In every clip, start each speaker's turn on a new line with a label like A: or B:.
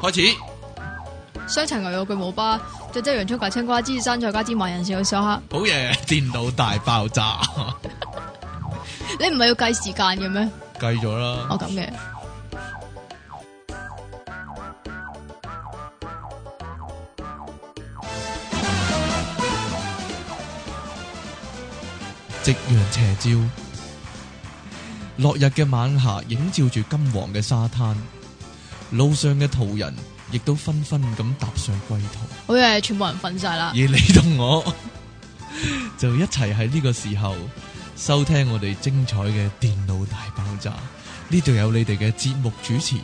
A: 開始。
B: 雙層牛肉巨無霸，再汁洋葱加青瓜枝生菜加芝麻人士去手黑。
A: 好嘢！電腦大爆 炸，
B: 你唔係要計時間嘅咩？
A: 計咗啦。
B: 哦咁嘅，
A: 夕陽斜照，落日嘅晚霞映照住金黃嘅沙灘，路上嘅途人亦都紛紛咁踏上歸途，
B: 好嘢，全部人瞓晒啦
A: 而。你同我 就一齊喺呢個時候收聽我哋精彩嘅電腦大爆炸。呢度有你哋嘅節目主持，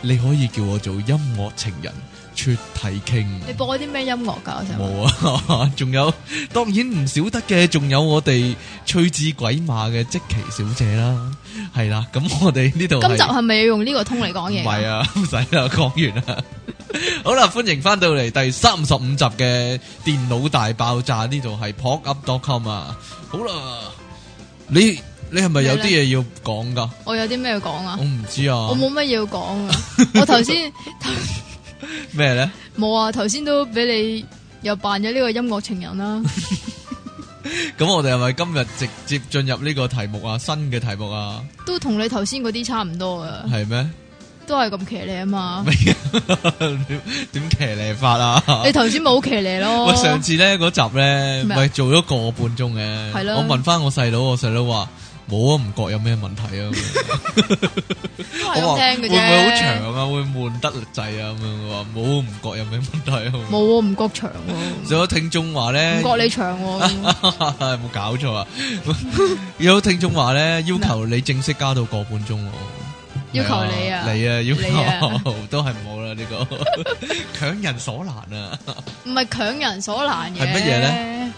A: 你可以叫我做音樂情人出體傾。
B: 你播啲咩音樂噶？我想問
A: 冇啊，仲有當然唔少得嘅，仲有我哋趣智鬼馬嘅積淇小姐啦，係啦，咁我哋呢度係
B: 今集係咪要用呢個通嚟講嘢？
A: 唔係，啊， 唔使啦，講完啦。 好啦，歡迎翻到嚟第三十五集嘅電腦大爆炸，呢度係 pokup.com 啊。好啦，你你係咪有啲嘢要講噶？
B: 我有啲咩要講啊
A: 我？唔知啊
B: 我，冇乜嘢要講 啊！我頭先
A: 咩咧？
B: 冇啊，頭先都俾你又扮咗呢個音樂情 人啦。
A: 咁我哋係咪今日直接進入呢個題目啊？新嘅題目啊，
B: 都同你頭先嗰啲差唔多噶，
A: 係咩？
B: 都係咁騎呢啊 嘛。
A: 點點騎呢法啊？
B: 你頭先咪好騎呢咯
A: 喂，？上次咧嗰集咧，
B: 咩啊
A: 咪做咗個半鐘嘅。
B: 係咯
A: 我問翻我細佬，我細佬話冇啊，唔覺有咩問題啊。我話會唔
B: 都係咁聽嘅啫。
A: 會好長啊？會悶得滯啊？咁樣我話冇，唔覺有咩問題啊。
B: 冇喎，唔覺長喎，
A: 有聽眾話咧，
B: 唔覺你長喎。
A: 有 冇搞錯啊？ 有聽眾話咧，要求你正式加到個半鐘喎。
B: 要求你啊
A: 係你啊，
B: 你
A: 要
B: 啊
A: 求 都係冇啦呢個， 強人所難啊！
B: 唔係強人所難嘅。
A: 係乜嘢呢？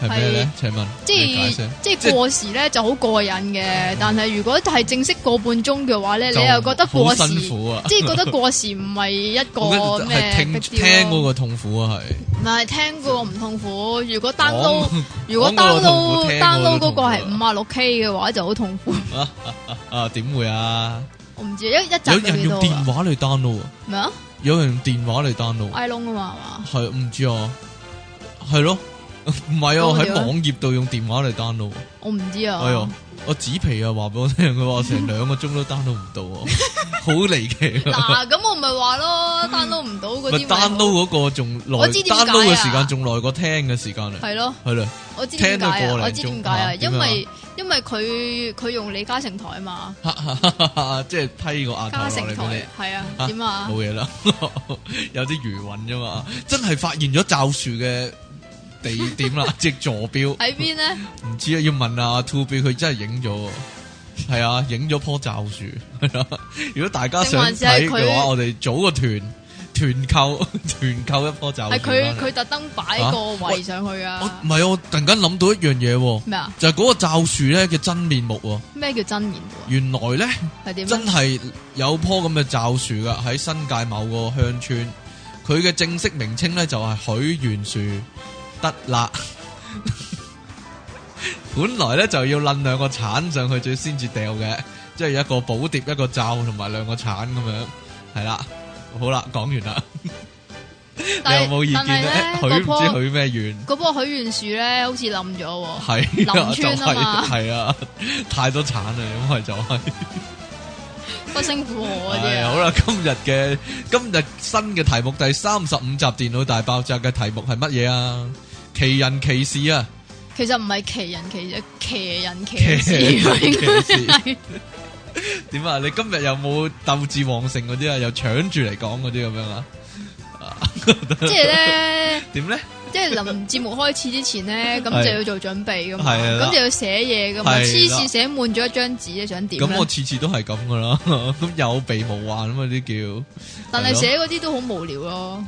A: 係咩咧？請問，你
B: 即
A: 解
B: 係
A: 釋即係哦
B: 即係過時咧就好過癮嘅，但係如果係正式個半鐘嘅話咧，
A: 就
B: 你又覺得過
A: 好
B: 時，
A: 辛苦啊
B: 即係覺得過時唔係一
A: 我
B: 個
A: 覺得
B: 咩
A: 係聽
B: big
A: 聽
B: deal
A: 嗰
B: 咯，
A: 個痛苦啊，係
B: 唔係聽嗰個唔痛苦。如果
A: 講
B: download 如果
A: 講嗰個痛苦聽嗰
B: download
A: 個
B: download
A: 痛
B: 嗰
A: 苦
B: 個
A: 啊
B: 係五啊六 K 嘅話就好痛苦。
A: 啊點會啊？
B: 我唔知一一集
A: 有
B: 有
A: 人
B: 幾
A: 用
B: 多
A: 電
B: 啊？
A: 話嚟 download，啊
B: 咩啊
A: 有人用電話嚟 download，
B: i l o n 啊嘛係嘛？
A: 係唔知啊？係咯， 唔係啊？
B: 講
A: 我喺
B: 咗
A: 網頁度用電話嚟 download，啊
B: 我唔知
A: 哎呀
B: 啊。，
A: 我紙皮啊話俾我聽，佢話我成兩個鐘都 download 唔到 啊，好離奇啊！
B: 嗱，咁我咪 話咯，download 唔到嗰
A: 咪
B: 啲咪
A: download 嗰個仲耐
B: 我知點解啊
A: ，download 嘅時間仲耐過聽嘅時間啊，
B: 係咯。
A: 係啦。
B: 我知點解
A: 聽到
B: 啊！
A: 個
B: 我
A: 零
B: 知
A: 鐘
B: 點解啊！
A: 啊點
B: 因
A: 樣啊
B: 為因為佢佢用李嘉誠台啊嘛，
A: 即係批個額頭
B: 嘉
A: 落
B: 誠
A: 嚟俾
B: 台係啊，點
A: 你，
B: 啊
A: 冇？嘢啦， 有啲餘韻啫嘛，真係發現咗罩樹嘅地點 啦，即係坐標，
B: 喺邊咧？
A: 唔知啊，要問啊 Two B，佢真係影咗喎，係啊，影咗棵罩樹， 係啦。如果大家
B: 定
A: 想
B: 還是
A: 睇
B: 係
A: 嘅話，
B: 佢
A: 我哋組個團，團購， 團購一棵罩樹
B: 係佢
A: 返嚟。
B: 佢特登擺個位上去
A: 我
B: 啊
A: 唔！係啊，我突然間諗到一樣嘢喎，
B: 咩啊？
A: 就係嗰個罩樹咧嘅真面目喎，
B: 咩叫真言喎？
A: 原來咧。
B: 係點啊
A: 真
B: 咧？
A: 係有棵咁嘅罩樹噶，喺新界某個鄉村，佢嘅正式名稱咧就係許願樹，得啦。 本來咧就要掕兩個鏟上去，最先至掉嘅，即係一個寶碟、一個罩同埋兩個鏟咁樣，係啦。好啦，講完啦，你
B: 但
A: 有冇意
B: 係但
A: 見
B: 係
A: 咧？許
B: 咧，
A: 唔
B: 嗰棵
A: 知許咩願？
B: 嗰棵許願樹咧，好似冧咗喎。
A: 係啊，
B: 林
A: 就
B: 村
A: 係
B: 啊嘛
A: 係啊，太多鏟啦，因為就係。
B: 不勝負荷嗰
A: 係
B: 啲
A: 好
B: 啊！
A: 啦，今日嘅今日新嘅題目第三十五集電腦大爆炸嘅題目係乜嘢啊？奇人奇事啊，
B: 其實唔係奇人奇事，騎人騎
A: 騎
B: 事
A: 人
B: 應該
A: 騎事
B: 係
A: 點啊？你今日有冇鬥志旺盛嗰啲啊？又搶住嚟講嗰啲咁樣啊？
B: 即係咧。
A: 點咧？
B: 即係臨節目開始之前咧，
A: 係
B: 咁就要做準備噶嘛，
A: 係啦啊
B: 咁就要寫嘢噶嘛，
A: 係啦
B: 黐線寫滿咗一張紙，啊你想點
A: 咁我
B: 咧？
A: 次次都係咁噶 啦，咁有備無患啊嘛，呢啲叫
B: 但
A: 係
B: 係
A: 咯
B: 寫嗰啲都好無聊咯，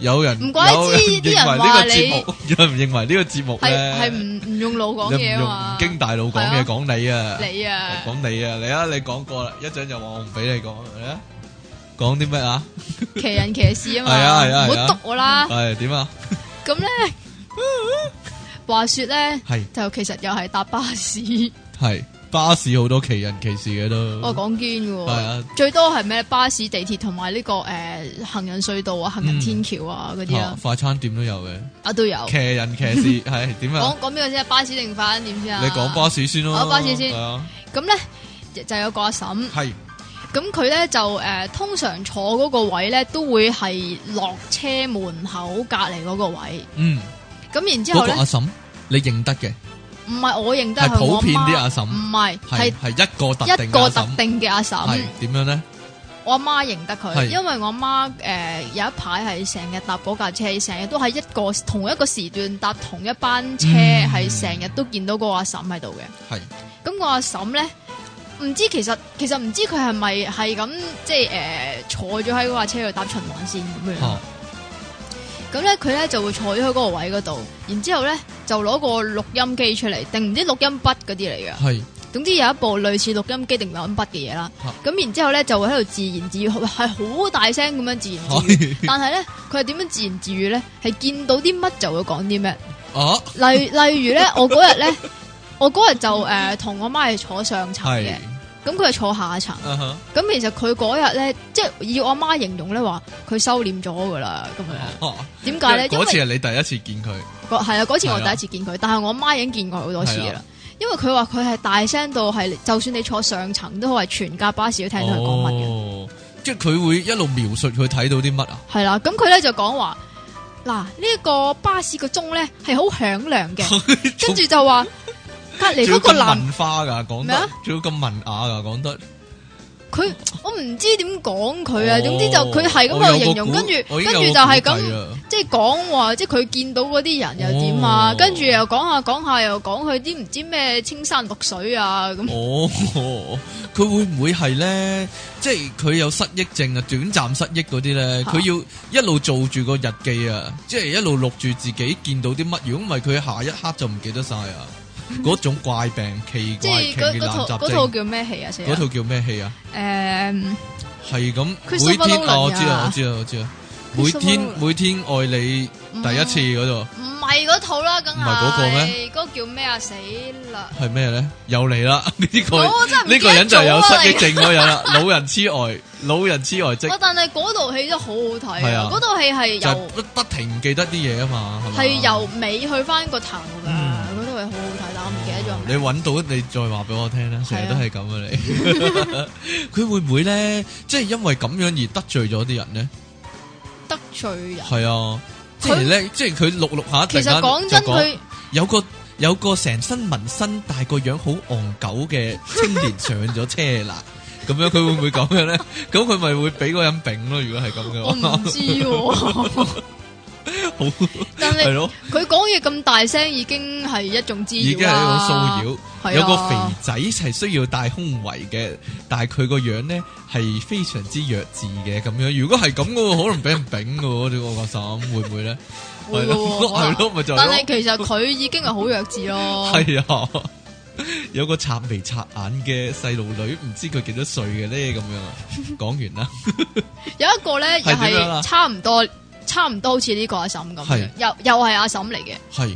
A: 有人
B: 唔怪之
A: 有人
B: 啲
A: 認
B: 人
A: 為呢
B: 話
A: 個
B: 你
A: 節目， 有人認為呢個節目
B: 係係
A: 咧，
B: 唔唔用腦講嘢
A: 你唔
B: 啊
A: 用
B: 嘛
A: 唔，經大腦講
B: 係
A: 嘢，
B: 啊
A: 講你啊，
B: 你啊，
A: 講你啊，你啊，你講過啦，一陣又話我唔俾你講，你啊，講啲咩啊？
B: 騎人騎事啊
A: 係啊係啊
B: 嘛，唔
A: 係啊
B: 好督我啦。
A: 係點啊？
B: 咁咧，話說咧
A: 係
B: 就其實又係搭巴士，
A: 係巴士好多奇人奇事嘅都。
B: 我講堅嘅
A: 嗯係
B: 喎，
A: 啊，
B: 最多係咩巴士、地鐵同埋呢個誒行人隧道啊、行人天橋啊嗰啲
A: 啊
B: 啦，
A: 快餐店都有嘅，
B: 啊都有。
A: 嗯騎人騎事 系點啊
B: 講？講邊個先啊？巴士定飯店先啊？
A: 你講巴士先咯，
B: 講巴士先
A: 係啊，
B: 咁咧就有個阿嬸，
A: 係
B: 咁佢咧就誒、呃通常坐嗰個位咧都會係落車門口隔離嗰個位，
A: 嗯，
B: 咁然之
A: 嗰
B: 後
A: 個
B: 咧
A: 阿嬸你認得嘅，
B: 唔係我認得
A: 係
B: 係
A: 普
B: 我
A: 遍啲
B: 媽
A: 阿嬸
B: 唔係
A: 係
B: 係
A: 係一個特
B: 一
A: 定嘅阿
B: 個特
A: 嬸，
B: 定嘅阿嬸。
A: 係點樣咧？
B: 我阿媽認得
A: 係
B: 佢，因為我阿媽誒有一排係成日搭嗰架車，成日都係一個同一個時段搭同一班車，
A: 嗯
B: 係成日都見到嗰個阿嬸喺度嘅。
A: 係
B: 咁我阿嬸咧，唔知其實其實唔知佢係咪係咁即係誒、呃坐咗喺嗰架車度搭循環線咁樣。
A: 吓
B: 咁咧佢咧就會坐咗喺嗰個位嗰度，然之後咧就攞個錄音機出嚟，定唔知錄音筆嗰啲嚟嘅。
A: 係
B: 總之有一部類似錄音機定錄音筆嘅嘢啦
A: 啊。
B: 咁然之後咧就會喺度自言自語，係好大聲咁樣自言自語。
A: 係
B: 但係咧，佢係點樣自言自語咧？係見到啲乜就會講啲咩。
A: 啊
B: 例例如咧，我嗰日咧，我嗰日就誒同、我媽係坐上層
A: 係
B: 嘅，咁佢係坐下層。
A: 啊哈
B: 咁其實佢嗰日咧，即係以我媽形容咧話，佢收斂咗噶啦咁樣。
A: 啊
B: 點解咧？
A: 嗰
B: 因為
A: 次係你第一次見佢，
B: 嗰係啊，嗰次我
A: 係啊
B: 第一次見佢，但係我媽已經見過佢好多次
A: 係
B: 啦
A: 啊。
B: 因為佢話佢係大聲到係，就算你坐上層都係全架巴士都聽到佢講乜嘅。
A: 哦，即係佢會一路描述佢睇到啲乜啊？
B: 係啦，咁佢咧就講話嗱，呢、一個巴士個鐘咧係好響亮嘅， 跟住就話隔離嗰個
A: 仲要咁
B: 男，
A: 文化噶，講
B: 咩
A: 得
B: 啊
A: 仲要咁文雅噶，講得
B: 佢我唔知點講佢啊，
A: 哦
B: 總之就佢係咁
A: 我有個
B: 喺度形容，
A: 估
B: 跟住
A: 我已
B: 跟
A: 經
B: 住
A: 有個
B: 就係
A: 估計
B: 咁。
A: 啦
B: 即係講話，即係佢見到嗰啲人又點啊
A: 哦？
B: 跟住又講下講下，又講佢啲唔知咩青山綠水啊咁。
A: 哦， 佢會唔會係咧？即係佢有失憶症啊，短暫失憶嗰啲咧，
B: 嚇
A: 佢要一路做住個日記啊，即係一路錄住自己見到啲乜。如果唔係，佢下一刻就唔記得晒啊！嗰種怪病，奇
B: 即
A: 怪
B: 係
A: 奇
B: 嗰
A: 嘅
B: 嗰
A: 難
B: 套嗰
A: 集
B: 套
A: 症。
B: 叫咩戲啊？死啦
A: 嗰套叫咩戲啊？
B: 誒
A: 係咁，每
B: Christopher
A: 天啊，
B: Nolan
A: 我知啊，
B: 啊
A: 我知啊，我知啊，每
B: Christopher
A: 天
B: Nolan
A: 每天愛你第一次嗰度
B: 唔係嗰套啦，梗係
A: 唔係嗰個咩？
B: 嗰個叫咩啊？死啦！
A: 係咩咧？又嚟啦！呢個
B: 我 真係唔
A: 呢個人
B: 記
A: 就
B: 得
A: 係有
B: 咗
A: 失
B: 啦
A: 憶症嗰個人啦， 老人痴呆，老人痴呆症
B: 我但係嗰套戲真係好好睇
A: 係
B: 啊
A: 啊！
B: 嗰套戲係
A: 就係
B: 由
A: 不不停唔記得啲嘢啊嘛，係嘛？
B: 係由尾去翻個頭㗎，
A: 嗯
B: 嗰套戲好好睇，但我唔記得咗
A: 你
B: 名。
A: 揾到你再話俾我聽啦，成日
B: 係啊
A: 都係咁啊你。 佢會唔會咧？即係因為咁樣而得罪咗啲人咧？
B: 得罪人。
A: 係啊，即
B: 佢
A: 係咧，即係佢錄錄下，突
B: 其
A: 然
B: 實
A: 間
B: 講真，
A: 就講
B: 佢
A: 有個有個成身紋身，但係個樣好戇狗嘅青年上咗車啦。咁樣佢會唔會咁樣咧？咁佢咪會俾嗰個人丙咯？如果係咁嘅
B: 我唔
A: 話，
B: 知喎，
A: 好
B: 但
A: 係
B: 係
A: 咯，
B: 佢講嘢咁大聲，已經係一種滋擾啦。啊
A: 已經係一種騷擾。
B: 係啊
A: 有個肥仔係需要戴胸圍嘅，但係佢個樣咧係非常之弱智嘅咁樣。如果係咁嘅話，可能俾人丙嘅喎，呢個個嬸會唔會咧？
B: 會
A: 係
B: 嘅
A: 咯，
B: 喎
A: 係咯，咪就
B: 但係
A: 係
B: 其實佢已經係好弱智咯。
A: 咯，係啊。有個擦眉擦眼嘅細路女，唔知佢幾多歲嘅咧，咁樣啊。講完啦，
B: 有一個咧，又
A: 係點樣啊
B: 係差唔多，差唔多好似呢個阿嬸咁
A: 係
B: 嘅，又又係阿嬸嚟嘅。
A: 係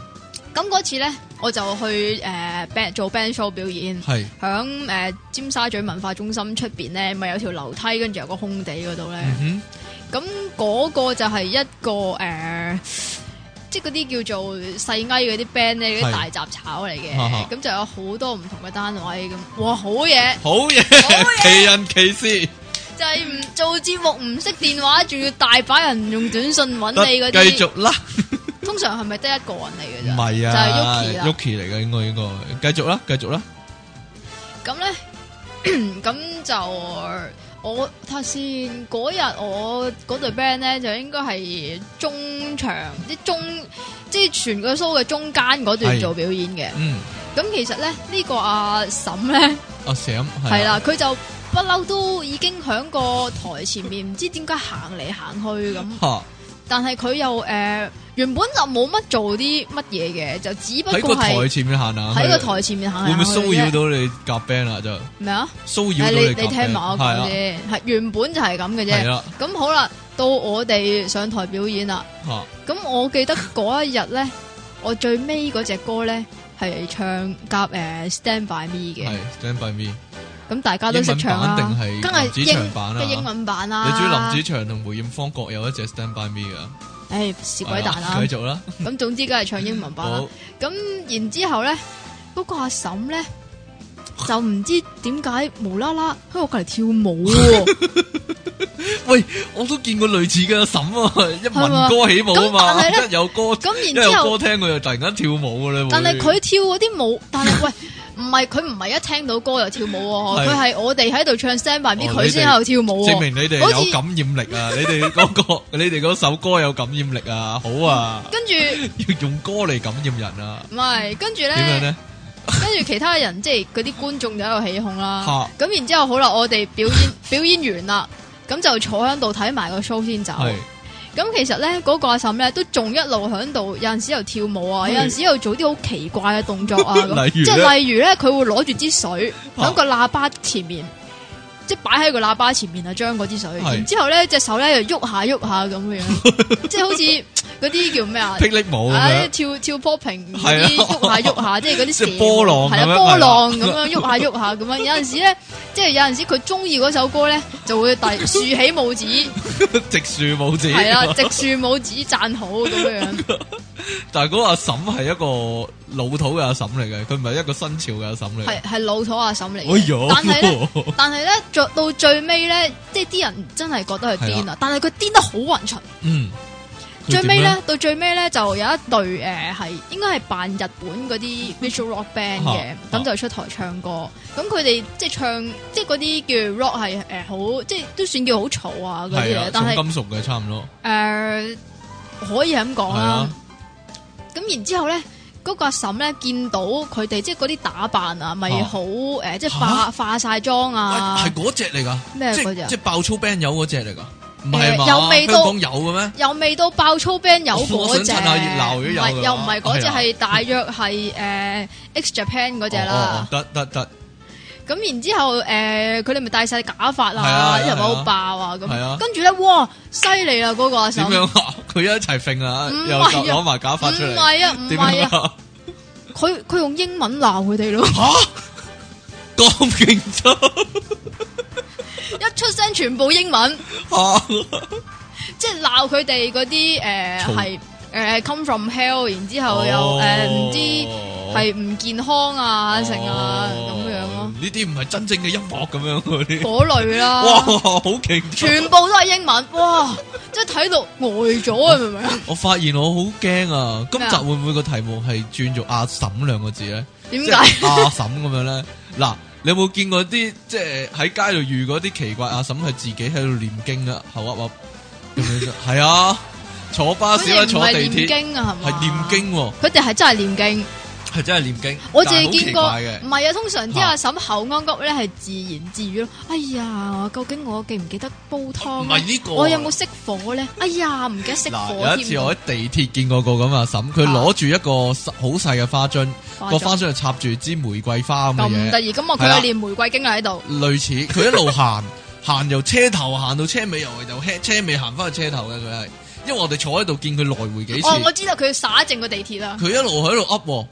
B: 咁嗰次咧，我就去誒 band 做 band show 表演，
A: 係
B: 響誒、呃尖沙咀文化中心出邊咧，咪有條樓梯，跟住有個空地嗰度咧。
A: 嗯
B: 咁嗰、個就係一個誒、呃即係嗰啲叫做細埃嗰啲 band 咧，嗰
A: 係
B: 啲大雜炒嚟嘅。
A: 哈哈
B: 咁就有好多唔同嘅單位咁，哇好嘢！
A: 哼，好嘢，奇人奇事，
B: 就係唔做節目唔識電話，仲要大把人用短信揾
A: 得
B: 你嗰
A: 繼
B: 啲，
A: 續啦，
B: 通常係咪得一個人嚟
A: 唔
B: 嘅咋？
A: 係啊
B: 就係 Yuki 啦
A: Yuki 嚟嘅，應該應該，繼續啦，繼續啦，
B: 咁咧， 咁就我睇下先。嗰日我嗰隊 band 咧就應該係中場，即中即係全個 show 嘅中間嗰段
A: 係
B: 做表演嘅。
A: 嗯，
B: 咁其實咧，呢、個阿嬸咧
A: 阿 Sam
B: 係
A: 係啊
B: 啦，佢就不嬲都已經喺個台前面，唔知點解行嚟行去咁。
A: 嚇。
B: 但係佢又誒、呃原本就冇乜做啲乜嘢嘅，就只不
A: 喺個
B: 過
A: 台
B: 係
A: 前面行啊，
B: 喺個台前面行
A: 會唔會
B: 嚟行
A: 騷擾
B: 去嘅啫
A: 到你夾 band 啊？就
B: 咩啊？
A: 騷擾
B: 係
A: 到
B: 你
A: 夾 band，
B: 你聽埋我講
A: 係
B: 先，係原本就係咁嘅
A: 啊，係
B: 啫。
A: 啦，
B: 咁好啦，到我哋上台表演啦。
A: 嚇
B: 咁我記得嗰一日咧，我最尾嗰只歌咧係唱夾诶 Stand by Me
A: 系
B: 嘅，
A: Stand by Me。
B: 咁大家都識唱啦
A: 英文版定，係
B: 梗
A: 林
B: 係
A: 子祥
B: 英
A: 版啊
B: 嘅英文版啦。
A: 你知林子祥同梅艷芳各有一隻 Stand by Me 噶，
B: 唉，是鬼蛋啦
A: 啊繼。續啦，
B: 咁總之梗係唱英文版啦
A: 好。
B: 咁然之後咧，嗰個阿嬸咧就唔知點解無啦啦喺我隔離跳 舞喎。
A: 喂，我都見過類似嘅阿嬸啊，一
B: 係
A: 聞
B: 嘛
A: 歌起舞啊
B: 咁
A: 嘛，
B: 但係呢
A: 一有歌
B: 咁
A: 一
B: 然之
A: 有
B: 後
A: 歌。聽佢就突然間跳舞噶啦，
B: 但係
A: 會
B: 佢跳嗰啲舞，但係喂，唔係佢唔係一聽到歌就跳舞喎，
A: 係
B: 佢係我哋喺度唱 Stand By Me，
A: 哦
B: 佢先喺度跳舞
A: 證
B: 喎。
A: 明你哋
B: 好似
A: 有感染力 啊！你哋嗰個你哋嗰首歌有感染力啊，好啊，
B: 跟住
A: 要用歌嚟感染人啊，
B: 唔係，跟住
A: 點樣
B: 咧，
A: 咧？
B: 跟住其他人即係嗰啲觀眾就喺度起哄啦。
A: 嚇，
B: 咁然之後好啦，我哋表演 表演完啦，咁就坐喺度睇埋個 show 先走。
A: 係
B: 咁其實咧，嗰、個阿嬸咧都仲一路喺度，有陣時又跳舞啊，
A: 係
B: 有陣時又做啲好奇怪嘅動 作啊，咁
A: 例如
B: 即係
A: 呢
B: 例如咧，佢會攞住支水
A: 啊
B: 喺個喇叭前面，即係擺喺個喇叭前面啊，將嗰支水，
A: 係
B: 然之後咧隻手咧又喐下喐下 咁樣，即係好似嗰啲叫咩啊？
A: 霹靂舞咁
B: 唉，
A: 樣，
B: 跳跳 popping
A: 係
B: 嗰
A: 啊
B: 啲喐下喐下，即係嗰啲
A: 即係
B: 蛇
A: 波浪
B: 係
A: 咁
B: 啦，
A: 樣係
B: 波
A: 啦啊
B: 浪咁樣喐下喐下咁樣。有陣時咧，即係有陣時佢中意嗰首歌咧，就會 遞豎起拇指。
A: 直樹舞者。
B: 系啦，直樹拇指讚好 咁样，
A: 但系嗰個阿嬸係一個老土嘅阿嬸嚟嘅，佢唔係一個新潮嘅阿嬸嚟嘅。
B: 係係老土阿嬸嚟
A: 哎
B: 嘅。但係咧，
A: 呦，
B: 但係咧，着到最尾咧，即係啲人真係覺得佢
A: 係
B: 癲啊！但係佢癲得好混巡。
A: 嗯，佢
B: 最尾
A: 點
B: 咧，到最尾咧就有一隊诶係應該係扮日本 嗰啲 visual rock band 嘅，
A: 嚇
B: 咁就出台唱歌。咁佢哋即係唱，即係嗰啲叫 rock 係诶好，即係都算叫好嘈啊嗰
A: 係
B: 啲
A: 啊
B: 嘢，，但係。
A: 重金屬嘅差唔多，
B: 诶、可以咁講
A: 係
B: 啦
A: 啊。
B: 咁然之後咧，嗰、個阿嬸咧見到佢哋即係嗰啲打扮啊，咪
A: 啊
B: 好诶，即係
A: 嚇
B: 化化晒妝啊，
A: 係嗰只嚟噶，
B: 咩
A: 即
B: 嗰隻啊
A: 即爆粗 band 友嗰只嚟噶，唔係嘛？
B: 誒有味道
A: 香港有嘅咩？
B: 又未到爆粗 band 有
A: 我
B: 嗰
A: 想
B: 只，
A: 趁下熱鬧如果
B: 唔
A: 有嘅話
B: 係又唔係嗰只，
A: 係啊
B: 係大約係诶 X Japan 嗰只
A: 哦哦
B: 啦
A: 哦。得得得，
B: 咁然之後，誒呃佢哋咪戴晒假髮
A: 係啊
B: 啊，
A: 係啊
B: 又咪好爆啊咁
A: 係啊。
B: 跟住咧，哇，犀利啦嗰個阿
A: 點
B: 嬸，
A: 樣啊？ 佢一齊揈啊，
B: 唔
A: 又
B: 係啊
A: 攞埋假
B: 唔
A: 髮出嚟，
B: 係啊，唔
A: 點
B: 係啊，
A: 樣啊？
B: 佢佢用英文鬧佢 哋咯。
A: 吓，咁勁 抽
B: 一出聲全部英文，
A: 吓，
B: 即係鬧佢哋嗰啲誒
A: 嘈哦
B: 係誒 come from hell，然之後又誒唔知係唔健康啊成啊
A: 哦
B: 咁樣咯，
A: 呢啲唔係真正嘅音樂咁樣嗰啲，
B: 嗰類
A: 哇，
B: 啦，
A: 好勁！
B: 全部都係英文，哇！即係睇到呆咗啊，明唔 明啊？
A: 我發現我好驚啊！今
B: 咩啊
A: 集會唔會個題目係轉做阿嬸兩個字咧？
B: 點
A: 即係
B: 解？
A: 阿嬸咁樣咧？嗱，你有冇見過啲即係喺街度遇過啲奇怪阿嬸係自己喺度念經啊？口噏噏咁樣 啫？係啊，坐巴士
B: 佢
A: 啦，
B: 哋唔
A: 坐地
B: 係念
A: 鐵
B: 經啊，係
A: 係
B: 嘛？
A: 念。經喎，
B: 佢哋係真係念經，
A: 係真係念經。
B: 我淨
A: 但係好
B: 係
A: 奇
B: 見過，
A: 怪嘅
B: 唔係啊。通常啲
A: 嚇
B: 阿嬸口安谷咧係自言自語咯。哎呀，究竟我記唔記得煲
A: 唔
B: 湯呢
A: 係呢個啊。
B: 我有冇熄火咧？哎呀，唔記得熄
A: 嗱，
B: 火
A: 有一次
B: 添啊
A: 我喺地鐵見過個咁阿嬸，佢攞住一個細好細嘅花樽，
B: 化
A: 個
B: 妝
A: 花樽就插住支玫瑰花咁嘅
B: 咁
A: 嘢
B: 得。意，咁我
A: 係啦
B: 佢去練玫瑰經啦喺度，
A: 類似，佢一路 行，行由車頭行到車尾，由由車車尾行翻去車頭嘅佢係，因為我哋坐喺度見佢來回幾次，
B: 哦，我知道佢耍正個地鐵 啦，
A: 佢一路喺度噏喎，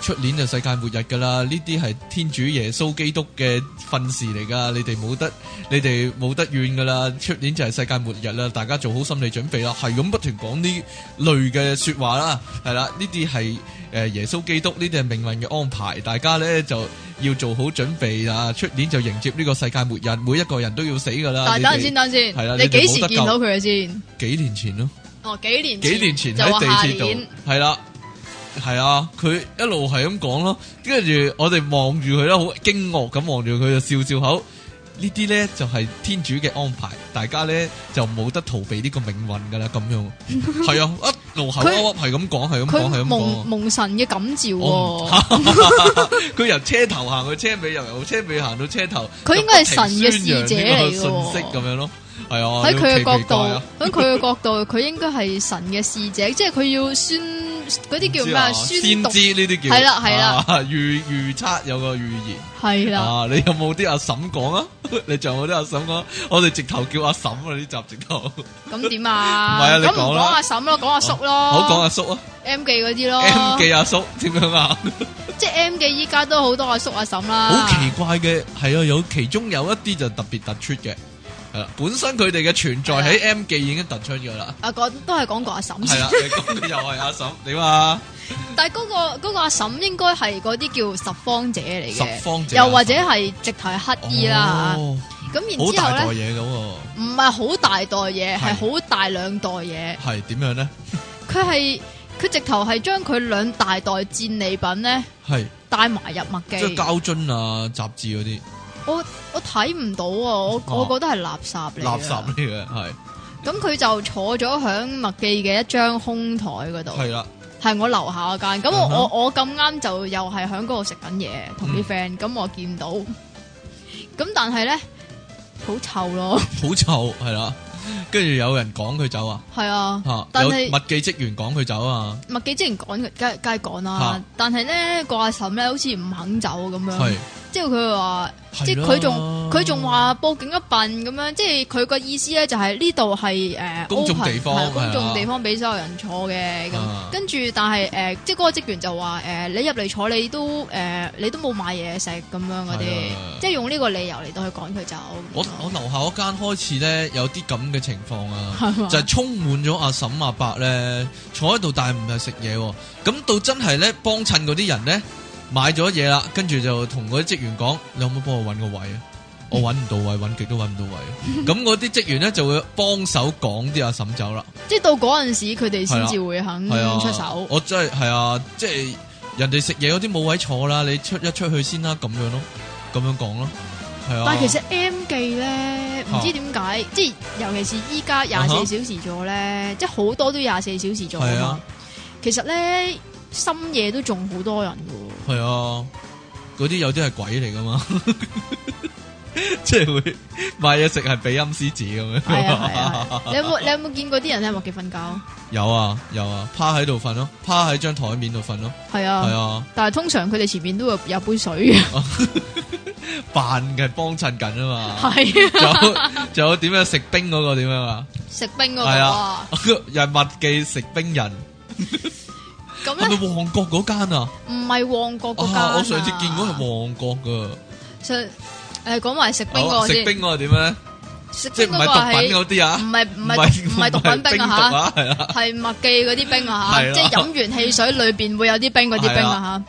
A: 出年就世界末日噶啦，呢啲係天主耶穌基督嘅訓示嚟噶，你哋冇得，你哋冇得怨噶啦，出年就係世界末日啦，大家做好心理準備啦，係咁不停講呢類嘅说話啦，係啦，呢啲係诶耶穌基督，呢啲係命運嘅安排，大家咧就要做好準備啊，出年就迎接呢個世界末日，每一個人都要死噶啦。
B: 但係等陣先，
A: 你哋
B: 等陣
A: 係啦
B: 先，
A: 你
B: 你
A: 哋
B: 幾
A: 冇
B: 時
A: 得
B: 見到佢嘅先？
A: 幾年前咯。
B: 哦，幾年
A: 幾年前
B: 就
A: 喺
B: 話
A: 地
B: 下
A: 鐵
B: 年
A: 度，係啦，係啊，佢一路係咁講咯，跟住我哋望住佢啦，好驚愕咁望住佢，就笑笑口。呢啲咧就係天主嘅安排，大家咧就冇得逃避呢個命運噶啦，咁樣 係啊，一路口噏
B: 佢
A: 噏係咁講，係咁講，係
B: 佢
A: 咁
B: 蒙
A: 講。
B: 蒙神嘅感召
A: 我唔
B: 喎，
A: 佢由車頭行去車尾，又由車尾行到車頭。
B: 佢應該係神嘅
A: 就不停宣揚
B: 使者
A: 呢個
B: 嚟㗎喎
A: 信息咁樣咯，係啊。
B: 喺佢嘅
A: 你好奇
B: 角
A: 唔奇怪啊
B: 度，喺佢嘅角度，佢應該係神嘅使者，即係佢要宣嗰啲叫咩
A: 唔知啊
B: 啊？宣
A: 先
B: 讀
A: 知呢啲叫
B: 係啦係啦
A: 啊預預測有個預言
B: 係啦，
A: 啊！你有冇啲阿嬸講啊？ 你仲有冇啲阿嬸講？我哋直頭叫阿嬸啊！呢集直頭，
B: 咁 點
A: 唔係啊
B: 啊？
A: 你
B: 咁唔
A: 講
B: 講
A: 啦
B: 阿嬸咯，講阿叔咯，
A: 好講阿叔啊
B: M 記嗰啲
A: ，M
B: 咯，
A: 記阿叔點樣啊？
B: 即係 M 記依家都好多阿叔阿嬸啦，
A: 好奇怪嘅，係啊，有其中有一啲就特別突出嘅，係啦，本身佢哋嘅存在喺 M 記已經突出 咗啦，
B: 啊講都係講過阿嬸
A: 係啊
B: 先
A: 啦，，你講嘅又係阿嬸 點啊？
B: 但係嗰個嗰個阿嬸應該係嗰啲叫拾荒者嚟
A: 十
B: 嘅，
A: 方者啊
B: 又或者係直頭係乞衣啦
A: 哦
B: 咁然
A: 好
B: 之
A: 大袋
B: 後咧，
A: 嘢咁喎，
B: 唔係好大袋嘢，
A: 係
B: 係好大兩袋嘢。
A: 係點樣咧？
B: 佢係佢直頭係將佢兩大袋戰利品咧
A: 係
B: 帶埋入麥
A: 即係
B: 記。
A: 膠樽啊、雜誌嗰啲
B: 我我睇唔到啊！我
A: 哦
B: 我覺得係垃圾嚟。
A: 垃圾嚟。嘅，係
B: 咁佢就坐咗響麥記嘅一張空台嗰度，
A: 係啦，
B: 係我樓下嗰間。咁我
A: 嗯哼嗯
B: 我我咁啱就又係響嗰度食緊嘢，同啲 friend。咁我見到，咁但係咧好臭咯，
A: 好臭係啦，跟住有人趕佢走啊，
B: 係啊。
A: 吓
B: 但
A: 有
B: 係
A: 物記職員趕佢走啊，
B: 麥記之前趕佢，梗係梗係趕啦
A: 嚇。
B: 但係咧個阿嬸咧好似唔肯走咁樣
A: 係，
B: 之後佢話嗯即
A: 係
B: 係
A: 啦
B: 佢仲佢仲話報警一笨咁樣，即係佢個意思咧就係呢度係誒
A: 公眾
B: open，
A: 地方
B: 係
A: 係啊
B: 公眾地方俾所有人坐嘅咁
A: 啊。
B: 跟住但係誒，即係嗰個職員就話誒，你入嚟坐你都誒你都冇買嘢食咁樣嗰
A: 係啊
B: 啲，即係用呢個理由嚟到去趕佢走。
A: 我我樓下嗰間開始咧有啲咁嘅情況啊，
B: 係嘛
A: 就係充滿咗阿嬸阿伯咧坐喺度，但係唔係食嘢喎。咁到真係咧幫襯嗰啲人咧買咗嘢啦，跟住就同嗰啲職員講：你可唔可以幫我揾個位啊？我揾唔到位，揾極都揾唔到 位。啊咁嗰啲職員咧就會幫手趕啲阿嬸走啦。
B: 即係到嗰陣時，佢哋先至會肯
A: 係啊，
B: 嗯出手。
A: 我真係係啊，即係人哋食嘢嗰啲冇位坐啦，你出一出去先啦，咁樣咯，咁樣講咯，係啊。
B: 但係其實 M 記咧，唔知點解，即係尤其是依家廿四
A: 哦啊哈
B: 小時做咧，即係好多都廿四小時做啊
A: 係啊
B: 嘛。其實咧，深夜都仲好多人噶，
A: 系啊，嗰啲有啲係鬼嚟噶嘛， 即係會買嘢食係俾陰司紙咁樣。
B: 係啊係啊。係啊你有冇你有冇見過啲人喺麥記瞓覺？
A: 有啊有啊，趴喺度瞓咯，趴喺張台面度瞓咯，
B: 係
A: 係
B: 啊，
A: 啊，
B: 但係通常佢哋前面都會有杯 水嘅，
A: 扮嘅幫襯緊啊 嘛。
B: 係啊
A: 仲有仲有點樣食冰嗰個點樣啊？
B: 食冰嗰個
A: 係
B: 啊
A: 啊。又係麥記食冰人，
B: 咁
A: 係
B: 咧
A: 咪旺角嗰間啊？
B: 唔係旺角嗰間
A: 啊，
B: 啊。
A: 我上次見過係旺角噶。
B: 上誒講埋食冰嗰
A: 好
B: 個
A: 哦食
B: 先，
A: 冰嗰個點咧？
B: 食
A: 即係
B: 冰
A: 唔
B: 嗰個
A: 係毒
B: 係
A: 品嗰啲啊
B: 唔？係唔係唔係毒品冰啊嚇
A: 毒？啊，係啊。
B: 系麦記嗰啲冰啊吓，
A: 係啦
B: 即係飲完汽水裏边會有啲冰嗰啲冰啊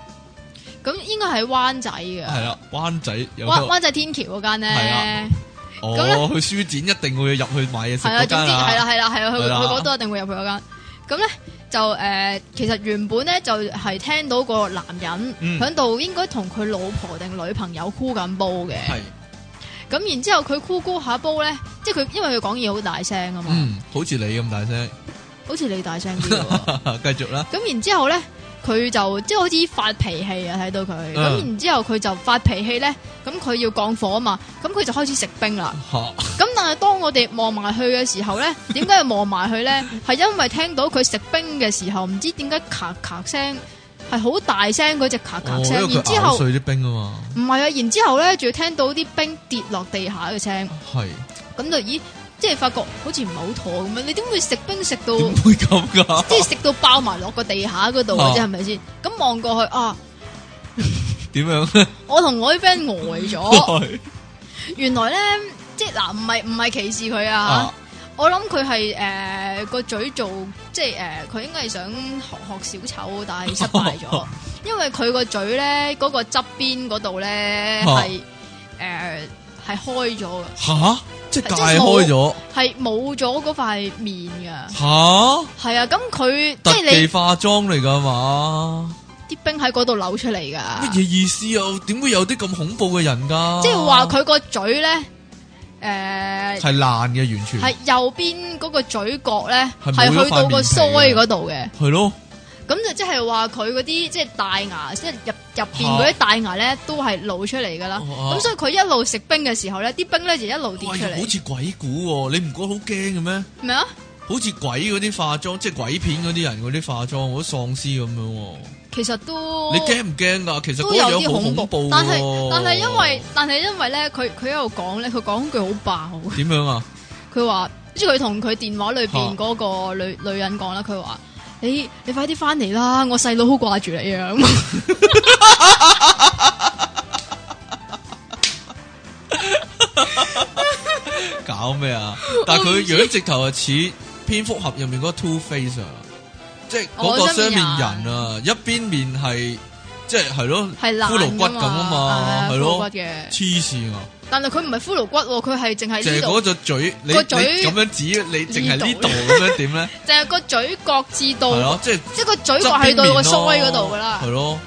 B: 吓。咁應該係灣仔嘅，
A: 系啦，啊灣仔有
B: 灣
A: 個
B: 灣仔天橋嗰間
A: 係
B: 咧
A: 啊，
B: 咁呢
A: 哦，去書展一定會入去買嘢食
B: 係啊，
A: 嗰
B: 總
A: 間
B: 之係啦
A: 啊，
B: 係啦係啊，去
A: 係啦
B: 去嗰度一定會入去嗰間。咁咧就诶，其實原本咧就係聽到個男人
A: 嗯
B: 響度應該同佢老婆定女朋友箍緊煲嘅，
A: 係
B: 咁然之后佢箍箍下煲咧，即係佢因為佢講嘢好大聲啊嘛，
A: 嗯，好似你咁大聲，
B: 好似你大聲啲喎。
A: 繼續啦，
B: 咁然之後咧，佢就即係好似發脾氣啊！睇到佢，咁、
A: 嗯
B: 然之後佢就發脾氣咧，咁佢要降火啊嘛，咁佢就開始食冰啦。
A: 嚇
B: 咁但係當我哋望埋去嘅時候咧，點解要望埋去咧？係因為聽到佢食冰嘅時候，唔知點解咔咔聲，係好大聲嗰只咔
A: 哦
B: 咔
A: 因為
B: 聲。然
A: 佢
B: 之
A: 咬
B: 後
A: 碎啲冰啊嘛，
B: 唔係啊，然之後咧，仲要聽到啲冰跌落地下嘅聲，
A: 係
B: 咁就咦，即係發覺好似唔係好妥咁樣。你點會食冰食到？
A: 點會咁噶？
B: 即係食到爆埋落個地下嗰度嘅啫，
A: 啊
B: 係咪先？咁望過去啊，
A: 點樣？
B: 我同我啲 friend 呆咗。
A: 係
B: 原來咧，即係嗱，唔係唔係歧視佢啊
A: 啊，
B: 我諗佢係誒個嘴做，即係誒呃佢應該係想學學小丑，但係失敗 咗，因為佢個嘴咧嗰個側邊嗰度咧
A: 啊
B: 係誒係開咗嘅，
A: 吓，即係
B: 即係
A: 解開咗
B: 係冇咗嗰塊面㗎。
A: 吓，
B: 係啊，咁佢即
A: 特
B: 係
A: 技
B: 你
A: 化妝嚟噶嘛？
B: 啲冰喺嗰度扭出嚟㗎。
A: 乜嘢意思啊？點會有啲咁恐怖嘅人噶？
B: 即系话佢個嘴咧，诶、
A: 係爛嘅，完全
B: 係右邊嗰個嘴角咧，
A: 係
B: 係
A: 冇咗
B: 去到個
A: 塊面
B: 腮
A: 皮嘅啊
B: 嗰度嘅，
A: 係咯，
B: 咁就即係話佢嗰啲即係大牙，即係入入边嗰啲大牙咧，都係露出嚟噶啦。
A: 哦
B: 咁、所以佢一路食冰嘅時候咧，啲冰咧就一路跌
A: 哇
B: 出
A: 好
B: 嚟，
A: 似鬼故喎，你唔覺得好驚嘅咩？
B: 咩啊？
A: 好似鬼嗰啲化妝，即係鬼片嗰啲人嗰啲化妝，嗰啲喪屍咁樣喎。
B: 其實都
A: 你驚唔驚㗎？其實
B: 都
A: 嗰
B: 有
A: 樣
B: 啲
A: 好恐
B: 恐
A: 怖喎。，
B: 怖但係但係因為但係因為咧，佢佢喺度講咧，佢講句好爆，
A: 點樣啊？
B: 佢話即係佢同佢電話裏
A: 嚇
B: 邊嗰個女女人講啦，佢話你你快啲翻嚟啦，我細佬好掛住你啊！咁
A: 搞咩啊？但係佢樣直頭係似蝙蝠俠入面嗰個 Two Face 啊，即係嗰個
B: 哦
A: 雙
B: 雙
A: 面
B: 面
A: 人啊，一邊面係即係係咯，
B: 係
A: 骷髏
B: 爛
A: 骨
B: 噶
A: 咁啊嘛
B: 係
A: 係
B: 骷
A: 咯
B: 髏骨嘅，
A: 黐線啊！
B: 但係佢唔係骷髏骨喎，佢係淨
A: 就
B: 係
A: 係
B: 呢
A: 嗰
B: 度，
A: 隻嘴，你你
B: 個嘴
A: 咁樣指，你淨係呢
B: 呢
A: 度
B: 度哦
A: 咁樣點 咧？
B: 淨係個嘴角至到
A: 係，咯，即係
B: 即係個嘴角
A: 側
B: 係
A: 邊
B: 到
A: 面
B: 個
A: 咯
B: 腮嗰度噶啦
A: 係。咯，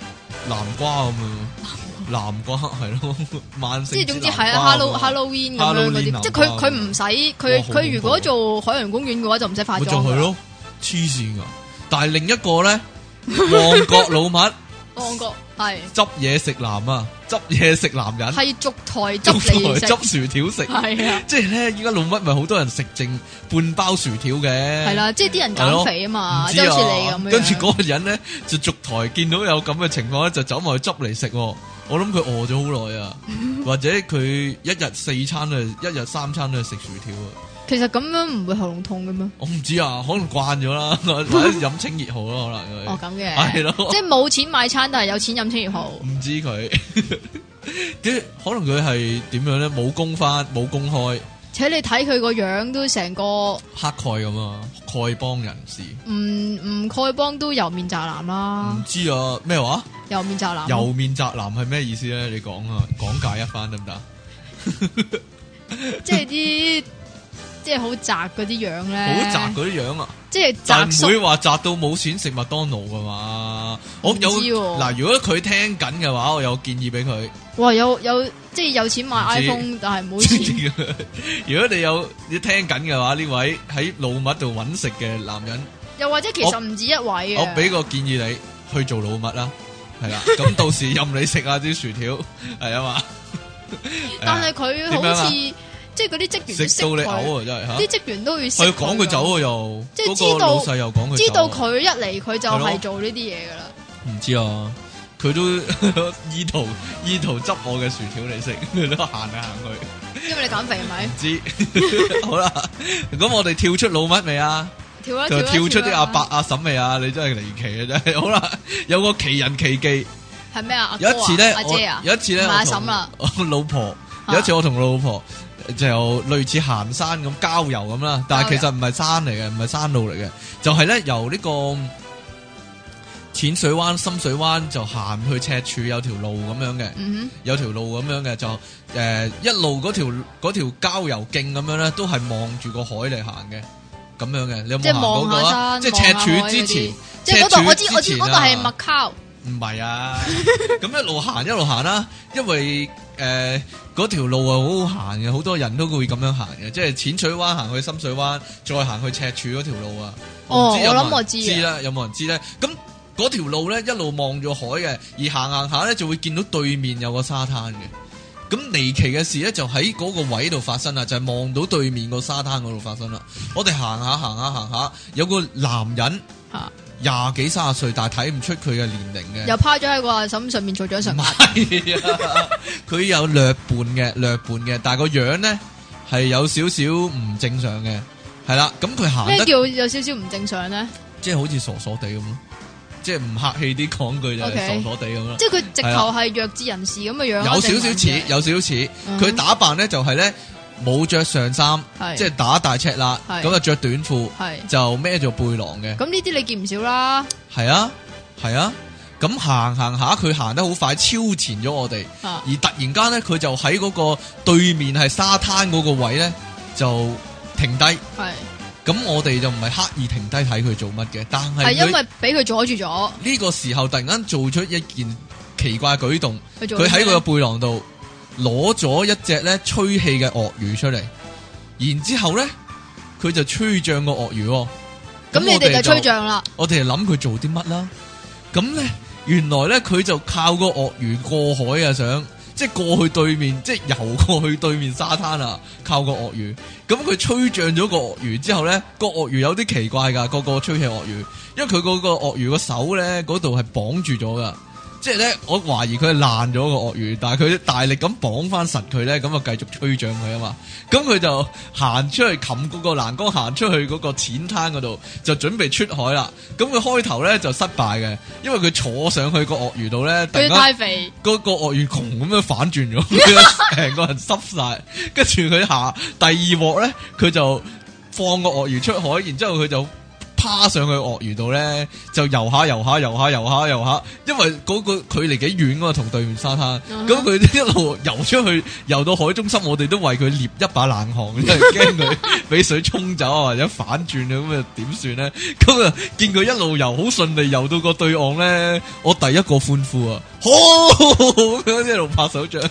A: 南瓜咁樣，南瓜係咯， 萬聖
B: 即係總之
A: 係
B: 係啊，Hello Halloween 咁樣嗰
A: Halloween 啊
B: 啲，即係佢佢唔使
A: 哇
B: 佢
A: 好
B: 佢如
A: 恐怖
B: 果
A: 啊
B: 做海洋公園嘅話就唔使化
A: 咪
B: 妝
A: 就係
B: 㗎啦。
A: 咯，黐線噶。但係另一個咧， 旺角老麥
B: 旺角係
A: 執嘢食男啊，執嘢食男 人，
B: 係逐台
A: 執
B: 執你食，
A: 執薯條食，
B: 係啊，
A: 即係咧，依家老麥咪好多人食剩半包薯條嘅，
B: 係啦，即係啲人減肥啊嘛，
A: 唔
B: 即
A: 知
B: 係
A: 啊
B: 好似你咁樣。
A: 跟住嗰個人咧就逐台見到有咁嘅情況咧，就走埋去執嚟食喎。我諗佢餓咗好耐 啊，或者佢一日四餐啊，一日三餐都係食薯條啊。
B: 其實咁樣唔會喉嚨痛嘅咩？
A: 我唔知啊，可能慣咗啦， 或者飲清熱號啦，可能
B: 哦
A: 佢
B: 咁
A: 係
B: 嘅，
A: 咯，嗯
B: 即係冇錢買餐，但係有錢飲清熱號。
A: 唔知佢。 啲可能佢係點樣咧？冇工翻，冇公開，
B: 且你睇佢個樣都成個
A: 黑蓋咁啊，丐幫人士。
B: 唔嗯唔丐幫都油面宅男啦
A: 唔，知啊，咩話？
B: 油面宅男。
A: 右面宅男係咩意思咧？你講啊，講解一番得唔得啊？
B: 即係啲即係好宅嗰啲樣
A: 好
B: 咧，
A: 宅嗰啲樣啊，
B: 即係
A: 但
B: 宅
A: 唔
B: 叔
A: 會話宅到冇錢食麥當勞噶嘛？我
B: 唔知
A: 有
B: 喎
A: 嗱，如果佢聽緊嘅話，我有建議俾佢。
B: 哇！有有即係有錢買
A: 唔知
B: iPhone，但係冇錢
A: 如果你有你聽緊嘅話，呢位喺老麥度揾食嘅男人，
B: 又或者其實唔止一位嘅。啊
A: 我俾個建議你去做老麥啦，係 啦，咁到時任你食下啲薯條，係啊嘛。
B: 但係佢好似
A: 點
B: 即係嗰啲職員
A: 係啊食到你
B: 佢，
A: 嘔啊，真係
B: 啲
A: 吓！
B: 職員都要識
A: 佢趕佢走
B: 㗎。
A: 啊又，
B: 即係
A: 嗰個
B: 知道
A: 老細又講佢
B: 知道
A: 走啊
B: 佢一嚟佢就
A: 係咯
B: 係做呢啲嘢噶啦。
A: 唔知啊，佢都 意圖意圖執我嘅薯條嚟食， 佢都行嚟行去，
B: 因為你減肥係咪
A: 唔？知 好啦。咁我哋跳出老乜未啊？
B: 跳一
A: 就
B: 跳
A: 跳
B: 一
A: 出啲阿伯
B: 啊
A: 阿嬸未啊？你真係離奇啊！真係好啦，有個奇人奇技。
B: 係咩啊？阿哥
A: 有
B: 啊
A: 一次咧，
B: 阿
A: 我
B: 姐啊，
A: 有一次咧，
B: 唔係阿
A: 我同
B: 嬸啦
A: 我 老婆
B: 啊
A: 有一次我同老婆就類似行山咁郊遊咁啦，但係其實唔係山嚟嘅，唔係山路嚟嘅，就係咧由呢個嗯淺水灣、深水灣就行去赤柱有條路咁樣嘅，
B: 嗯
A: 有條路咁樣嘅就誒、一路嗰條嗰條郊遊徑咁樣咧，都係望住個海嚟行嘅。咁樣嘅，你有
B: 哼，即
A: 冇
B: 係
A: 行過
B: 望
A: 嘅
B: 下
A: 啊？
B: 山，
A: 即
B: 係
A: 係赤柱之前，
B: 即係嗰度我知
A: 赤柱
B: 我
A: 之
B: 知
A: 前
B: 嗰
A: 啊
B: 度係麥考，
A: 唔係啊， 咁一路行一路行啦，因為誒嗰條路啊好好行嘅，好多人都會咁樣行嘅，即係淺水灣行去深水灣，再行去赤柱嗰條路啊。
B: 哦
A: 唔知有冇人
B: 我諗我知啊
A: 知啦，有冇人知咧？咁嗰條路咧一路望咗海嘅，而行行下咧就會見到對面有個沙灘嘅。咁離奇嘅事咧就喺嗰個位度發生啦，就係、望到對面個沙灘嗰度發生啦。我哋行下行下行下，有個男人
B: 嚇
A: 廿幾卅歲，但係睇唔出佢嘅年齡嘅。
B: 又趴咗喺個阿嬸上面做咗
A: 唔
B: 上面。
A: 係啊，佢有略半嘅，略半嘅，但係個樣咧係有少少唔正常嘅，係啦。咁佢行
B: 咩
A: 得
B: 叫有少少唔正常咧？
A: 即係好似傻傻地咁咯，即係唔客氣啲講句就係
B: OK
A: 傻傻地咁咯。
B: 即係佢直頭係弱智人士咁嘅樣啊，
A: 啊有少
B: 定
A: 少
B: 還
A: 似
B: 是，
A: 有少少似。
B: 嗯
A: 佢打扮咧就係咧冇着上衫，
B: 係
A: 即係打大赤啦，
B: 係
A: 咁啊着短褲
B: 係
A: 就孭咗背囊嘅。
B: 咁呢啲你見唔少啦，
A: 係啊，係啊。咁行行下，佢行得好快，超前咗我哋。
B: 啊
A: 而突然間咧，佢就喺嗰個對面係沙灘嗰個位咧，就停低。
B: 係
A: 咁我哋就唔係刻意停低睇佢做乜嘅，但係
B: 係
A: 佢
B: 因為俾佢阻住咗，
A: 呢個時候突然間做出一件奇怪嘅舉動，
B: 佢做
A: 佢喺佢
B: 咩
A: 個背囊度攞咗一隻咧吹氣嘅鱷魚出嚟，然之後咧佢就吹脹個鱷魚喎。
B: 咁你
A: 我
B: 哋就吹脹啦，
A: 我哋就諗佢做啲乜啦。咁咧，原來咧佢就靠個鱷魚過海啊，想即係過去對面，即係游過去對面沙灘啊，靠個鱷魚。咁佢吹脹咗個鱷魚之後咧，個鱷魚有啲奇怪噶，個個吹氣鱷魚，因為佢嗰個鱷魚個手咧嗰度係綁住咗噶。即係咧，我懷疑佢係爛咗個鱷魚，但係佢大力咁綁翻實佢咧，咁啊繼續吹脹佢啊嘛。咁佢就行出去冚嗰個欄杆，行出去嗰個淺灘嗰度，就準備出海啦。咁佢開頭咧就失敗嘅，因為佢坐上去個鱷魚度咧，突
B: 佢
A: 然間
B: 太肥，
A: 嗰個鱷魚窮咁樣 反轉咗，佢成個人濕晒。跟住佢下第二鑊咧，佢就放個鱷魚出海，然之後佢就趴上去鱷魚度咧，就游下游下游下游下游下，因為嗰個距離幾遠啊嘛，同對面沙灘。
B: 嗯哼
A: 咁佢、一路游出去，游到海中心，我哋都為佢捏一把冷汗，因為驚佢俾水沖走啊，或者反轉啊，咁啊點算咧？咁啊見佢一路游好順利游到個對岸咧，我第一個歡呼啊！好咁樣一路拍手掌，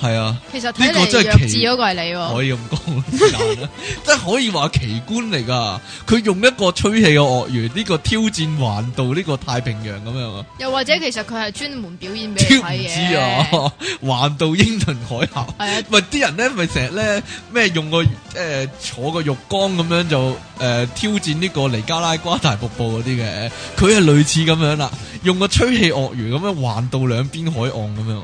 A: 係啊。
B: 其實睇
A: 呢個
B: 嚟
A: 真係
B: 弱智
A: 奇
B: 嗰個係你喎。
A: 可以咁講， 難啦，真啊係可以話奇觀嚟噶。佢用一個吹氣嘅鱷魚，呢個挑戰環渡呢個太平洋咁樣啊，
B: 又或者其實佢係專門表演 俾
A: 知
B: 你
A: 唔
B: 睇
A: 知
B: 嘅。
A: 啊？環渡英倫海峽，
B: 係啊，
A: 咪啲人咧咪成日咧咩用個誒、呃坐個浴缸咁樣就誒、呃挑戰呢個尼加拉瓜大瀑布嗰啲嘅，佢係類似咁樣啦，用個吹氣鱷魚咁樣環到兩邊海岸咁樣。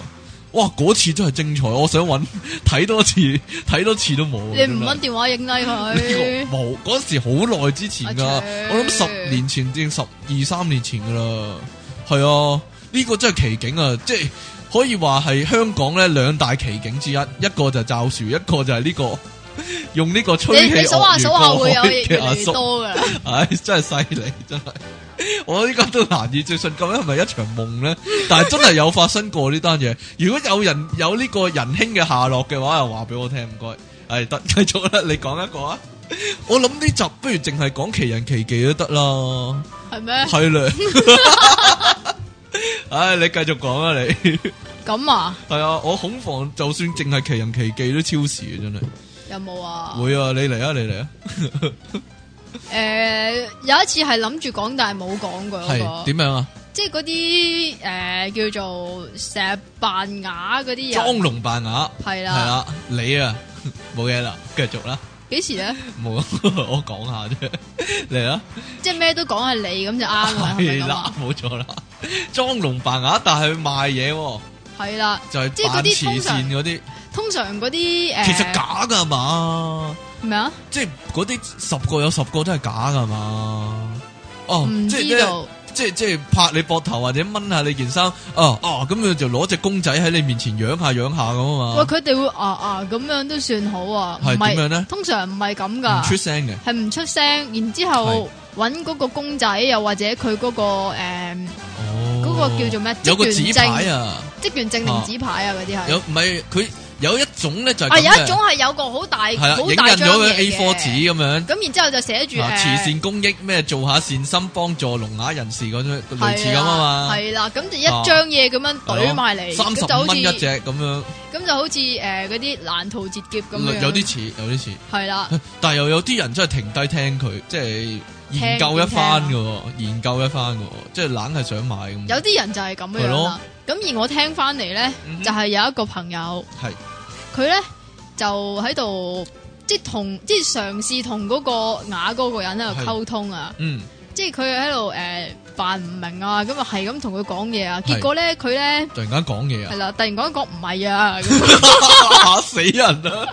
A: 哇！嗰次真係精彩，我想揾睇多次，睇多次都冇啊。
B: 你
A: 真
B: 唔
A: 係
B: 搵電話影低
A: 呢
B: 佢，
A: 個冇嗰時好耐之前噶，
B: 阿
A: 我諗十年前定十二三年前噶啦，係啊，呢、個真係奇景啊！即係可以話係香港咧兩大奇景之一，一個就係罩樹，一個就係呢、個用呢個吹
B: 你
A: 氣
B: 你數
A: 鱷魚
B: 下數下會有
A: 過海
B: 越
A: 嘅阿
B: 嚟越
A: 叔，
B: 多噶啦。
A: 唉、真係犀利，真係。 我依家都難以置信，究竟係咪一場夢咧？但係真係有發生過呢單嘢。如果有人有呢個仁兄嘅下落嘅話，又話俾我聽，唔該。係得， 繼續啦，你講一個啊。我諗呢集不如淨係講奇人奇技都得啦，
B: 係咩？
A: 係啦。 唉，你繼續講啦，你
B: 咁啊？
A: 係啊，我恐防就算淨係奇人奇技都超時啊，真係
B: 有冇啊？
A: 會啊！你嚟啊，你嚟啊，
B: 诶、有一次係諗住講，但係冇講過嗰
A: 係
B: 個，
A: 點樣啊？
B: 即係嗰啲诶叫做成日扮啞嗰啲
A: 裝
B: 人，
A: 聾扮啞
B: 係
A: 係
B: 啦，
A: 啦，你啊 冇嘢啦，繼續啦。
B: 幾時咧？
A: 冇， 我講下啫， 嚟啦，
B: 即係咩都講係你咁就啱啦，係咪
A: 係
B: 咁
A: 啦
B: 啊？，
A: 冇錯啦，裝聋扮啞，但係佢賣嘢喎，
B: 係啦，
A: 就
B: 即
A: 係
B: 係嗰
A: 扮
B: 啲
A: 慈善嗰啲，
B: 通常嗰啲诶，
A: 其實假噶嘛，
B: 咩啊？
A: 即係嗰啲十個有十個都係假噶嘛，哦
B: 唔，
A: 即係
B: 知
A: 咧
B: 道
A: 即係即係拍你膊頭或者掹下你件衫，哦哦，咁佢就攞隻公仔喺你面前養下養下咁
B: 喂，
A: 啊
B: 佢哋會啊啊咁樣都算好啊？唔
A: 係
B: 係
A: 點樣呢
B: 通常唔係咁
A: 嘛，
B: 噶
A: 唔。出聲嘅，
B: 系唔出聲，然之后揾嗰個公仔，又或者佢嗰、個个诶
A: 哦，
B: 嗰個叫做咩
A: 有個
B: 職
A: 紙
B: 員證
A: 牌啊，
B: 職員證定紙牌啊嗰啲係。
A: 有唔係佢有一種咧就係
B: 啊，
A: 咁
B: 有一
A: 嘅
B: 種。係有個好大
A: 系啦，
B: 好
A: 影印
B: 大張
A: 咗
B: 嘢
A: 嘅
B: 嘅
A: A4 紙咁樣，
B: 咁然之後就寫住
A: 啊
B: 誒
A: 慈善公益咩做下善心幫助聾啞人士嗰種類似咁啊嘛，
B: 係啦，咁就一張嘢咁樣
A: 係咯
B: 懟埋嚟，
A: 三
B: 咁
A: 十
B: 就好
A: 五
B: 似
A: 蚊一隻咁樣，
B: 咁就好似誒嗰啲攔途截劫咁樣，
A: 有啲似有啲似，
B: 係啦，
A: 但係又有啲人真係停低聽佢，即係研究一番嘅喎，研究一番嘅喎，即係懶係想買咁。
B: 啊有啲人就係咁
A: 係
B: 樣
A: 咯
B: 啦。咁而我聽翻嚟咧
A: 嗯哼，
B: 就係有一個朋友。
A: 係
B: 佢咧就喺度即系同即系尝试同嗰個雅哥個人喺度溝通啊，
A: 嗯
B: 即係佢喺度诶扮唔明啊，咁啊係咁同佢講嘢啊，
A: 係
B: 結果咧佢咧
A: 突然間講嘢啊
B: 係啦，突然講一講唔係啊， 咁
A: 啊，嚇死人啦！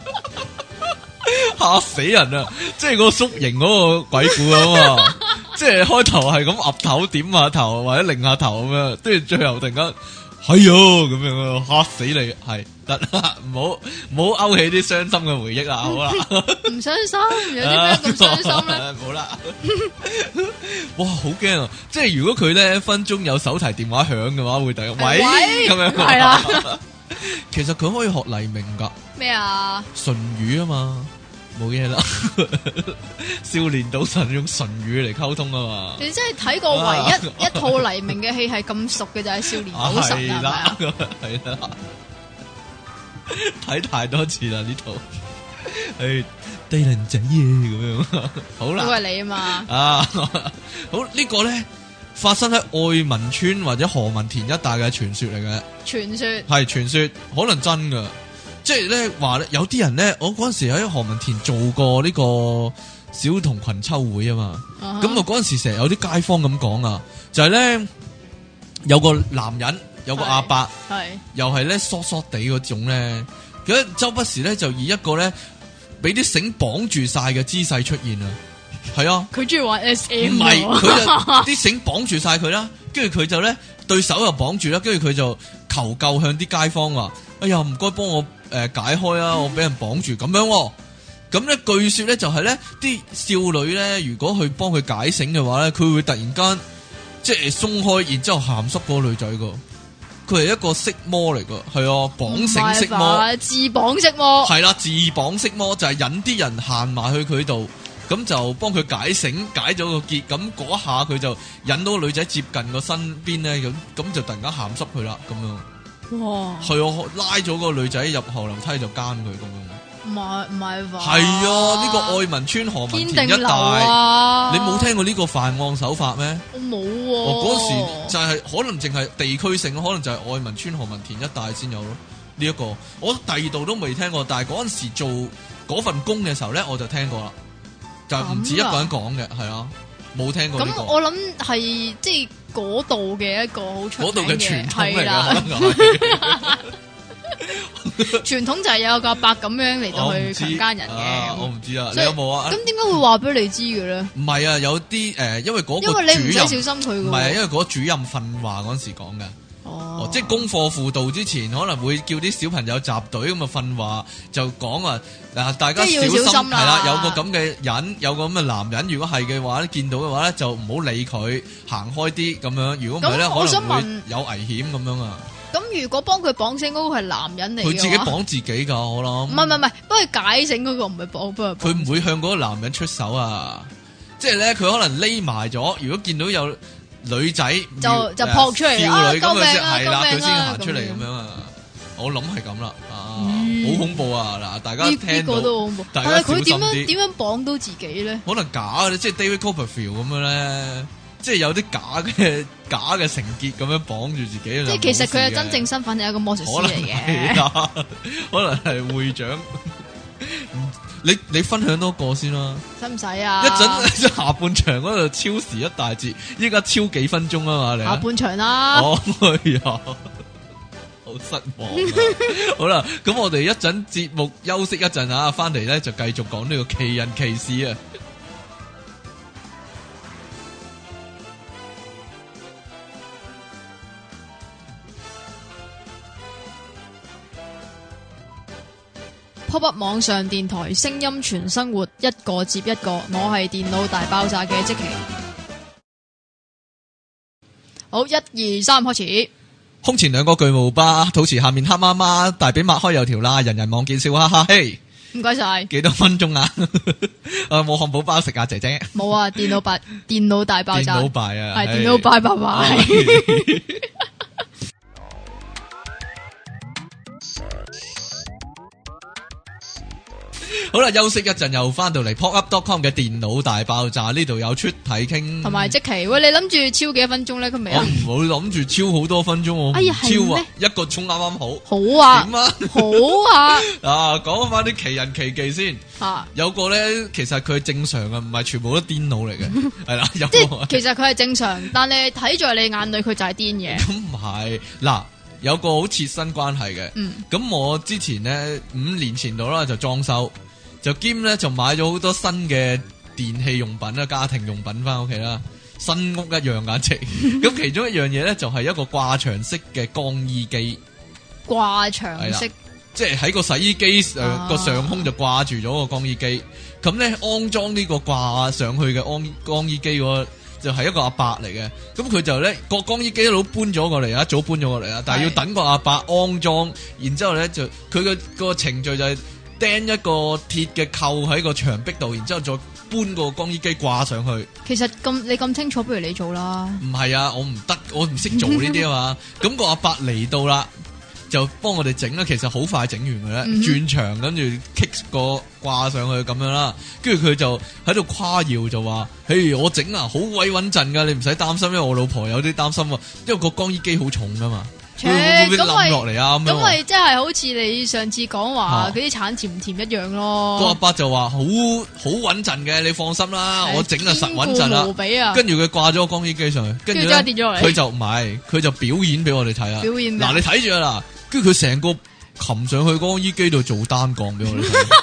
A: 嚇死人啊！即係個縮形嗰個鬼故啊嘛，即係開頭係咁岌頭點下頭或者擰下頭咁樣，跟住最後突然間係喲咁樣啊，嚇死你係得啦，唔好唔好勾起啲傷心嘅回憶啦，好啦，
B: 唔傷心，有啲咩咁傷 心咧？
A: 咧？好啦，哇，好驚啊！即係如果佢咧分鐘有手提電話響嘅話，會突然間喂
B: 喂啊
A: 咁樣
B: 係啦，
A: 其實佢可以學黎明㗎。
B: 咩啊？
A: 唇語啊嘛，冇嘢 啦。少年賭神用唇語嚟溝通啊
B: 你真係睇過唯一一套黎明嘅戲係咁熟嘅就係《少年
A: 嘛，啊
B: 賭
A: 係
B: 神》係咪
A: 啦
B: 啊？，
A: 係啦，睇太多次啦呢套，誒低能仔啊咁樣，好
B: 都
A: 啦，
B: 係你啊嘛，
A: 啊，好呢個咧發生喺愛民村或者何文田一帶嘅傳說嚟嘅。
B: 傳說
A: 系傳說，可能真噶，即係咧話咧，有啲人咧，我嗰阵时喺何文田做過呢個小童群秋會啊嘛，咁
B: 咁
A: 我嗰阵时成日有啲街坊咁講啊，就係呢，咧有個男人，有個阿伯，
B: 係
A: 又係咧索索地嗰種咧，咁周不時咧就以一個咧俾啲繩綁住晒嘅姿勢出現啊，係啊。
B: 佢中意玩 S.M.
A: 唔係佢
B: 喎
A: 就啲繩綁住晒佢啦，跟住佢就咧對手又綁住啦，跟住佢就求救向啲街坊話：哎呀，唔該幫我诶、呃解開啊，我俾人綁住咁樣喎。咁咧，據說咧就係咧，啲少女咧，如果去幫佢解繩嘅話咧，佢會突然間即係鬆開，然之後鹹濕嗰個女仔噶。佢係一個色魔嚟噶，係啊，綁繩色
B: 唔係
A: 魔。
B: 吧自綁色魔，
A: 系啦，自綁色魔就係引啲人行埋去佢度，咁就幫佢解繩，解咗個結，咁嗰下佢就引到個女仔接近個身邊咧，咁咁就突然間鹹濕佢啦，咁樣
B: 哇！
A: 係我拉咗個女仔入後樓梯就奸佢咁樣，
B: 唔係唔係吧？
A: 係啊，呢個愛民村何文
B: 堅
A: 田
B: 定
A: 一帶，
B: 流啊！
A: 你冇？聽過呢個犯案手法咩？
B: 我冇喎。
A: 我嗰時就係可能淨係地區性，可能就係愛民村、何文田一帶先有咯。呢、一個我第二度都未聽過，但係嗰陣時做嗰份工嘅時候咧，我就聽過啦，就係唔止一個人講嘅，係啊，冇聽過呢、
B: 咁
A: 個
B: 我諗係即係嗰度嘅一個好出
A: 嗰度嘅
B: 名
A: 傳統嚟
B: 係
A: 嘅，可
B: 啦。
A: 能 係
B: 傳統就係有個阿伯咁樣嚟到
A: 我唔
B: 去強
A: 知
B: 姦人
A: 啊我
B: 嘅。
A: 唔知啊，你
B: 所以
A: 有冇啊？
B: 咁點解會話俾你知嘅咧？
A: 唔係啊，有啲誒、呃因為嗰
B: 因
A: 個
B: 為你唔
A: 主
B: 使
A: 任
B: 小心佢嘅
A: 唔係啊，
B: 喎。
A: 因為嗰個主任訓話嗰陣時講嘅。
B: 哦
A: 哦，即係功課輔導之前，可能會叫啲小朋友集隊咁啊訓話，就講啊嗱，大家
B: 即
A: 小
B: 係要
A: 心
B: 小心
A: 係
B: 啦
A: 啦，有個咁嘅人，有個咁嘅男人，如果係嘅話咧，見到嘅話咧，就唔好理佢，行開啲咁樣。如果唔係咧，
B: 咁我
A: 可
B: 想
A: 能會
B: 問
A: 有危險咁樣啊。
B: 咁如果幫佢綁繩嗰個係男人嚟嘅
A: 佢
B: 話，
A: 自己綁自己㗎，我諗。
B: 唔係唔係唔係，幫佢解繩嗰個唔係綁，幫佢綁
A: 佢唔會向嗰個男人出手啊。即係咧，佢可能匿埋咗，如果見到有女仔
B: 就就
A: 誒
B: 撲出嚟
A: 少
B: 啊
A: 女
B: 救
A: 咁
B: 命
A: 佢先
B: 啊
A: 係啦，
B: 救
A: 佢先
B: 命啊
A: 行出嚟
B: 咁
A: 咁樣啊。我諗係咁啦，啊，
B: 嗯
A: 好恐怖啊！嗱，大家
B: 呢呢
A: 聽到
B: 個都好恐怖。
A: 大
B: 但
A: 家
B: 係佢點
A: 小心啲
B: 樣點樣綁到自己咧？
A: 可能假嘅，即係 David Copperfield 咁樣咧，即係有啲假嘅假嘅繩結咁樣綁住自己。啊即
B: 即係其實佢嘅真正身份係一個魔術師
A: 可能
B: 嚟
A: 係啊
B: 嘅。
A: 啦， 可能係會長。唔你你分享多個先啦。
B: 使唔使啊？
A: 一陣 下半場嗰度超時一大截，依家超幾分鐘啊嘛，你
B: 下
A: 啊
B: 半場啦，
A: 哦，哎呀， 好失望啊！ 好啦，咁我哋一陣節目休息一陣啊，翻嚟咧就繼續講呢個奇人奇事啊！
B: p o p Up 網上電台，聲音全生活，一個接一個。我係電腦大爆炸嘅即奇。好，一二三，開始。
A: 胸前兩個巨無霸，肚臍下面黑麻麻，大髀擘開有條罅，人人望見笑哈哈。嘿，
B: 唔該晒。
A: 幾多分鐘啊？ 啊，冇漢堡包食啊，姐姐，
B: 冇啊，電 腦白，電腦大爆
A: 電
B: 炸
A: 腦，敗啊，唉
B: 係電腦拜拜拜。
A: 好啦，休息一陣又翻到嚟 popup.com 嘅電腦大爆炸，呢度有出體傾，
B: 同埋即期，喂，你諗住超幾多分鐘咧？佢未
A: 我
B: 啊？
A: 唔好諗住超好多分鐘，我唔
B: 哎呀係
A: 超啊
B: 咩，
A: 一個鐘啱啱
B: 好
A: 好。
B: 啊，
A: 點啊？
B: 好啊，
A: 啊，講翻啲奇人奇技先，
B: 吓，
A: 有個咧，其實佢正常嘅，唔係全部都癲佬嚟 嘅，係啦，有
B: 即
A: 個
B: 係其實佢係正常，但係睇在你眼裏，佢就係癲嘅。
A: 咁唔係嗱，有個好切身關係嘅。
B: 嗯，
A: 咁我之前咧五年前度啦就裝修，就兼咧就買咗好多新嘅電器用品啦、啊家庭用品翻屋企啦，新屋一樣簡直。咁其中一樣嘢咧就係一個掛牆式嘅乾衣機，
B: 掛牆式
A: 係即係喺個洗衣機上
B: 啊
A: 個、上空就掛住咗個乾衣機。咁咧安裝呢個掛上去嘅安乾衣機嗰個就係一個阿伯嚟嘅，咁佢就咧個乾衣機一路搬咗過嚟啊，一早搬咗過嚟啊，但係要
B: 係
A: 等個阿伯安裝，然之後咧就佢嘅個程序就係釘一個鐵嘅扣喺個牆壁度，然之後再搬個乾衣機掛上去。
B: 其實咁你咁清楚，不如你做啦。
A: 唔係啊，我唔得，我唔識做呢啲啊嘛。咁個阿伯嚟到啦，就幫我哋整啦。其實好快整完嘅咧，
B: 嗯哼
A: 轉場跟住 kick 個掛上去咁樣啦。跟住佢就喺度誇耀就話：，嘿，我整啊，好鬼穩陣噶，你唔使擔心，因為我老婆有啲擔心喎，因為個乾衣機好重噶嘛，
B: 切
A: 會會唔會
B: 咁咪
A: 冧落嚟啊？咁樣
B: 咁
A: 喎
B: 咪即係好似你上次講話
A: 啊
B: 嗰啲橙甜唔甜一樣
A: 個阿
B: 咯，
A: 伯就話：好好穩陣嘅，你放心啦，我整啊實穩陣
B: 堅固
A: 啦
B: 無。比啊！
A: 跟住佢掛咗個光機機上去，跟住
B: 跟住真係
A: 咧
B: 跌咗落嚟
A: 佢就唔係，佢就表演俾我哋睇啦。
B: 表演咩
A: 嗱，你睇住啊啦，跟住佢成個擒上去光衣機度做單槓俾我哋睇。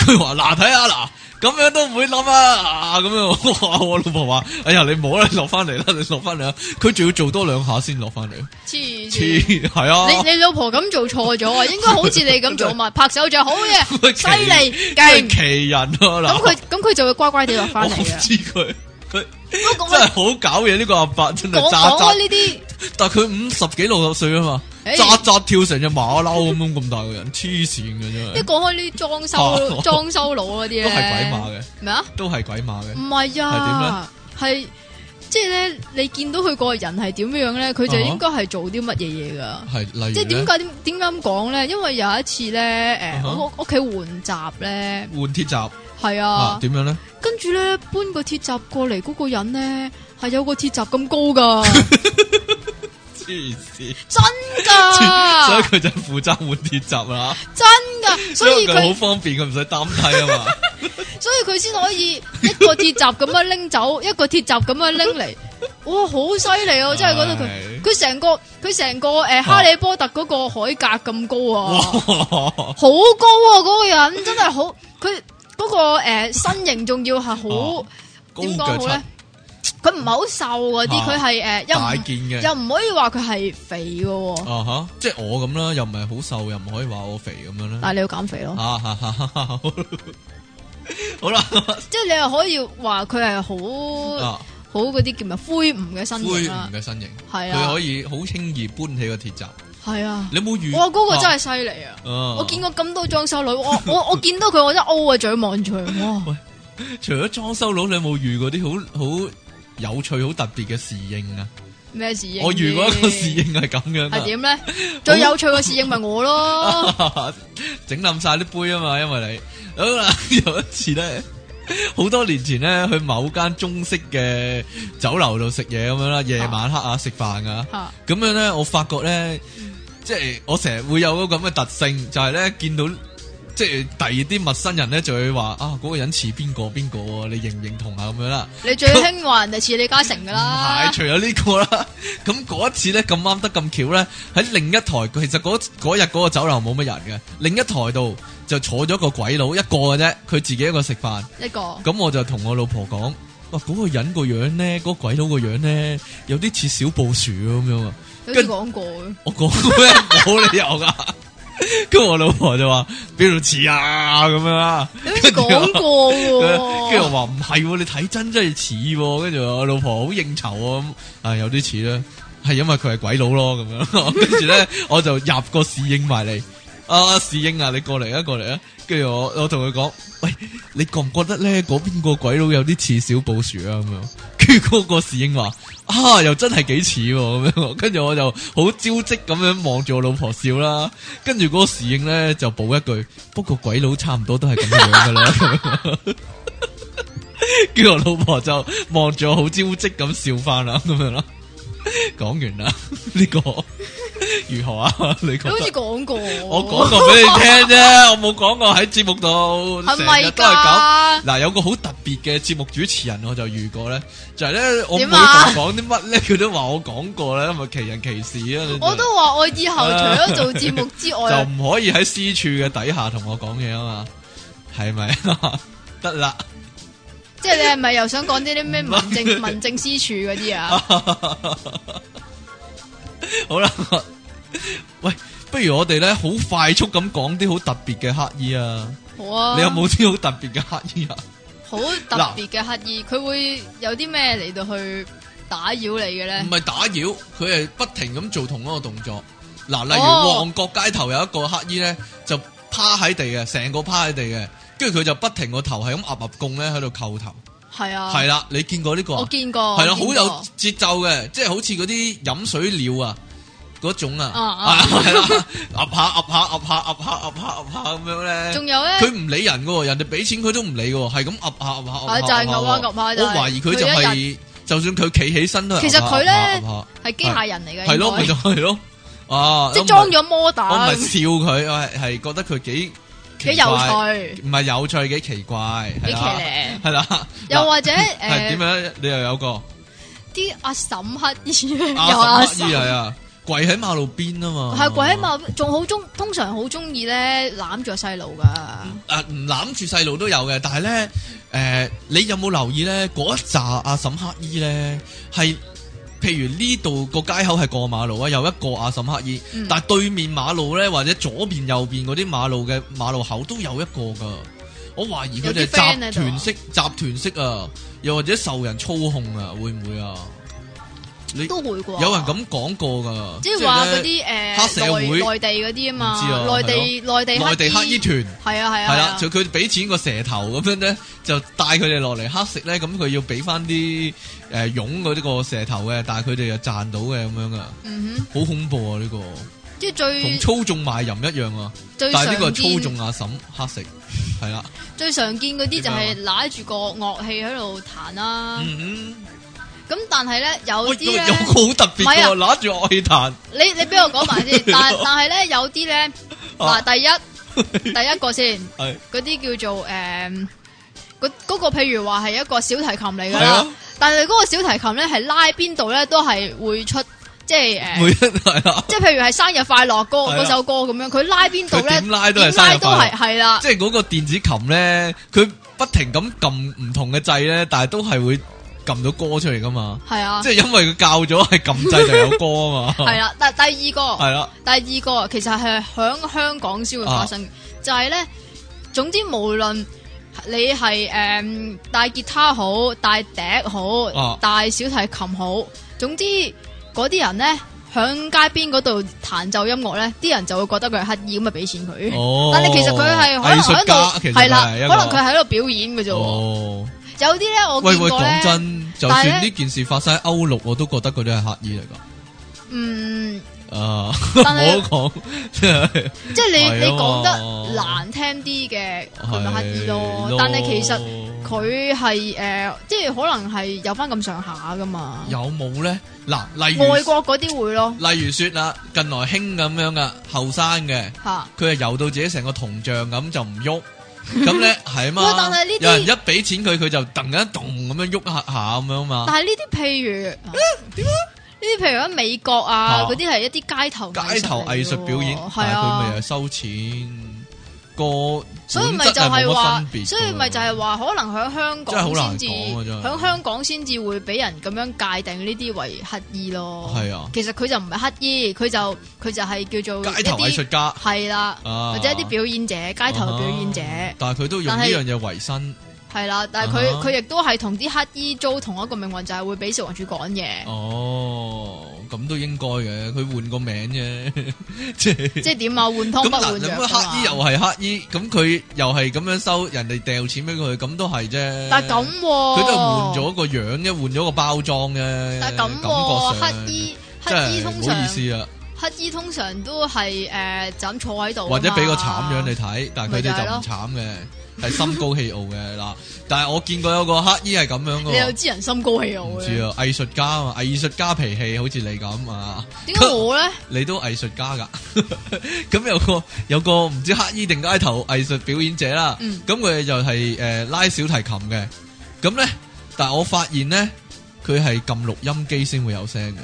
A: 佢話嗱睇下嗱，咁樣都唔會冧啊！咁樣 我話我老婆話：哎呀，你唔好啦，你落翻嚟啦，你落翻嚟啦！佢仲要做多兩下先落翻嚟，
B: 黐線。
A: 黐係啊！
B: 你你老婆咁做錯咗啊，應該好似你咁 做嘛，拍手掌好
A: 佢
B: 嘢，
A: 奇
B: 犀利
A: 真係
B: 勁。
A: 奇人啊！嗱
B: 咁佢咁佢就會乖乖地落
A: 我
B: 翻
A: 唔
B: 嚟啊。
A: 知佢佢
B: 不過
A: 真係
B: 講
A: 好搞嘢，呢個阿伯真係
B: 講
A: 渣渣
B: 開。呢啲，
A: 但佢五十幾六十歲啊嘛，
B: 誒
A: 扎扎跳成只馬骝咁樣咁大個人，黐線嘅真
B: 一
A: 係，
B: 講開呢啲裝 修裝修佬嗰啲咧，
A: 哦都係鬼馬嘅，
B: 咩啊？
A: 都係鬼馬嘅
B: 唔。係啊，係即係咧，你見到佢個人係點樣咧，佢就
A: 啊哈
B: 應該係做啲乜嘢嘢噶。
A: 係例如咧
B: 即係點解點點解咁講咧？因為有一次咧，
A: 啊
B: 誒，
A: 哈
B: 我屋屋企換閘咧，
A: 換鐵閘
B: 係
A: 啊？
B: 啊，
A: 點樣咧？
B: 跟住咧搬個鐵閘過嚟嗰個人咧，係有個鐵閘咁 高噶，
A: 黐線，
B: 真
A: 所以
B: 噶，
A: 佢就負責換鐵閘啦，
B: 真噶，所以
A: 因為佢好
B: 佢
A: 方便，佢唔使擔梯啊嘛。
B: 所以佢先可以一個鐵閘咁樣拎走，一個鐵閘咁樣拎嚟，哇，好犀利啊！我真係覺得佢。佢成個佢成個誒、呃哈利波特嗰個海格咁高啊，
A: 哇，
B: 好高啊！嗰、個人真係好，佢嗰、個呃身形仲要係好
A: 啊高
B: 點講好
A: 腳
B: 咧
A: 七？
B: 佢唔係好瘦嗰啲，
A: 啊
B: 佢係
A: 大
B: 誒
A: 件嘅，
B: 又唔又唔可以話佢係肥嘅喎。
A: 啊哈，即係我咁啦，又唔係好瘦，又唔可以話我肥咁樣啦。
B: 但係你要減肥咯，
A: 啊哈哈哈哈好好啦，
B: 即係你又可以話佢係好
A: 啊，
B: 好嗰啲叫咩灰梧嘅身
A: 灰
B: 形
A: 梧
B: 啦，
A: 嘅身形。
B: 係
A: 佢
B: 啊
A: 可，以好輕易搬起個鐵閘。
B: 係啊，
A: 你有冇遇？
B: 哇！嗰個真
A: 係，
B: 係犀利啊！
A: 我
B: 我見過咁多裝修女，我我我見到佢我真係 O 個嘴望住佢，哇！
A: 除咗裝修佬，你有冇遇過啲好好有趣、好特別嘅侍應啊？
B: 咩侍應？
A: 我遇過一個侍應啊係咁樣
B: 系
A: 㗎
B: 点咧？最有趣嘅侍應咪我 咯，
A: 整冧晒啲杯啊嘛，因為你好啦，有一次咧，好多年前咧，去某間中式嘅酒樓度食嘢咁樣啦，夜晚黑啊食飯啊，
B: 吓
A: 咁樣咧，我發覺咧，即係我成日會有個咁嘅特性，就係咧見到即係第二啲陌生人咧，就會話啊嗰、個人似邊個邊個喎，你認唔認同啊咁樣啦。
B: 你最興話人哋似李嘉誠噶啦
A: 嗯係，，除咗呢個啦， 咁嗰一次咧咁啱得咁巧咧，喺另一台，其實嗰嗰日嗰個酒樓冇乜人嘅，另一台度就坐咗個鬼佬一個嘅啫，佢自己一個食飯，
B: 一個
A: 咁我就同我老婆講，哇嗰、個人個樣咧，嗰、個鬼佬個樣咧，有啲似小布殊咁樣啊。
B: 好似講過嘅，
A: 我講咩冇理由噶。跟住我老婆就話邊度似啊咁樣啦，
B: 你好似講過
A: 跟住我
B: 喎，
A: 話唔係喎，你睇真真係似喎。跟住我老婆好應酬喎，咁啊有啲似啦，係因為佢係鬼佬咯咁樣。跟住咧我就入個侍應埋嚟，啊侍應啊你過嚟啊過嚟啊。跟住我我同佢講，喂你覺唔覺得咧嗰邊個鬼佬有啲似小布殊啊咁樣？跟住嗰個侍應話。啊，又真係幾似喎咁樣，跟住我就好招積咁樣望住我老婆笑啦，跟住嗰個侍應咧就補一句，不過鬼佬差唔多都係咁樣噶啦。咁樣跟住我老婆就望住我好招積咁笑翻啦，咁樣啦。講完啦，呢、個如何啊？你覺
B: 你好似
A: 得？
B: 講過，
A: 我講過俾你聽啫，我冇講過喺節目度，
B: 係
A: 成
B: 咪
A: 日都係咁。
B: 㗎？
A: 嗱，有個好特別嘅節目主持人，我就遇過咧，就係咧，我每
B: 點
A: 逢
B: 啊
A: 講啲乜咧，佢都話我講過咧，咪奇人歧視啊！你
B: 我都話我以後除咗做節目 之
A: 就
B: 外，
A: 唔可以喺私處嘅底下同我講嘢啊嘛，係咪 啊？得啦，
B: 即係你係咪又想講啲啲咩
A: 唔
B: 民 政民政司處嗰啲啊？
A: 好啦，喂，不如我哋咧好快速咁講啲好特別嘅乞衣啊！
B: 好啊，
A: 你有冇啲好特別嘅乞衣啊？
B: 好特別嘅乞衣？佢會有啲咩嚟到去打擾你嘅咧
A: 唔？係打擾，佢係不停咁做同一個動作。嗱，例如
B: 哦
A: 旺角街頭有一個乞衣咧，就趴喺地嘅，成個趴喺地嘅，跟住佢就不停個頭係咁岌岌供咧喺度叩頭。
B: 係啊，
A: 係啦，你見過呢個
B: 我
A: 啊？
B: 見過，
A: 係啦，
B: 我
A: 好
B: 見過
A: 有節奏嘅，即係好似嗰啲飲水鳥啊，嗰種啊，
B: 啊啊
A: 啊 係啦，噏下噏下噏下噏下噏下噏下咁樣咧。
B: 仲有咧，
A: 佢唔理人噶，人哋俾錢佢都唔理噶，係咁噏下噏下
B: 啊
A: 噏
B: 就
A: 下
B: 係
A: 噏
B: 噏下
A: 喎。
B: 噏下就
A: 我
B: 係
A: 懷疑佢就
B: 佢
A: 係，就算佢企起身都係
B: 其實
A: 噏
B: 佢呢
A: 下噏
B: 係機械人嚟嘅，
A: 下噏下係咯，咪
B: 應該
A: 就係咯。啊，
B: 即
A: 我唔係
B: 係裝咗摩
A: 我唔
B: 打
A: 係，笑佢，我係係覺得佢幾
B: 幾
A: 奇
B: 有
A: 怪，
B: 趣，
A: 唔係有趣，幾奇怪，係
B: 幾騎
A: 啦，
B: 呢。
A: 係啦。
B: 又或 者
A: 係點啊
B: 誒，
A: 樣？你又有個
B: 啲阿嬸乞衣咧，
A: 阿
B: 又阿
A: 嬸乞衣
B: 嬸。
A: 係啊，跪喺馬路邊啊嘛，
B: 系跪喺馬路，仲好中，通常好中意咧攬住個細路噶。
A: 啊，唔攬住細路都有嘅，但係咧，诶、你有冇留意咧？嗰一扎阿嬸乞衣咧，係譬如呢度個街口係過馬路啊，有一個阿嬸乞衣，
B: 嗯
A: 但係對面馬路咧，或者左邊、右邊嗰啲馬路嘅馬路口都有一個噶。我懷疑佢哋
B: 有啲
A: 係集
B: friend 喺度啊
A: 團式、集團式啊，又或者受人操控啊，會唔會啊？你
B: 都會啩。
A: 有人，咁講過噶，
B: 即係話
A: 咧
B: 嗰啲诶
A: 黑社會
B: 內內地嗰啲啊
A: 唔知啊
B: 嘛，內地內地
A: 內地乞衣
B: 衣
A: 團。
B: 係啊係啊
A: 系啦，
B: 係
A: 就
B: 啊，
A: 佢俾錢個蛇頭咁樣咧，就帶佢哋落嚟黑食咧，咁佢要俾翻啲诶佣嗰啲個蛇頭嘅，但係佢哋又賺到嘅咁樣啊，
B: 嗯哼，
A: 好恐怖啊呢、個，
B: 即係
A: 同
B: 最
A: 操縱賣淫一樣啊，
B: 最
A: 但係呢個
B: 常
A: 係操
B: 見
A: 縱阿嬸黑食，係啦，
B: 最常見嗰啲就
A: 點啊
B: 係揦住個樂器喺度彈啦。
A: 嗯
B: 咁但係咧
A: 哼，
B: 有
A: 喂
B: 啲
A: 有
B: 咧，
A: 有個好特別
B: 啊唔係
A: 嘅，揦住啊樂器彈，
B: 你你俾我講 埋先。但但係咧有啲咧，
A: 啊
B: 嗱第一第一個先。
A: 係
B: 嗰啲叫做诶，嗰、嗰個譬如話係一個小提琴嚟噶
A: 係
B: 啦
A: 啊，，
B: 但係嗰個小提琴咧係拉邊度咧都係會出，即係诶，
A: 每一係啦，
B: 即係譬如係生日快樂歌
A: 係啊
B: 嗰首歌咁樣，佢拉邊度
A: 佢
B: 咧
A: 點拉都係
B: 點
A: 生
B: 拉
A: 日
B: 都
A: 快
B: 係
A: 樂。
B: 係啦，
A: 即係嗰個電子琴咧，佢不停咁撳唔同嘅掣咧，但係都係會撳到歌出嚟噶嘛。
B: 係啊，
A: 即系因為佢教咗係撳掣就有歌啊嘛。
B: 係啦。但第二個，
A: 係啦，
B: 第二個其實係響香港先會
A: 啊
B: 發生嘅，就係咧，總之無論。你係诶帶吉他好，帶笛好，
A: 啊
B: 帶小提琴好，總之嗰啲人咧響街邊嗰度彈奏音樂咧，啲人就會覺得佢係乞衣咁啊，俾錢佢。
A: 哦，
B: 但係其實佢係可能
A: 藝術
B: 喺
A: 家，
B: 度
A: 其實
B: 係啦，
A: 係一個
B: 可能佢喺度表演嘅啫喎。
A: 哦，
B: 有啲咧我
A: 喂
B: 見
A: 喂，
B: 過
A: 講
B: 咧，
A: 真，就
B: 但係
A: 算
B: 呢
A: 呢件事發生喺歐陸，我都覺得佢哋係乞衣嚟噶。
B: 嗯，
A: 啊， 唔好
B: 但係
A: 講，即係
B: 即係你
A: 係
B: 你
A: 啊嘛
B: 講得難聽啲嘅，佢咪乞衣咯
A: 係。
B: 但係其實佢係诶，即係可能係有翻咁上下噶嘛。
A: 有冇咧？嗱，例如
B: 外國嗰啲會咯，
A: 例如说啦，近來興咁樣噶，後生嘅。
B: 吓
A: 佢係游到自己成個銅像咁就唔 喐，咁咧係嘛
B: 喂？但係呢啲
A: 有人一俾錢佢，佢就噔一動咁樣喐下下咁樣嘛。
B: 但係呢啲譬如點啊？呢啲譬如喺美國啊，
A: 啊
B: 嗰啲係一啲街頭藝術嚟嘅喎
A: 街頭藝術表演，
B: 係
A: 但係佢
B: 啊
A: 咪係，收錢個，
B: 所以咪就
A: 係
B: 係
A: 話
B: 話，，所以咪就係話，可能喺香
A: 真係好
B: 港
A: 難
B: 先至，
A: 講啊真係
B: 喺香港先至會俾人咁樣界定呢啲為乞衣咯。
A: 係啊
B: 其實佢就唔係乞衣，佢就佢就係叫做
A: 街頭藝
B: 一啲
A: 術家
B: 係啦，
A: 啊，
B: 或者一啲表演者，街頭嘅表演者
A: 啊但係佢都用呢
B: 但係
A: 樣嘢為生。
B: 係啦。但係
A: 啊
B: 佢
A: 哈
B: 佢亦都係同啲乞衣遭同一個命運，就係會俾食環署趕嘅。
A: 哦，咁都應該嘅，佢換個名啫， 即係。
B: 即係點啊？換湯
A: 咁
B: 不
A: 嗱，
B: 換
A: 咁
B: 藥
A: 黑衣又
B: 㗎嘛
A: 係黑衣，咁佢又係咁樣收人哋掉錢俾佢，咁都係啫。
B: 但係咁喎，
A: 佢都係換咗個樣啫，換咗個包裝啫。
B: 但係咁
A: 感
B: 喎，
A: 覺上
B: 乞衣
A: 真
B: 乞衣
A: 係
B: 通
A: 唔好意
B: 常
A: 思啊，
B: 乞衣通常都係誒就咁坐喺度㗎嘛，
A: 或者俾個慘樣你睇，但係佢哋
B: 咪就
A: 就
B: 係
A: 唔
B: 咯
A: 慘嘅，係心高氣傲嘅嗱。但係我見過有個乞衣係咁樣
B: 你又
A: 嘅
B: 知人心高氣傲
A: 喎，唔知
B: 嘅，
A: 啊，藝術家啊嘛，藝術家脾氣好似你咁啊。
B: 點解我咧？
A: 你都藝術家噶， 咁有個有個唔知乞衣定街頭藝術表演者啦，
B: 嗯
A: 咁佢、就係、呃拉小提琴嘅，咁咧，但係我發現咧，佢係撳錄音機先會有聲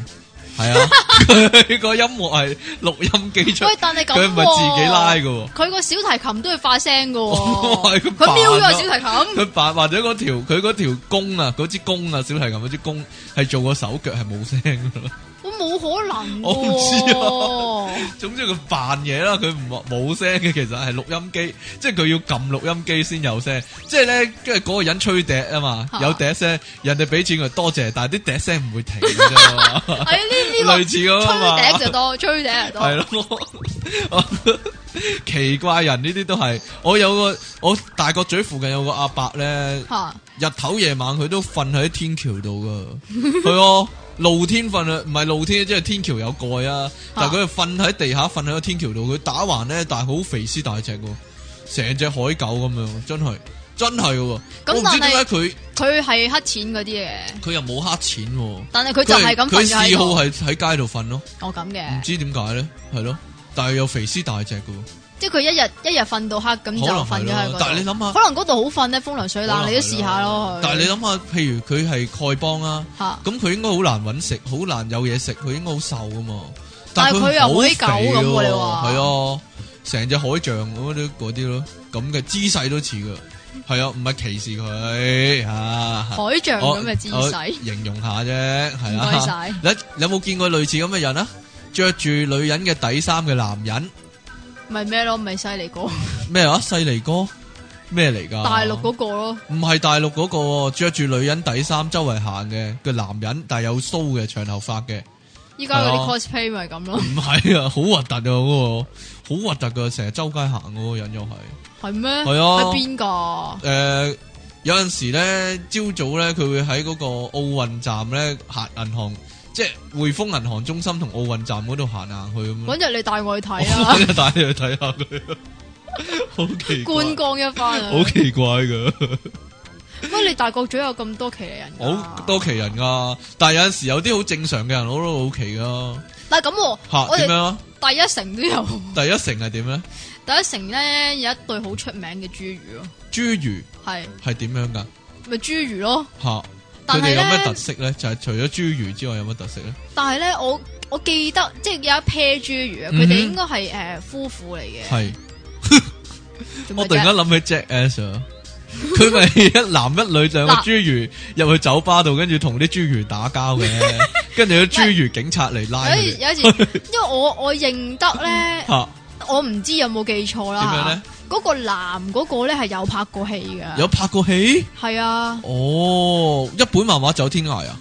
A: 嘅，係啊， 佢個音樂係錄音機出，
B: 喂，但係咁
A: 佢唔係自己拉嘅
B: 喎，
A: 喎，
B: 佢個小提琴都要發 聲嘅
A: 係
B: 喎，
A: 佢扮
B: 佢瞄咗個
A: 咯
B: 小提琴，
A: 佢扮或者嗰條佢嗰條弓啊，嗰支弓啊，小提琴嗰支弓係做個手腳係冇聲嘅咯，
B: 我冇可 能
A: 我唔知啊
B: 喎。
A: 總之佢扮嘢啦，佢唔冇聲嘅，其實係錄音機，即係佢要撳錄音機先有聲。即係咧，跟住嗰個人吹笛啊嘛，
B: 嚇
A: 有笛聲，人哋俾錢佢多謝，但係啲笛聲唔會停嘅啫嘛，
B: 係啊呢呢 個
A: 類似咁啊
B: 吹笛
A: 嘛，
B: 就多，吹笛就多。
A: 係咯， 奇怪人呢啲都係。我有個我大角咀附近有個阿伯咧，
B: 嚇
A: 日頭夜晚佢都瞓喺天橋度噶， 係啊，露天瞓啊，唔係露天，即係天橋有蓋啊，但係佢瞓喺地下，瞓喺個天橋度，佢打橫咧，但係好肥屍大隻喎，成隻海狗咁樣，真係真係喎。我唔知點
B: 但係
A: 解佢
B: 佢係黑錢嗰啲嘅，
A: 佢又冇黑錢喎，
B: 但係佢就係咁
A: 佢佢
B: 瞓咗喺
A: 嗜好
B: 度。
A: 係嗯喺街度瞓咯，
B: 我咁
A: 唔
B: 嘅，
A: 知點解咧，係咯，但係又肥屍大隻噶，
B: 即係佢一日一日瞓到黑咁就
A: 可能
B: 瞓
A: 係
B: 咗喺嗰
A: 咯
B: 度。。
A: 但係你諗下。
B: 可能嗰度好瞓咧，風涼水冷，你都試下咯。
A: 但係你諗下，譬如佢係丐幫啊，
B: 吓，
A: 咁佢應該好難揾食，好難有嘢食，佢應該好瘦噶嘛。
B: 但係佢又
A: 好
B: 好
A: 肥
B: 似狗咁喎你話
A: 係啊，成隻海象咁啲嗰啲咯，咁嘅姿勢都似噶。係啊，唔係歧視佢啊。
B: 海象
A: 我
B: 咁嘅姿勢，
A: 我形容下啫，係
B: 唔該
A: 啊。
B: 晒。
A: 你你有冇見過類似咁嘅人啊？着住女人嘅底衫嘅男人，
B: 咪咩咯，咪犀利過
A: 咩啊？犀利哥咩嚟噶？
B: 大陸嗰個咯，
A: 唔係大陸嗰、個喎着住女人底衫周圍行嘅嘅男人，但係有須嘅長頭髮嘅，
B: 依家
A: 係
B: 嗰
A: 啊
B: 啲 cosplay 咪咁咯，
A: 唔係啊，好核突啊嗰、個，好核突噶，成日周街行嗰個人又係，
B: 係咩？
A: 係啊
B: 喺邊噶？
A: 誒、有陣時咧，朝早咧佢會喺嗰個奧運站咧行銀行，即係匯豐銀行中心同奧運站嗰度行行去咁樣，
B: 搵日你帶我去睇 啊，
A: 我帶你去睇下佢，好奇怪，
B: 觀光一番啊！
A: 好奇怪噶。
B: 乜你大角咀有咁多騎呢人㗎？
A: 好多奇人噶，但系有阵时有啲好正常嘅人，我都好奇噶。
B: 嗱咁喎，
A: 吓
B: 我
A: 點
B: 哋
A: 樣啊？
B: 第一城都有，
A: 第一成係點咧？
B: 第一城咧有一對好出名嘅豬魚咯，
A: 侏儒
B: 係
A: 係點樣噶？
B: 咪豬魚咯？
A: 吓，佢
B: 但係
A: 哋有咩特
B: 咧，
A: 色咧？就係除咗侏儒之外，有乜特色咧？
B: 但係咧，我我記得即係有一 pair 豬魚啊，佢
A: 嗯哼
B: 哋應該係誒夫婦嚟嘅。
A: 係
B: 做
A: 我
B: 乜
A: 突然間
B: 啫？
A: 諗起 Jack S 啊，佢咪 一男一女兩個
B: 嗱
A: 侏儒入去酒吧度，跟住同啲侏儒打交嘅， 跟住啲侏儒警察嚟拉
B: 有一
A: 佢哋。
B: 有一次， 因為我我認得咧，
A: 吓
B: 我唔知有冇記錯
A: 點樣
B: 啦
A: 咧？
B: 嗰個男嗰個咧係有拍過戲㗎，
A: 有拍過戲？
B: 係啊，
A: 哦，一本漫畫走天涯啊！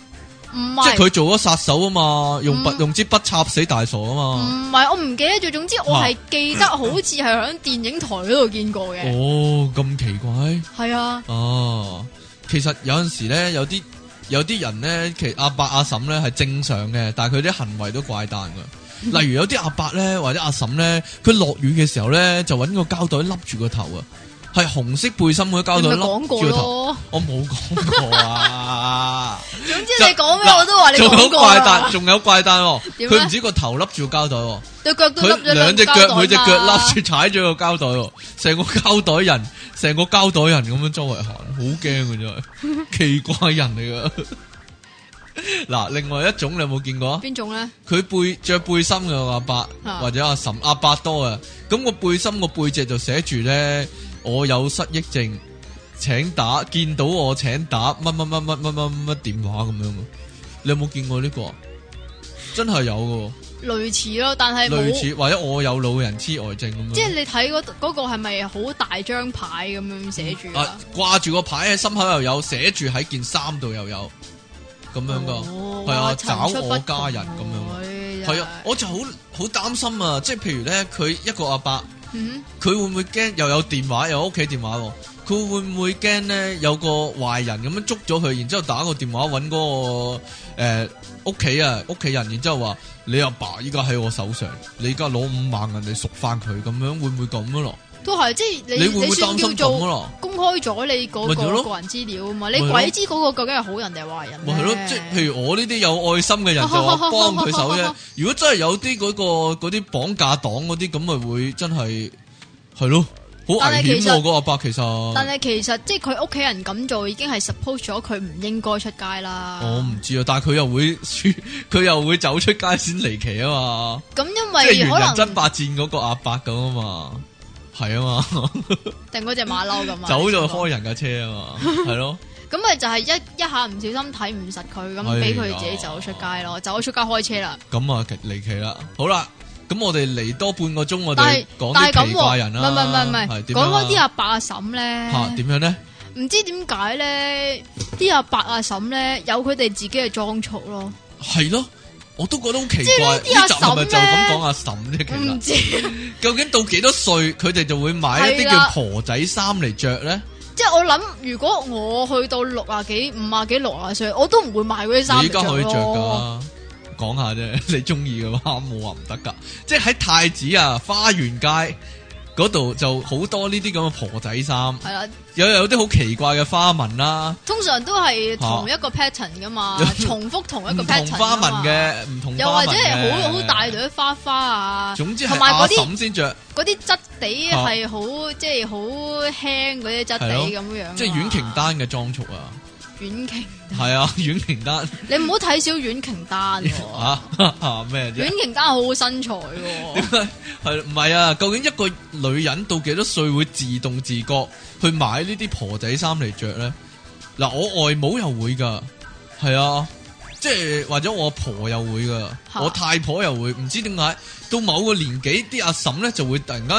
B: 唔
A: 即係
B: 係
A: 佢做咗殺手啊嘛，用筆
B: 嗯
A: 用支筆插死大傻啊嘛。
B: 唔係，我唔記得咗。總之我係記得好似係喺電影台嗰度見過嘅，
A: 哦，咁奇怪
B: 係啊。
A: 哦！其實有陣時咧，有啲有啲人咧，其阿伯阿嬸咧係正常嘅，但係佢啲行為都怪誕 噶。例如有啲阿伯咧或者阿嬸咧，佢落雨嘅時候咧就揾個膠袋笠住個頭啊，係紅色背心嗰啲膠
B: 你
A: 袋
B: 咪
A: 笠
B: 講過
A: 住個頭。
B: 咯，
A: 我冇講過啊！
B: 總之
A: 就
B: 你講咩
A: 嗱
B: 我都話你
A: 仲有
B: 講過
A: 怪誕，
B: 啦。
A: 仲有怪誕喎！
B: 點啊
A: 佢
B: 咧
A: 唔止個頭笠住個膠袋喎。
B: 對腳都
A: 佢
B: 笠咗
A: 兩隻
B: 隻
A: 腳，佢隻腳笠住踩咗個膠袋喎，成個膠袋人，成個膠袋人咁樣周圍行，好驚嘅真係，奇怪人嚟噶。嗱，另外一種你有冇見過啊？
B: 邊種咧？
A: 佢背着背心嘅阿伯
B: 啊
A: 或者阿岑阿伯多啊，咁個背心個背脊就寫住咧，我有失憶症，請打見到我請打乜乜乜乜乜乜乜電話咁樣喎。你有冇見過呢個啊？真係有嘅喎。
B: 類似咯，但係
A: 類
B: 冇。
A: 似或者我有老人痴呆症咁樣，
B: 即係你睇嗰嗰個係咪好大張牌咁樣寫住
A: 啊
B: 啊？
A: 掛住個牌喺心口又有，寫住喺件衫度又有咁樣噶，
B: 哦
A: 係啊，找
B: 哇層出
A: 我
B: 不
A: 家
B: 窮哎
A: 人咁樣，
B: 喎
A: 係啊，，我就好好擔心啊！即係譬如咧，佢一個阿伯，
B: 真係
A: 佢會唔會驚又有電話，又有屋企電話喎？佢會唔會驚咧有個壞人咁樣捉咗佢，然之後打個電話揾嗰、個誒屋企啊屋企人，然之後話你阿爸依家喺我手上，你而家攞五萬銀你贖翻佢，咁樣會唔會咁樣啊咯？
B: 嗯都係即係你
A: 你會唔會
B: 算
A: 擔心
B: 叫
A: 咁啊
B: 做
A: 咯？
B: 公開咗你嗰
A: 咪就咯
B: 個個人資料啊嘛？
A: 咪
B: 你
A: 就咯
B: 鬼知嗰個究竟係好人定係壞人
A: 咪係咯，即係譬
B: 如
A: 如我呢啲有愛心嘅人就 話幫佢手啫。如果真係有啲嗰、個嗰啲綁架黨嗰啲，咁咪會真係係咯，好危
B: 但係
A: 險
B: 其
A: 喎！
B: 實
A: 個阿伯其實，
B: 但係其實即係佢屋企人咁做已經係 suppose 咗佢唔應該出街啦。
A: 我唔知啊，但係佢又會 佢又會走出街先離奇啊嘛，
B: 咁因
A: 即係
B: 為
A: 猿
B: 可
A: 人爭
B: 能
A: 霸戰嗰個阿伯咁啊嘛，係啊 嘛，
B: 定嗰只馬騮咁啊，
A: 走咗
B: 你想
A: 去
B: 講
A: 開人架車啊嘛， 係咯，
B: 咁咪就係一一下唔小心睇唔實佢，
A: 哎
B: 咁俾佢自己
A: 呀
B: 走出街咯，走咗出街開車啦。
A: 咁啊離奇啦，好啦。咁我哋嚟多半個鐘，我
B: 但
A: 哋
B: 係
A: 講
B: 但係
A: 啲
B: 咁
A: 奇
B: 喎，
A: 怪人
B: 唔
A: 啦。
B: 係唔係唔
A: 係
B: 係，
A: 點樣
B: 講
A: 啊
B: 嗰啲阿伯阿嬸
A: 嚇
B: 咧，
A: 點樣咧？
B: 唔知點解咧，啲阿伯阿嬸咧有佢哋自己嘅裝束咯，
A: 系咯，我都覺得好奇
B: 係
A: 怪。
B: 呢啲
A: 呢集係咪
B: 阿嬸
A: 就咁
B: 呢
A: 講阿嬸啫？其
B: 我唔
A: 實
B: 知。
A: 究竟到幾多歲佢哋就會買一啲
B: 嗯係啦啊
A: 叫婆仔衫嚟着咧？
B: 即系我谂，如果我去到六啊几、五啊几、六啊岁，我都唔会买嗰啲衫
A: 你依
B: 嚟
A: 家可以着
B: 咯。
A: 噶，講下啫， 你中意嘅話冇話唔得噶。即係喺太子啊花園街嗰度就好多呢啲咁嘅婆仔衫，
B: 系啦，
A: 有有啲好奇怪嘅花紋啦、
B: 通常都系同一个 pattern 噶嘛
A: 有，
B: 重复同一
A: 唔
B: 个
A: 同
B: pattern 啊
A: 花紋
B: 㗎嘛，
A: 嘅，唔同
B: 又
A: 花紋
B: 或者系
A: 嘅
B: 好好大。朵花花啊，
A: 總之
B: 同
A: 係
B: 埋
A: 阿
B: 嗰啲
A: 嬸先着，
B: 嗰啲質地
A: 啊
B: 係好即係好輕嗰啲質地
A: 係
B: 咁樣啊，
A: 即係阮瓊丹嘅裝束啊，
B: 阮瓊，
A: 係啊， 阮瓊丹
B: 你唔好睇小阮瓊 丹喎，
A: 啊咩啫
B: 阮？瓊丹好好身材喎，
A: 点解系唔系啊？究竟一個女人到幾多歲會自動自覺去買呢啲婆仔衫嚟着咧？嗱，我外母又會噶，係啊，即係或者我阿婆又會噶，
B: 嚇
A: 我太婆又會，唔知點解到某個年紀啲阿嬸咧就會突然間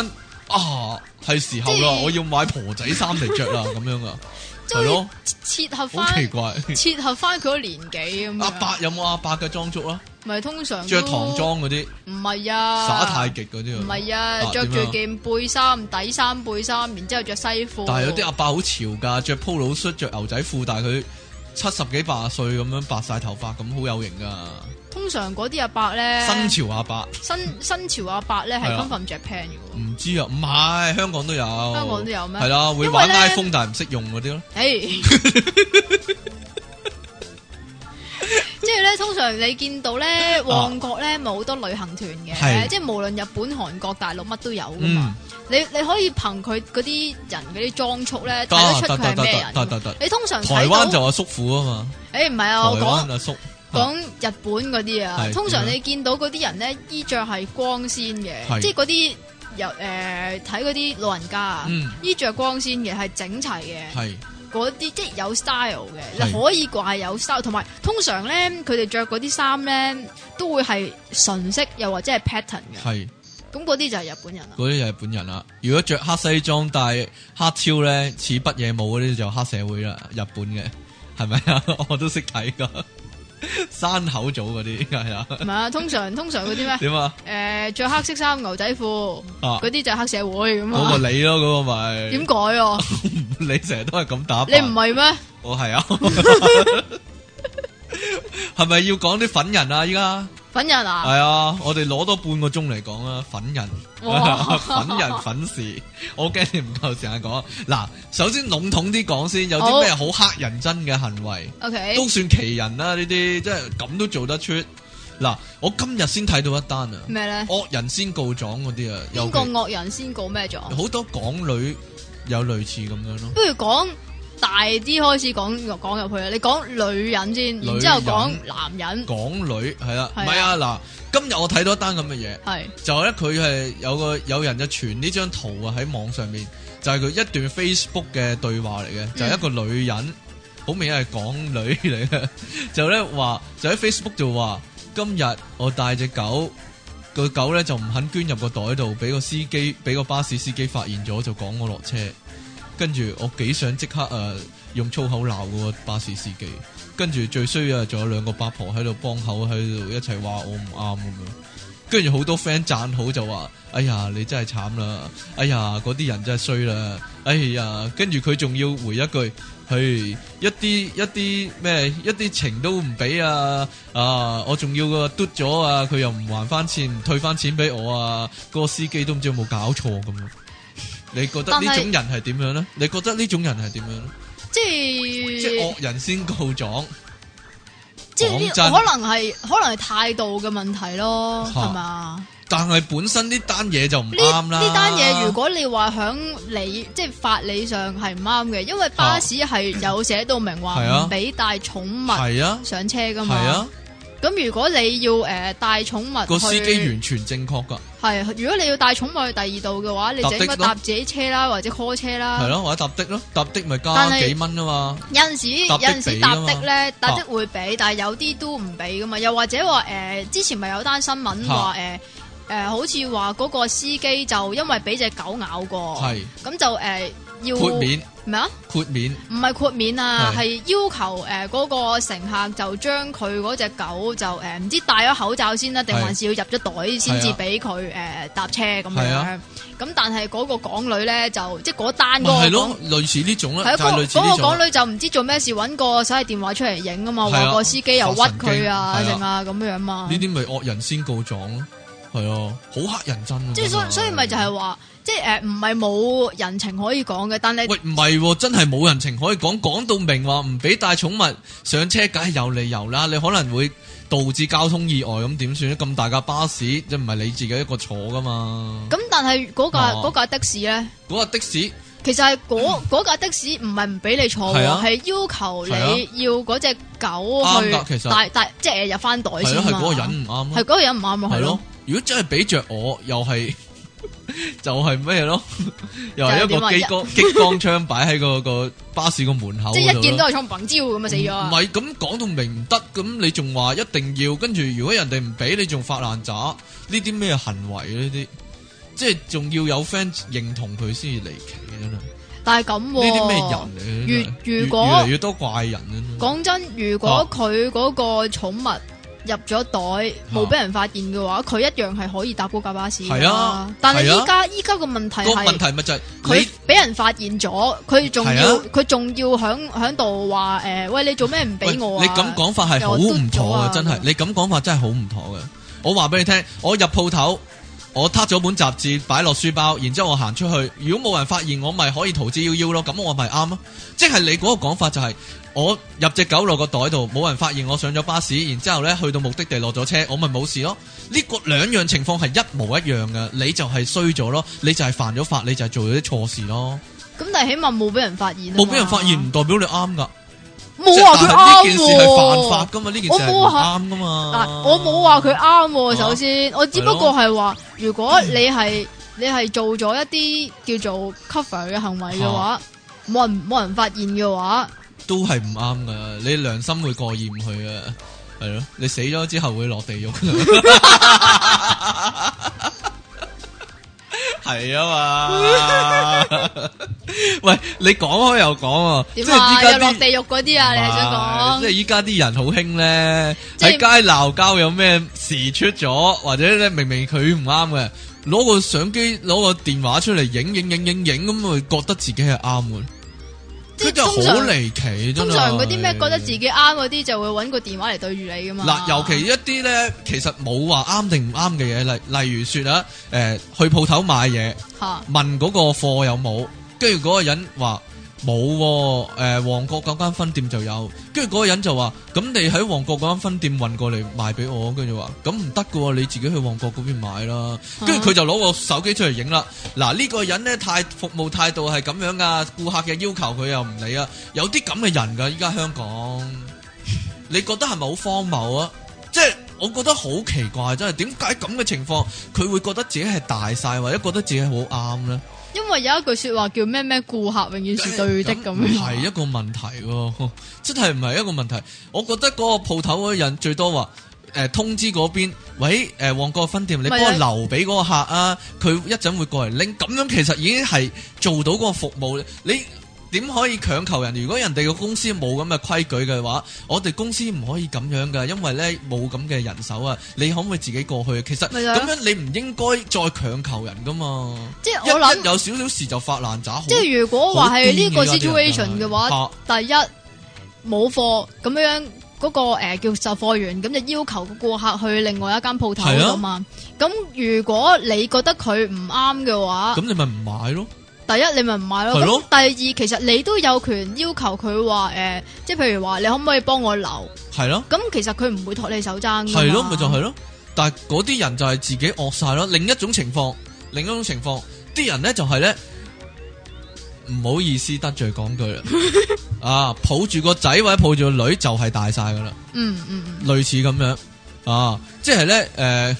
A: 啊，係時候
B: 即
A: 啦，
B: 係
A: 我要買婆仔衫嚟 着啦，咁樣啊，
B: 即
A: 係
B: 係
A: 咯
B: 好，似切合
A: 好奇
B: 翻
A: 怪。
B: 切合翻佢個年紀咁樣。
A: 阿伯有冇阿伯嘅裝束啊？
B: 咪通常
A: 着
B: 都
A: 唐，裝嗰啲，
B: 唔係啊，
A: 耍太極嗰啲啊
B: 唔係
A: 啊
B: 啊，着
A: 點
B: 住
A: 啊
B: 件背衫、底衫、背衫，然之後着西褲。
A: 但係有啲阿伯好潮噶，着 polo 恤、着牛仔褲，但係佢七十幾八十歲咁樣白晒頭髮，咁好有型噶。
B: 通常嗰啲阿伯咧，
A: 新潮阿伯
B: 新新潮阿伯咧係
A: 係啊
B: come from Japan 嘅喎。
A: 唔知啊，唔係香港都有，香
B: 港都有咩
A: 係啦，會玩
B: 因為呢
A: iPhone 但係唔識用嗰啲咯。
B: 诶，即系咧，通常你見到咧旺角咧，咪好多旅行團
A: 啊係
B: 嘅，即系無論日本、韓國、大陸乜都有噶
A: 嗯
B: 嘛。，你你可以憑佢嗰啲人嗰啲裝束咧，
A: 得
B: 睇得出
A: 得
B: 佢
A: 得
B: 係咩
A: 得
B: 人
A: 得
B: 㗎嘛。
A: 得得。
B: 你通常睇到
A: 台灣就話叔父啊嘛，
B: 诶，唔係
A: 台
B: 啊，我講
A: 灣阿叔啊
B: 講日本嗰啲啊
A: 係，
B: 通常
A: 點樣
B: 你見到嗰啲人咧，衣着係光鮮
A: 係
B: 嘅，即係嗰啲由诶睇嗰啲老人家啊
A: 嗯，
B: 衣着光鮮嘅係整齊嘅。
A: 係
B: 嗰啲即係有 style 嘅，
A: 係
B: 你可以話係有 style，同埋通常咧佢哋着嗰啲衫咧都會係純色又或者係 pattern 嘅，
A: 係
B: 咁嗰啲就係日本人 啦。
A: 嗰啲就係本人啦。如果着黑西裝戴黑超咧，似北野武嗰啲就黑社會啦，日本嘅係咪啊？ 我都識睇噶，山口組嗰啲係啊。
B: 唔係啊，通常通常嗰 啲咩
A: 点啊？
B: 誒着黑色衫牛仔褲
A: 啊
B: 嗰，啲就係黑社會咁
A: 嗰
B: 啊，
A: 个你咯，嗰个咪
B: 點改 啊？
A: 你成日都系咁打
B: 你
A: 扮
B: 唔係咩？
A: 我系 啊？系咪要讲啲粉人啊？依家
B: 粉人
A: 系
B: 啊？
A: 啊，我哋攞多半个钟嚟讲啊，粉人，
B: 哇
A: 粉人粉事，我惊你唔够時間講。嗱，首先籠統啲講先，有啲
B: 好
A: 咩好黑人憎嘅行為，
B: OK，
A: 都算奇人啦。呢啲即係咁都做得出。嗱，我今日先睇到一單啊，
B: 咩咧？
A: 惡人先告狀嗰啲啊，有
B: 邊個惡人先告咩狀？
A: 好多港女有類似咁樣咯。
B: 不如講大啲開始講講入去啊！你講女人先，然之後
A: 女
B: 講男人，
A: 港女係啦，唔
B: 係啊
A: 係啊嗱，今日我睇到一單咁嘅嘢，
B: 係
A: 就係咧佢係有個有人就傳呢張圖啊喺網上面，就係、佢一段 Facebook 嘅對話嚟
B: 嗯
A: 嘅，就係、一個女人，好明顯係港女嚟嘅， 就咧話就喺 Facebook 就話今日我帶只狗。個狗咧就唔肯捐入個袋度，俾個司機，俾個巴士司機發現咗，就趕我落車。跟住我幾想即刻誒、呃用粗口鬧嗰個巴士司機。跟住最衰啊，仲有兩個八婆喺度幫口喺度一齊話我唔啱咁樣。跟住好多 friend 讚好就話：哎呀，你真係慘啦！哎呀，嗰啲人真係衰啦！哎呀，跟住佢仲要回一句：，嘿，一啲一啲咩，一啲情都唔俾啊！啊，我仲要個嘟咗啊，佢又唔還翻錢，唔退翻錢俾我啊！嗰個司機都唔知有冇搞錯咁樣。你覺得
B: 但
A: 呢
B: 係
A: 種人係點樣呢？你覺得呢種人係點樣呢？
B: 即係
A: 即係惡人先告狀，
B: 即系
A: 講
B: 呢
A: 真
B: 可能係可能係態度嘅問題咯，
A: 嚇
B: 係嘛？
A: 但係本身呢單嘢就唔
B: 呢
A: 啱啦。
B: 呢單嘢如果你話響理即係法理上係唔啱嘅，因為巴士係有寫到明
A: 係啊
B: 話唔俾帶寵物
A: 係啊，
B: 上車噶
A: 係
B: 嘛。
A: 啊。
B: 咁如果你要诶带宠物去，
A: 個司機完全正確㗎，
B: 系，如果你要帶寵物去第二度嘅話，你就
A: 搭
B: 應
A: 的
B: 該
A: 咯
B: 搭自己車啦，或者 call 車啦。
A: 係咯，或者搭的咯，搭的咪
B: 但
A: 加
B: 係
A: 幾蚊啊嘛，
B: 有阵时
A: 搭
B: 有
A: 的
B: 阵时搭
A: 俾㗎
B: 的
A: 嘛啊
B: 咧，搭的會俾，但係有啲都唔俾噶嘛。又或者話诶、呃之前咪有單新聞話呃诶诶，呃好似話嗰個司機就因為俾只狗咬過，
A: 係
B: 咁就诶、呃要
A: 豁免
B: 咩啊？
A: 豁免
B: 唔係豁免啊，
A: 係
B: 係要求诶嗰、個乘客就將佢嗰只狗就呃诶唔、知戴咗口罩先啦，定
A: 係
B: 還是要入咗袋先
A: 係
B: 至
A: 啊
B: 俾佢诶搭車咁
A: 係
B: 樣。
A: 啊
B: 咁但係嗰個港女咧就即系嗰單
A: 咪係
B: 嗰個
A: 咯
B: 港。，
A: 類似呢種
B: 系
A: 啦，
B: 啊，
A: 就係
B: 嗰
A: 類似呢
B: 嗰個
A: 種。
B: 港女就唔知做咩事，揾個手提電話出嚟影啊嘛，
A: 係啊
B: 話個司機又屈佢啊，
A: 發神經
B: 剩啊咁樣嘛
A: 呢。啲咪惡人先告狀咯，係啊，好黑人憎啊。
B: 即係所以所以咪就係話，即係呃诶唔係冇人情可以講嘅，但係
A: 喂，唔係喎，真係冇人情可以講，講到明話唔俾帶寵物上車，梗係有理由啦。你可能會導致交通意外，咁點算咧？咁大架巴士，即係唔係你自己一個坐噶嘛？
B: 咁但係嗰架
A: 哦
B: 嗰架的士咧。
A: 嗰架的士
B: 其實係嗰嗰架的士唔係唔俾你坐
A: 嗯係
B: 喎，
A: 啊
B: 係要求
A: 係啊
B: 你要嗰只
A: 啱㗎
B: 狗
A: 其
B: 去
A: 實
B: 帶帶，即係入翻袋
A: 係
B: 先
A: 咯，
B: 嘛
A: 係嗰個人唔啱
B: 係嗰
A: 咯，
B: 個人唔啱啊，
A: 係咯
B: 係咯。。
A: 如果真係俾着我，又係 就係咩咯？又係一
B: 就係
A: 個激
B: 點啊
A: 光激光槍擺喺個個巴士個門口嗰度咯，
B: 即係一見到係衝砰招咁啊死咗
A: 唔
B: 啊！
A: 系咁講到明唔得，咁你仲話一定要，跟住如果人哋唔俾，你仲發爛渣，呢啲咩行為呢啲，即係仲要有 friend 認同佢先至離奇嘅真係。呢
B: 但係咁
A: 啲咩
B: 喎，
A: 人嚟嘅
B: 如
A: 真係？
B: 如
A: 越
B: 果
A: 越嚟越多怪人啊！
B: 講真，如果佢嗰個寵物入咗袋冇俾人發現嘅話，佢一樣係可以搭嗰架巴士㗎
A: 啊係啊
B: 但係
A: 係啊
B: 依家依家個問題
A: 個問
B: 係。
A: 題咪就係
B: 佢
A: 你
B: 俾人發現咗，佢仲
A: 係
B: 要
A: 啊
B: 佢仲要響響度話誒，喂你做咩唔
A: 喂
B: 俾我啊？
A: 你咁講法係好唔
B: 又話嘟咗
A: 妥
B: 啊
A: 嘅，真係你咁講法真係好唔妥嘅。我話俾你聽，我入鋪頭，我挞咗本雜誌擺落書包，然之后我行出去，如果冇人發現我，咪可以逃之夭夭咯。咁我咪啱咯。啊即係你嗰個講法就係我入只狗落個袋度，冇人發現我上咗巴士，然之后咧去到目的地落咗車，我咪冇事咯。呢、個兩樣情況係一模一樣嘅，你就係衰咗咯，你就係犯咗法，你就係做咗啲錯事咯。
B: 咁但系起碼冇俾人發現啊嘛，
A: 冇俾人發現唔代表你啱噶。
B: 冇啊
A: 即係但
B: 話佢
A: 係
B: 啱
A: 呢件事係犯法
B: 喎。
A: 噶嘛？呢件事係唔啱噶嘛
B: 嗱，？啊我冇話佢啱
A: 啊
B: 喎。首先，我只不過係話，如果你
A: 嗯
B: 係你係做咗一啲叫做 cover 嘅行為嘅話，冇人冇人發現嘅話，
A: 都係唔啱噶，你良心會過意唔去啊，係咯，你死咗之後會落地獄 㗎。係啊 嘛，喂，你講開又講啊，即
B: 點
A: 係依
B: 啊？
A: 家
B: 又落
A: 啲
B: 地獄嗰啲啊？你係想
A: 唔係即係
B: 講？
A: 依家啲人好興咧，
B: 即
A: 喺
B: 係
A: 街鬧交有咩事出咗，或者咧明明佢唔啱嘅，攞個相機攞個電話出嚟影影影影影，咁咪覺得自己係啱嘅。
B: 即
A: 佢
B: 係
A: 就好
B: 通常
A: 離奇，真係
B: 通常嗰啲咩覺得自己啱嗰啲，就會揾個電話嚟對住你噶嘛。
A: 嗱，尤其一啲咧，其實冇話啱定唔啱嘅嘢，例例如説啊，誒、去鋪頭買嘢，
B: 吓
A: 問嗰個貨有冇，跟住嗰個人話冇喎，誒、旺角嗰間分店就有，跟住嗰個人就話，咁你喺旺角嗰間分店運過嚟賣俾我，跟住話，咁唔得嘅喎，你自己去旺角嗰邊買啦，跟住佢就攞個手機出嚟影啦，嗱呢、個人呢，態服務態度係咁樣噶，顧客嘅要求佢又唔理啊，有啲咁嘅人噶，依家香港，你覺得係咪好荒謬啊？即係我覺得好奇怪，真係點解咁嘅情況，佢會覺得自己係大晒，或者覺得自己好啱呢？
B: 因為有一句说話叫咩咩顧客永遠是對的咁
A: 唔
B: 樣。
A: 係一個問題喎， 真係唔係一個問題。我覺得嗰個鋪頭嗰啲人最多話。誒、通知嗰邊，喂誒、旺角分店，你幫我
B: 咪
A: 留俾嗰個客啊，佢一陣會過嚟拎，咁樣其實已經係做到嗰個服務。你點可以強求人？如果人哋個公司冇咁嘅規矩嘅話，我哋公司唔可以咁樣噶，因為呢冇咁嘅人手啊。你可唔可以自己過去？其實
B: 咪就係咯
A: 咁樣你唔應該再強求人噶嘛。
B: 即係
A: 一
B: 我諗
A: 一。有少少事就發爛渣，好
B: 即係如果話係呢
A: 好
B: 個
A: 癲㗎
B: situation 嘅話，
A: 啊
B: 第一冇貨咁樣嗰、個呃叫售貨員咁就要求個顧客去另外一間鋪頭
A: 係啊
B: 㗎嘛。咁、如果你覺得佢唔啱嘅話，
A: 咁你咪唔買咯，
B: 第一你咪唔買
A: 係
B: 咯。
A: 咯
B: 咁第二其實你都有權要求佢話誒，即係譬如話你可唔可以幫我留？
A: 係咯，
B: 咁其實佢唔會托你手踭㗎嘛
A: 係咯，咪就係咯。但係嗰啲人就係自己惡晒咯。另一種情況，另一種情況，啲人咧就係咧，唔好意思得罪講 句啦，啊，抱住個仔或者抱住個女就係大晒噶啦，
B: 嗯嗯嗯，
A: 類似咁樣啊，即係咧誒。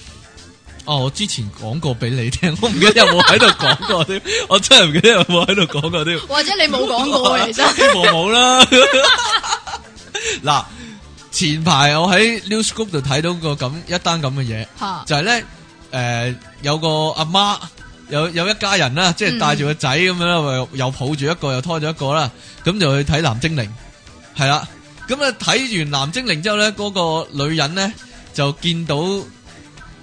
A: 哦，我之前講過俾你聽，我唔記得有冇喺度講過添，我真係唔記得有冇喺度講過添。
B: 或者你冇 講過其實
A: 希望冇啦。嗱，前排我喺 News Group 度睇到個咁一單咁嘅嘢，
B: 嚇
A: ờ, 就係咧，诶、有個阿媽有有一家人啦，即係帶住個仔咁樣啦，咪又抱住一個又拖咗一個啦，咁就去睇藍精靈，係啦。咁啊睇完藍精靈之後咧，嗰、個女人咧就見到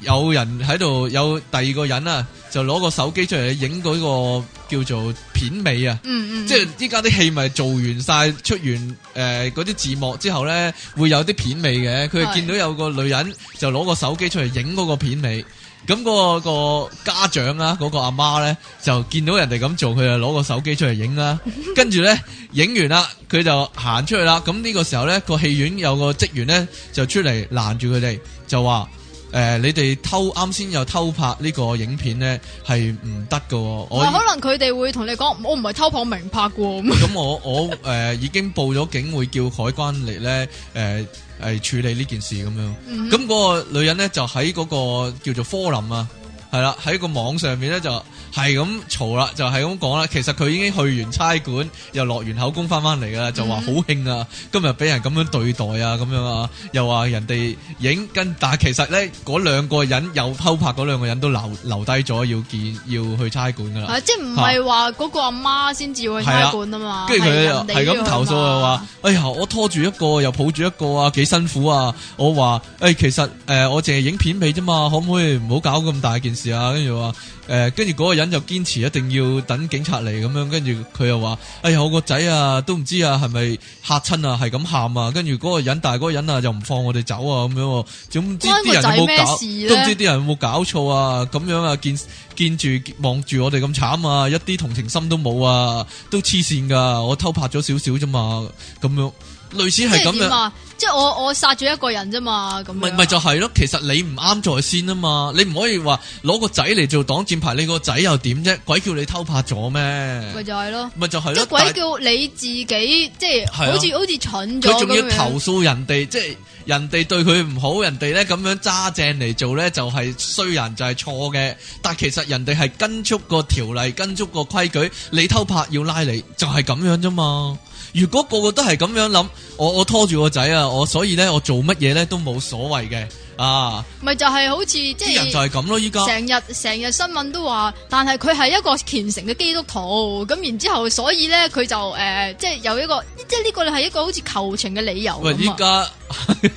A: 有人喺度，有第二個人啊，就攞個手機出嚟影嗰個叫做片尾啊。
B: 嗯嗯，
A: 即係依家啲戲咪做完晒出完诶嗰啲字幕之後咧，會有啲片尾嘅。佢哋
B: 係
A: 見到有個女人就攞個手機出嚟影嗰個片尾，咁嗰、個家長啦，嗰、個阿媽咧就見到人哋咁做，佢就攞個手機出嚟影 啦。跟住咧影完啦，佢就行出去啦。咁呢個時候咧，個戲院有個職員咧就出嚟攔住佢哋，就話。誒、你哋偷啱先又偷拍呢個影片咧，係唔得嘅喎。
B: 唔
A: 我
B: 係可能佢哋會同你講，我唔係偷拍，我明拍嘅喎 咁。
A: 咁我我诶、呃已經報咗警，會叫海關嚟咧诶诶处理呢件事咁樣。
B: 嗯
A: 咁嗰、個女人咧就喺嗰個叫做科林啊，係啦，喺個網上面咧就係咁嘈啦，就係咁講啦。其實佢已經去完差館，又落完口供翻翻嚟噶啦，就話好興啊，今日俾人咁樣對待啊，咁樣啊，又話人哋影跟，但係其實咧嗰兩個人有偷拍嗰兩個人都留留低咗，要見要去差館噶啦。
B: 係啊即係唔係話嗰個阿媽先至會去差館啊嘛？
A: 跟住佢又
B: 人哋
A: 係
B: 要
A: 咁
B: 去
A: 投訴
B: 嘛
A: 又話：，哎呀，我拖住一個又抱住一個啊，幾辛苦啊！我話：，誒、其實誒、呃我淨係影片尾啫嘛，可唔可以唔好搞咁大件事啊？跟住話誒，跟住嗰個人就堅持一定要等警察嚟咁樣，跟住佢又話：，哎呀，我個仔啊，都唔知啊，係咪嚇親啊，係咁喊啊！跟住嗰個人，但係嗰個人啊，又唔放我哋走啊，咁樣喎，總之
B: 關
A: 啲
B: 個
A: 人
B: 仔
A: 有
B: 咩
A: 冇搞，
B: 事呢
A: 都唔知啲人有冇搞錯啊？咁樣啊，見見住望住我哋咁慘啊，一啲同情心都冇啊，都黐線噶，我偷拍咗少少啫嘛，咁樣類似係
B: 即係
A: 咁
B: 點
A: 樣，
B: 啊？即係我我殺咗一個人啫嘛，咁
A: 咪
B: 樣
A: 咪就係咯。其實你唔啱在先啊嘛，你唔可以話攞個仔嚟做擋箭牌，你個仔又點啫？鬼叫你偷拍咗
B: 咪
A: 咩？
B: 就係咯。
A: 咪就係
B: 即
A: 咯
B: 係，
A: 但
B: 鬼叫你自己，即係
A: 係啊
B: 好似好似蠢咗
A: 佢仲要
B: 咁樣
A: 投訴人哋，即係人哋對佢唔好，人哋咧咁樣揸正嚟做咧就係衰人就係錯嘅。但其實人哋係跟足個條例、跟足個規矩，你偷拍要拉你，就係咁樣啫嘛。如果個個都係咁樣諗，我我拖住個仔啊，我所以咧我做乜嘢咧都冇所謂嘅啊！
B: 咪就係好似即
A: 啲人就
B: 係
A: 係咁咯，依家
B: 成日成日新聞都話，但係佢係一個虔誠嘅基督徒，咁然之後，所以咧佢就誒、呃即係有一個，即係呢個係一個好似求情嘅理由
A: 喂，依
B: 咁啊，
A: 家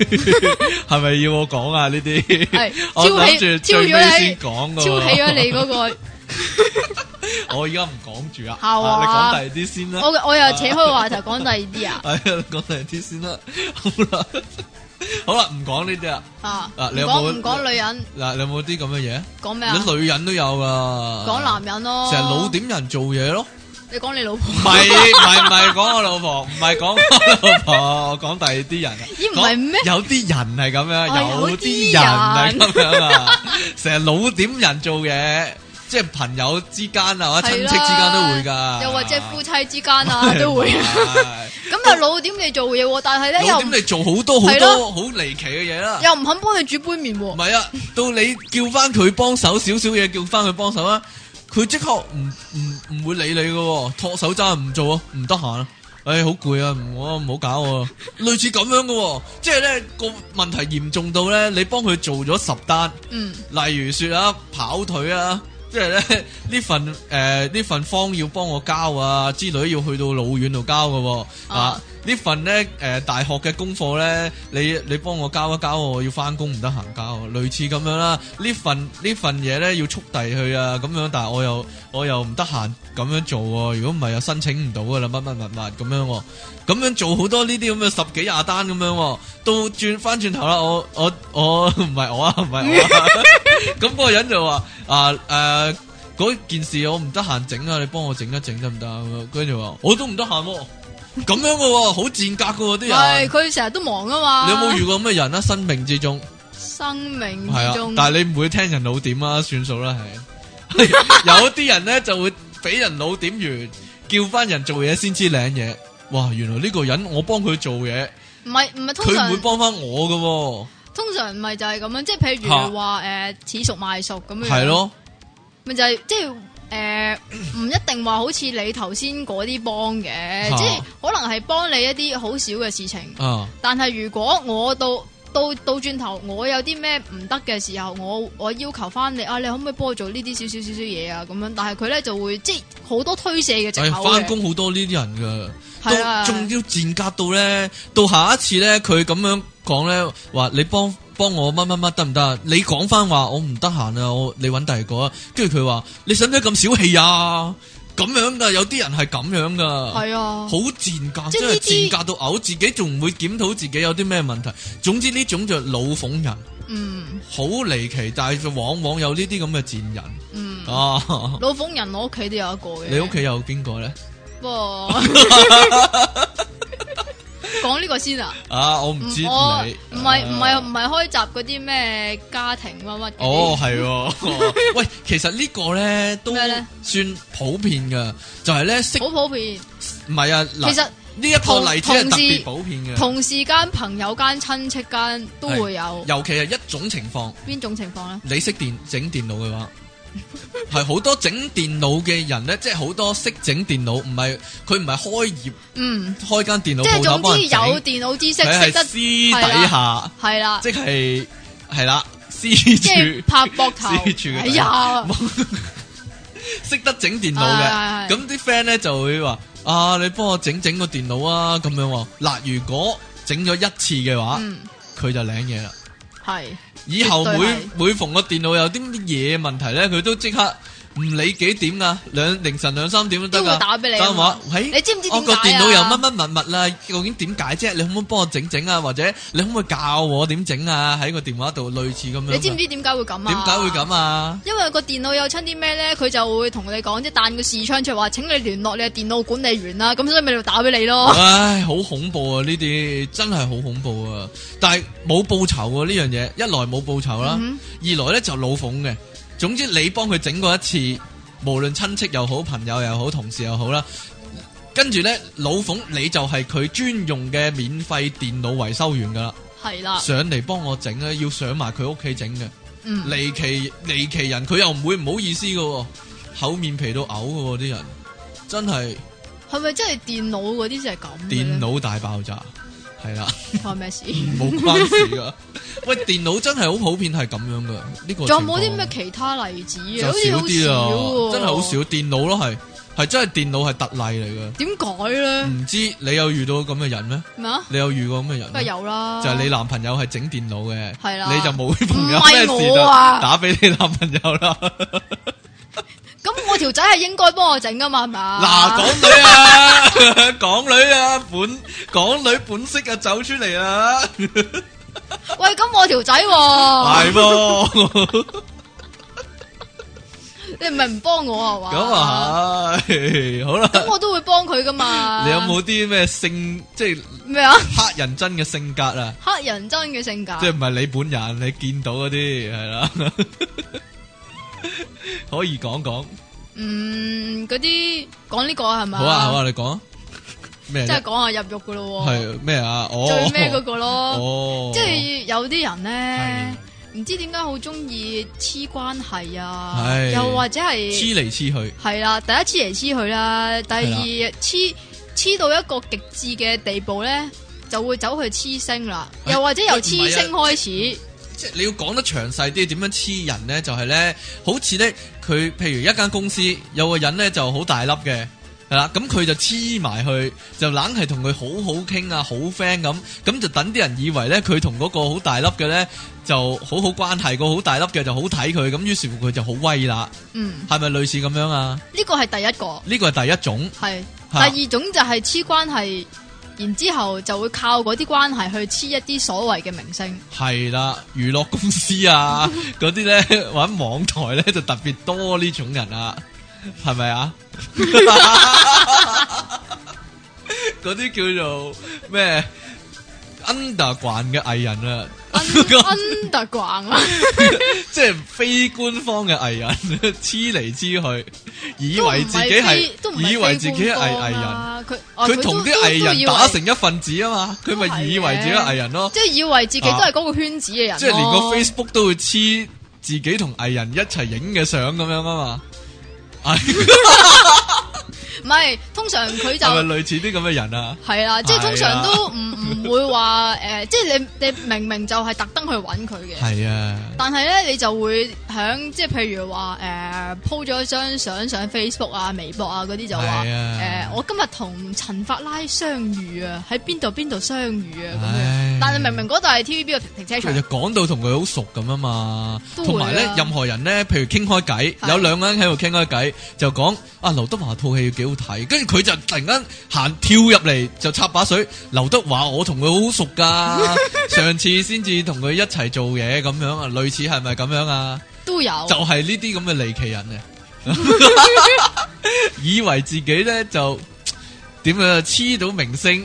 A: 係咪要我講啊？呢 啲
B: 係
A: 我
B: 挑
A: 諗
B: 起
A: 住
B: 挑
A: 最尾
B: 咗
A: 先
B: 你，
A: 講噶
B: 挑
A: 喎。
B: 起咗你嗰、個，
A: 我而家唔講住啊，
B: 係
A: 啊
B: 啊
A: 你講第二啲先啦。
B: 我我又扯開話題講第 二啲啊，
A: 係啊，講第二啲先啦。好啦，好啦，唔講呢啲啦。
B: 啊，
A: 啊
B: 唔
A: 你有冇
B: 講唔講女人，
A: 嗱，你有冇啲咁嘅嘢？
B: 講咩啊？
A: 你女人都有噶。
B: 講男人咯，
A: 成日老，點人做嘢咯。
B: 你講 你老婆，
A: 唔係唔係唔係講我老婆，唔係講我老婆，我講第二啲人啊。
B: 咦唔係咩
A: 講有啲人係咁樣，
B: 哦
A: 有
B: 有
A: 啲
B: 啲
A: 人
B: 人
A: 係咁樣啊， 成日老點人做嘢，即係朋友之間啊，或者親戚之間都會㗎。
B: 又或者夫妻之間啊 都會。
A: 係
B: 咁啊老點你做嘢喎，但係咧又
A: 老點
B: 唔
A: 你做好多好
B: 係
A: 多
B: 咯
A: 好離奇嘅嘢啦。
B: 又唔肯幫佢煮杯麵
A: 唔
B: 喎，
A: 係啊，到你叫翻佢幫手少少嘢，叫翻佢幫手啊，佢即刻唔唔唔會理你嘅喎，托手踭唔做啊，唔得閒啊，唉，好攰啊，唔我唔好搞我啊，類似咁樣嘅喎，即係咧個問題嚴重到咧，你幫佢做咗十單，
B: 嗯，
A: 例如説啊跑腿啊。即係咧呢份誒呢、份方要幫我交啊之類，要去到老遠度交嘅喎啊
B: 啊
A: 呢份咧誒、呃大學嘅功課咧，你你幫我交一交，我要翻工唔得閒交啊，類似咁樣啦。呢份呢份嘢咧要速遞去啊，咁樣，但係我又我又唔得閒咁樣做喎、如果唔係又申請唔到噶啦，乜乜乜乜咁樣喎、咁樣做好多呢啲咁嘅十幾廿單咁樣喎、到轉翻轉頭啦，我我我唔係我啊，唔係我啊，咁嗰個人就話啊誒。呃嗰件事我唔得閒整啊，你幫我整一整得唔得啊？跟住話我都唔得閒喎，咁樣嘅喎，好賤格嘅喎啲
B: 係
A: 人。
B: 佢成日都忙啊嘛。
A: 哎你有冇遇過咁嘅人啊？生命之中
B: 生命
A: 係啊
B: 之中，，
A: 但係你唔會聽人老點啊，算數啦，係。有啲人咧就會俾人老點完，叫翻人做嘢先知領嘢。哇！原來呢個人我幫佢做嘢，
B: 唔係唔係通
A: 佢唔會
B: 常
A: 幫翻我
B: 通常唔係就係咁樣，即係譬
A: 嚇
B: 如話誒似熟賣熟咁
A: 嘅喎，
B: 樣，
A: 係，咯，
B: 咪就係即係。誒唔一定話好似你頭先嗰啲幫嘅，
A: 嚇
B: 即係可能係幫你一啲好少嘅事情。
A: 啊，
B: 但係如果我到到到到转头，我有啲咩唔得嘅時候，我我要求翻你啊，你可唔可以幫我做呢啲少少少少嘢啊？咁樣，但係佢咧就會即係好多推卸嘅藉
A: 哎
B: 口
A: 翻
B: 嘅，
A: 工好多呢啲人噶，
B: 係啊
A: 都仲要賤格到咧，到下一次咧佢咁樣講咧，話你幫幫我乜乜乜得唔得啊？你講翻話我唔得閒啊，我你揾第二個啊，跟住佢話你使唔使咁小氣啊？咁樣噶，有啲人係咁樣噶。
B: 係啊
A: 好，賤格，
B: 即係
A: 真
B: 呢
A: 係
B: 啲
A: 賤格到嘔，自己仲唔會檢討自己有啲咩問題。總之呢種就老諷人，
B: 嗯
A: 好離奇，但係就往往有呢啲咁嘅賤人
B: 嗯，
A: 啊！
B: 老鳳人我屋企都有一個嘅，
A: 你屋企有邊個咧？
B: 不過 講呢個先啊，
A: 啊，我唔
B: 唔
A: 知你，
B: 我唔係唔係唔
A: 啊
B: 係開集嗰啲咩家庭乜乜嗰啲
A: 哦，係 喎。喂，其實呢個咧都
B: 咩呢
A: 算普遍噶，就係咧識
B: 好普遍。
A: 唔係啊，
B: 其
A: 嗱
B: 實
A: 呢一個例子係特
B: 同同
A: 別
B: 志
A: 普遍嘅，
B: 同事間、朋友間、親戚間都會有
A: 尤其係一種情況。
B: 邊種情況咧？
A: 你識電整電腦嘅 話，係好多整電腦嘅人咧，即係好多識整電腦，唔係佢唔係開業
B: 嗯，
A: 開間電腦
B: 即係
A: 鋪頭
B: 總
A: 幫
B: 之
A: 人
B: 有
A: 整，
B: 電腦知識
A: 佢
B: 識
A: 係
B: 得
A: 私底下，
B: 係啦，
A: 即係係啦，私
B: 即係
A: 處
B: 拍膊頭
A: 私處嘅。
B: 哎呀，
A: 識得整電腦
B: 係係
A: 嘅，
B: 係
A: 咁啲 friend 咧就會話：啊，你幫我整整個電腦啊，咁樣喎。嗱，如果整咗一次嘅話，
B: 嗯，
A: 佢就領嘢啦。
B: 係
A: 以後每
B: 絕對係
A: 每逢個電腦有啲乜嘢問題咧，佢都即刻唔理幾點噶，兩凌晨兩三點都得
B: 都
A: 噶。
B: 會打俾你
A: 打電話，喂，
B: 你知唔知
A: 我
B: 點
A: 個
B: 解啊
A: 電腦又乜乜物物啦，究竟點解啫？你可唔可以幫我整整啊？或者你可唔可以教我點整啊？喺個電話度類似咁樣㗎。
B: 你知唔知點解會咁
A: 點
B: 啊？
A: 解會？咁啊？
B: 因為個電腦有親啲咩咧，佢就會同你講，即係彈個視窗出嚟話，請你聯絡你嘅電腦管理員啦，咁所以咪就打俾你咯。
A: 唉，好恐怖啊！呢啲真係好恐怖啊！但係冇報酬喎呢樣嘢，一來冇報酬啦。
B: 嗯
A: 二來咧就老馮嘅，總之你幫佢整過一次，無論親戚又好、朋友又好、同事又好啦，跟住咧老馮你就係佢專用嘅免費電腦維修員噶啦，
B: 係啦，
A: 上嚟幫我整咧，要上埋佢屋企整嘅，
B: 嗯，
A: 離奇離奇人佢又唔會唔好意思噶喎，厚面皮到嘔噶喎啲人，真係
B: 係咪真係電腦嗰啲就係咁嘅咧？
A: 電腦嗯大爆炸，係啦，
B: 關咩事？
A: 冇關事噶， 喂，電腦真係好普遍係咁樣噶，呢、個
B: 仲有冇
A: 情
B: 啲
A: 況
B: 咩其他例子啊？
A: 就
B: 好似
A: 少
B: 好
A: 啲
B: 喎
A: 啊，真係好少。。電腦咯，係係真係電腦係特例嚟嘅。
B: 點解咧？
A: 唔知你有遇到咁嘅人咩？
B: 咩啊？
A: 你有遇過咁嘅人
B: 梗係
A: 咩？
B: 有啦。
A: 就係你男朋友係整電腦嘅，
B: 係啦
A: 你就冇朋友
B: 唔
A: 咩
B: 係
A: 事就
B: 我啊
A: 打俾你男朋友啦。
B: 咁，我條仔係應該幫我整噶啊嘛？係嘛？
A: 嗱，港女啊， 港女啊，本港女本色啊，走出嚟啦，
B: 喂，咁我條仔喎，
A: 係 噃，
B: 你唔係唔幫我啊？係嘛？
A: 咁啊係，好啦，
B: 咁我都會幫佢噶 嘛。
A: 你有冇啲咩性即係
B: 咩啊？
A: 黑人憎嘅性格啊？
B: 黑人憎嘅性格，
A: 即系唔系你本人，你見到嗰啲係 啦，可以講講。
B: 嗯，嗰啲講呢個係咪？
A: 好啊，好啊，，你講咩
B: 即
A: 啫
B: 係？講下入獄噶咯喎。
A: 係咩啊？哦，
B: 最咩嗰個咯？
A: 哦，
B: 即係有啲人咧
A: 係。
B: 唔知點解好中意黐關係啊
A: 係，
B: 又或者係
A: 黐嚟黐去，
B: 係啦，第一黐嚟黐去啦，第二黐黐到一個極致嘅地步咧，就會走去黐星啦，
A: 哎
B: 又或者由
A: 喂唔
B: 黐
A: 係啊
B: 星開始，
A: 即係你要講得詳細啲，點樣黐人咧？就係咧，好似咧，佢譬如一間公司有個人咧就好大粒嘅。係啦，咁佢就黐埋去，就硬係同佢好好傾啊，好 friend 咁，咁就等啲人以為咧佢同嗰個好大粒嘅咧就好好關係，個好大粒嘅就好睇佢，咁於是乎佢就好威啦。
B: 嗯，
A: 系咪類似咁樣啊？
B: 呢個係第一個，
A: 呢個係第一種，
B: 係
A: 嚇
B: 第二種就係黐關係，然之後就會靠嗰啲關係去黐一啲所謂嘅明 星，
A: 係啦，娛樂公司啊， 嗰啲咧或者網台咧就特別多呢種人啊，係咪啊？ 嗰啲叫做咩 underground 嘅藝人啊，
B: underground 啊啦，
A: 即係非官方嘅藝人，黐嚟黐去，以為自己係
B: 都唔係非都唔係
A: 以為自己係
B: 非官
A: 藝
B: 方
A: 藝人，
B: 啦佢哦
A: 佢
B: 都
A: 同啲藝
B: 都都以
A: 人
B: 為
A: 打成一份子啊嘛，佢
B: 都
A: 咪
B: 係
A: 以為自己係藝人咯。
B: 即係以為自己都係嗰個圈子嘅人咯，
A: 啊即係連個 Facebook 都會黐自 己同藝人一齊影嘅相咁樣啊嘛。係
B: 唔唔係通常
A: 係
B: 佢就。
A: 咪類似啲咁嘅人啊？
B: 系啦，即系通
A: 係啊
B: 常都唔唔会话诶、誒即系你你明明就系特登去揾佢嘅，
A: 係啊，
B: 但系咧你就会响即系譬如话诶铺咗张相上 Facebook 啊、微博啊嗰啲就话
A: 係
B: 诶、
A: 啊
B: 誒我今日同陳法拉相遇啊，喺邊度邊度相遇啊咁樣。
A: 唉啊
B: 但系明明嗰度係 TVB 嘅停停車
A: 佢就
B: 場，
A: 講到同佢好熟咁啊嘛，
B: 都
A: 同埋咧
B: 會啊
A: 任何人咧，譬如傾開偈，
B: 係
A: 有兩個人喺度傾開偈，就講啊劉德華套戲幾好睇，跟住佢就突然間行跳入嚟就插把水，劉德華我同佢好熟 噶，上次先至同佢一齊做嘢咁樣啊，類似係咪咁樣啊？
B: 都有
A: 就係呢啲咁嘅離奇人 啊，以為自己咧就點啊黐到明星，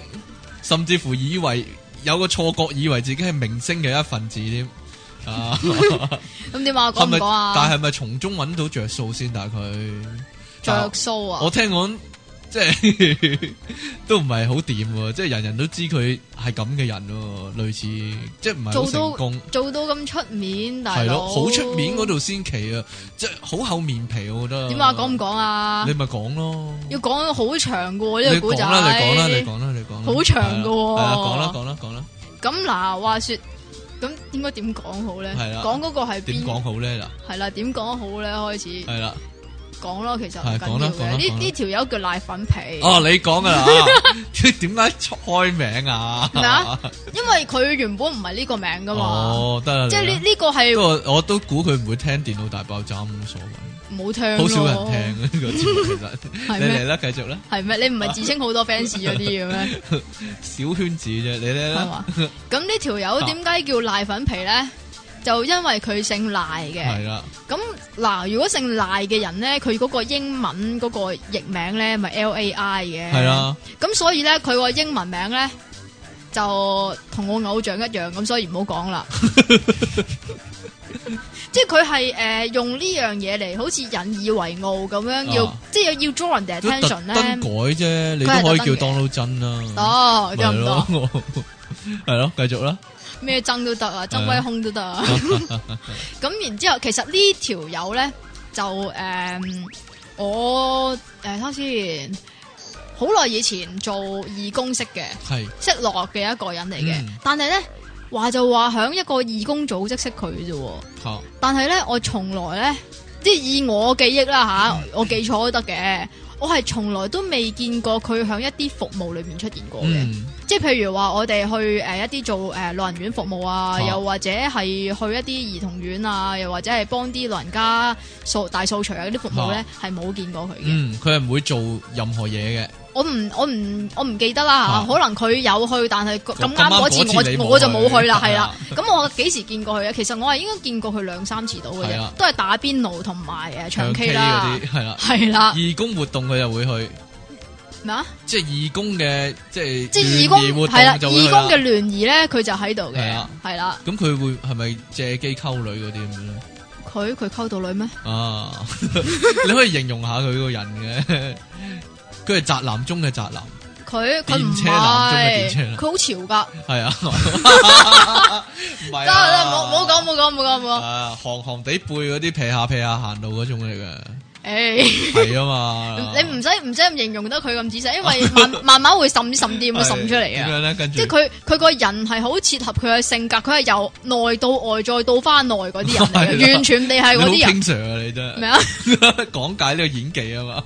A: 甚至乎以為有個錯覺，以為自己係明星嘅一份子添 啊！
B: 咁點啊？講
A: 係
B: 唔
A: 咪
B: 講
A: 但
B: 啊？
A: 係咪從中揾到着數先？但係佢
B: 着數啊
A: 我！聽講即係 都唔係好掂喎，即係人人都知佢係咁嘅人喎，類似即係唔係好
B: 做
A: 成
B: 到
A: 功。
B: 做到咁出面，大
A: 係
B: 佬
A: 咯，好出面嗰度先奇啊！即係好厚面皮，我覺得。
B: 點啊？講唔講啊
A: 你？咪講咯。
B: 要講好長噶喎呢
A: 你
B: 個古
A: 講
B: 仔。
A: 啦，你講啦，你講啦，你講啦。
B: 好長㗎喎
A: 係啊，講啦，講啦，講啦。
B: 咁嗱，話說咁應該點講好咧？
A: 係啦
B: 講嗰個係
A: 點講
B: 邊？
A: 好咧？嗱，
B: 係啦，點講好咧？開始
A: 係啦。
B: 講咯，其實唔
A: 係講
B: 緊
A: 啦
B: 要
A: 講啦
B: 嘅。
A: 講啦
B: 呢呢條友叫賴粉皮，
A: 哦，你講 噶啦。啊 點解開名啊？
B: 咩啊因為佢原本唔係呢個名噶嘛，
A: 哦，得啦。
B: 即係呢
A: 你啦。
B: 呢個
A: 不
B: 係
A: 過我都估佢唔會聽電腦大爆炸，冇所謂。
B: 冇聽咯，
A: 好少人聽啊呢個節目，其實。
B: 係
A: 你嚟
B: 咩？
A: 啦，繼續啦。
B: 係咩？你唔係自稱好多 fans 嗰啲嘅咩？
A: 小圈子啫，你 嚟
B: 係
A: 啦。
B: 嘛？咁呢條友點解叫賴粉皮咧？就因為佢姓賴嘅
A: 係。啦，
B: 咁嗱，如果姓賴嘅人咧，佢嗰個英文嗰個譯名咧，咪 L A I 嘅。
A: 係。啦。
B: 咁所以咧，佢個英文名咧就同我偶像一樣，咁所以唔好講 啦。即係佢係诶用呢樣嘢嚟，好似引以為傲咁樣，要、
A: 啊
B: 即係要 draw 人哋
A: 都特
B: attention
A: 登
B: 咧
A: 改。啫，你都
B: 佢係
A: 可以
B: 特登
A: 叫 Donald 真啦。
B: 哦，得
A: 咪
B: 唔得？
A: 咯， 係咯，繼續啦。
B: 咩爭都得啊，
A: 係
B: 爭
A: 啊
B: 威空都 得啊。咁然之後，其實呢條友咧就誒、嗯我誒睇下先，好耐以前做義工識嘅，
A: 係。
B: 識落嘅一個人嚟嘅。
A: 嗯
B: 但係咧話就話響一個義工組織識佢啫喎，
A: 嚇
B: 但係咧我從來咧，即係以我記憶啦吓，
A: 嗯
B: 我記錯都得嘅。我係從來都未見過佢響一啲服務裏面出現過嘅。
A: 嗯。
B: 即係譬如話，我哋去誒一啲做誒、呃老人院服務啊，
A: 啊
B: 又或者係去一啲兒童院啊，又或者係幫啲老人家掃大掃除啊嗰啲服務咧
A: 啊，
B: 係冇見過佢嘅。
A: 嗯，佢係唔會做任何嘢嘅。
B: 我唔我唔我唔記得啦
A: 啊
B: 嚇，可能佢有去，但係咁
A: 咁
B: 啱
A: 啱嗰
B: 嗰
A: 次
B: 次
A: 你冇
B: 我我就冇 去啦，
A: 去啊
B: 係啦。咁我幾時見過佢咧？其實我係應該見過佢兩三次到嘅
A: 係啊
B: 啫
A: 啦，
B: 都係打邊爐同埋誒
A: 唱
B: 唱
A: K
B: K
A: 嗰
B: 啦，啊
A: 啲係啦。
B: 係啦
A: 義工活動佢就會去，
B: 咩啊？
A: 即係義工嘅即係
B: 即係義
A: 聯誼
B: 工
A: 活
B: 係啦，
A: 動就會
B: 義
A: 去
B: 工
A: 啦
B: 嘅。聯誼咧，佢就喺度
A: 係
B: 嘅
A: 啊，
B: 係啦。
A: 咁佢會係咪借機溝女嗰啲咁樣咧？
B: 佢佢溝到女咩？
A: 啊， 你可以形容下佢個人嘅， 佢係宅男中嘅宅男，
B: 佢佢唔
A: 電車男中嘅電車
B: 係，
A: 男
B: 佢好潮噶。
A: 係 啊，唔係
B: 得啦，
A: 啊，
B: 冇冇講冇講冇講冇講。
A: 啊，行行地背嗰啲劈下劈下行路嗰種嚟嘅，
B: 誒，
A: 係啊嘛，
B: 你唔使唔使咁形容得佢咁仔細，因為慢慢慢會滲滲啲咁樣滲出嚟
A: 點
B: 嘅。
A: 樣咧？跟住
B: 即係佢佢個人係好切合佢嘅性格，佢係由內到外再到翻內嗰啲人嚟
A: 係啦啊
B: 嘅，完全地
A: 你
B: 係嗰
A: 好
B: 啲
A: 經
B: 人。
A: 常啊，你真係
B: 咩啊？
A: 講解呢個演技啊嘛，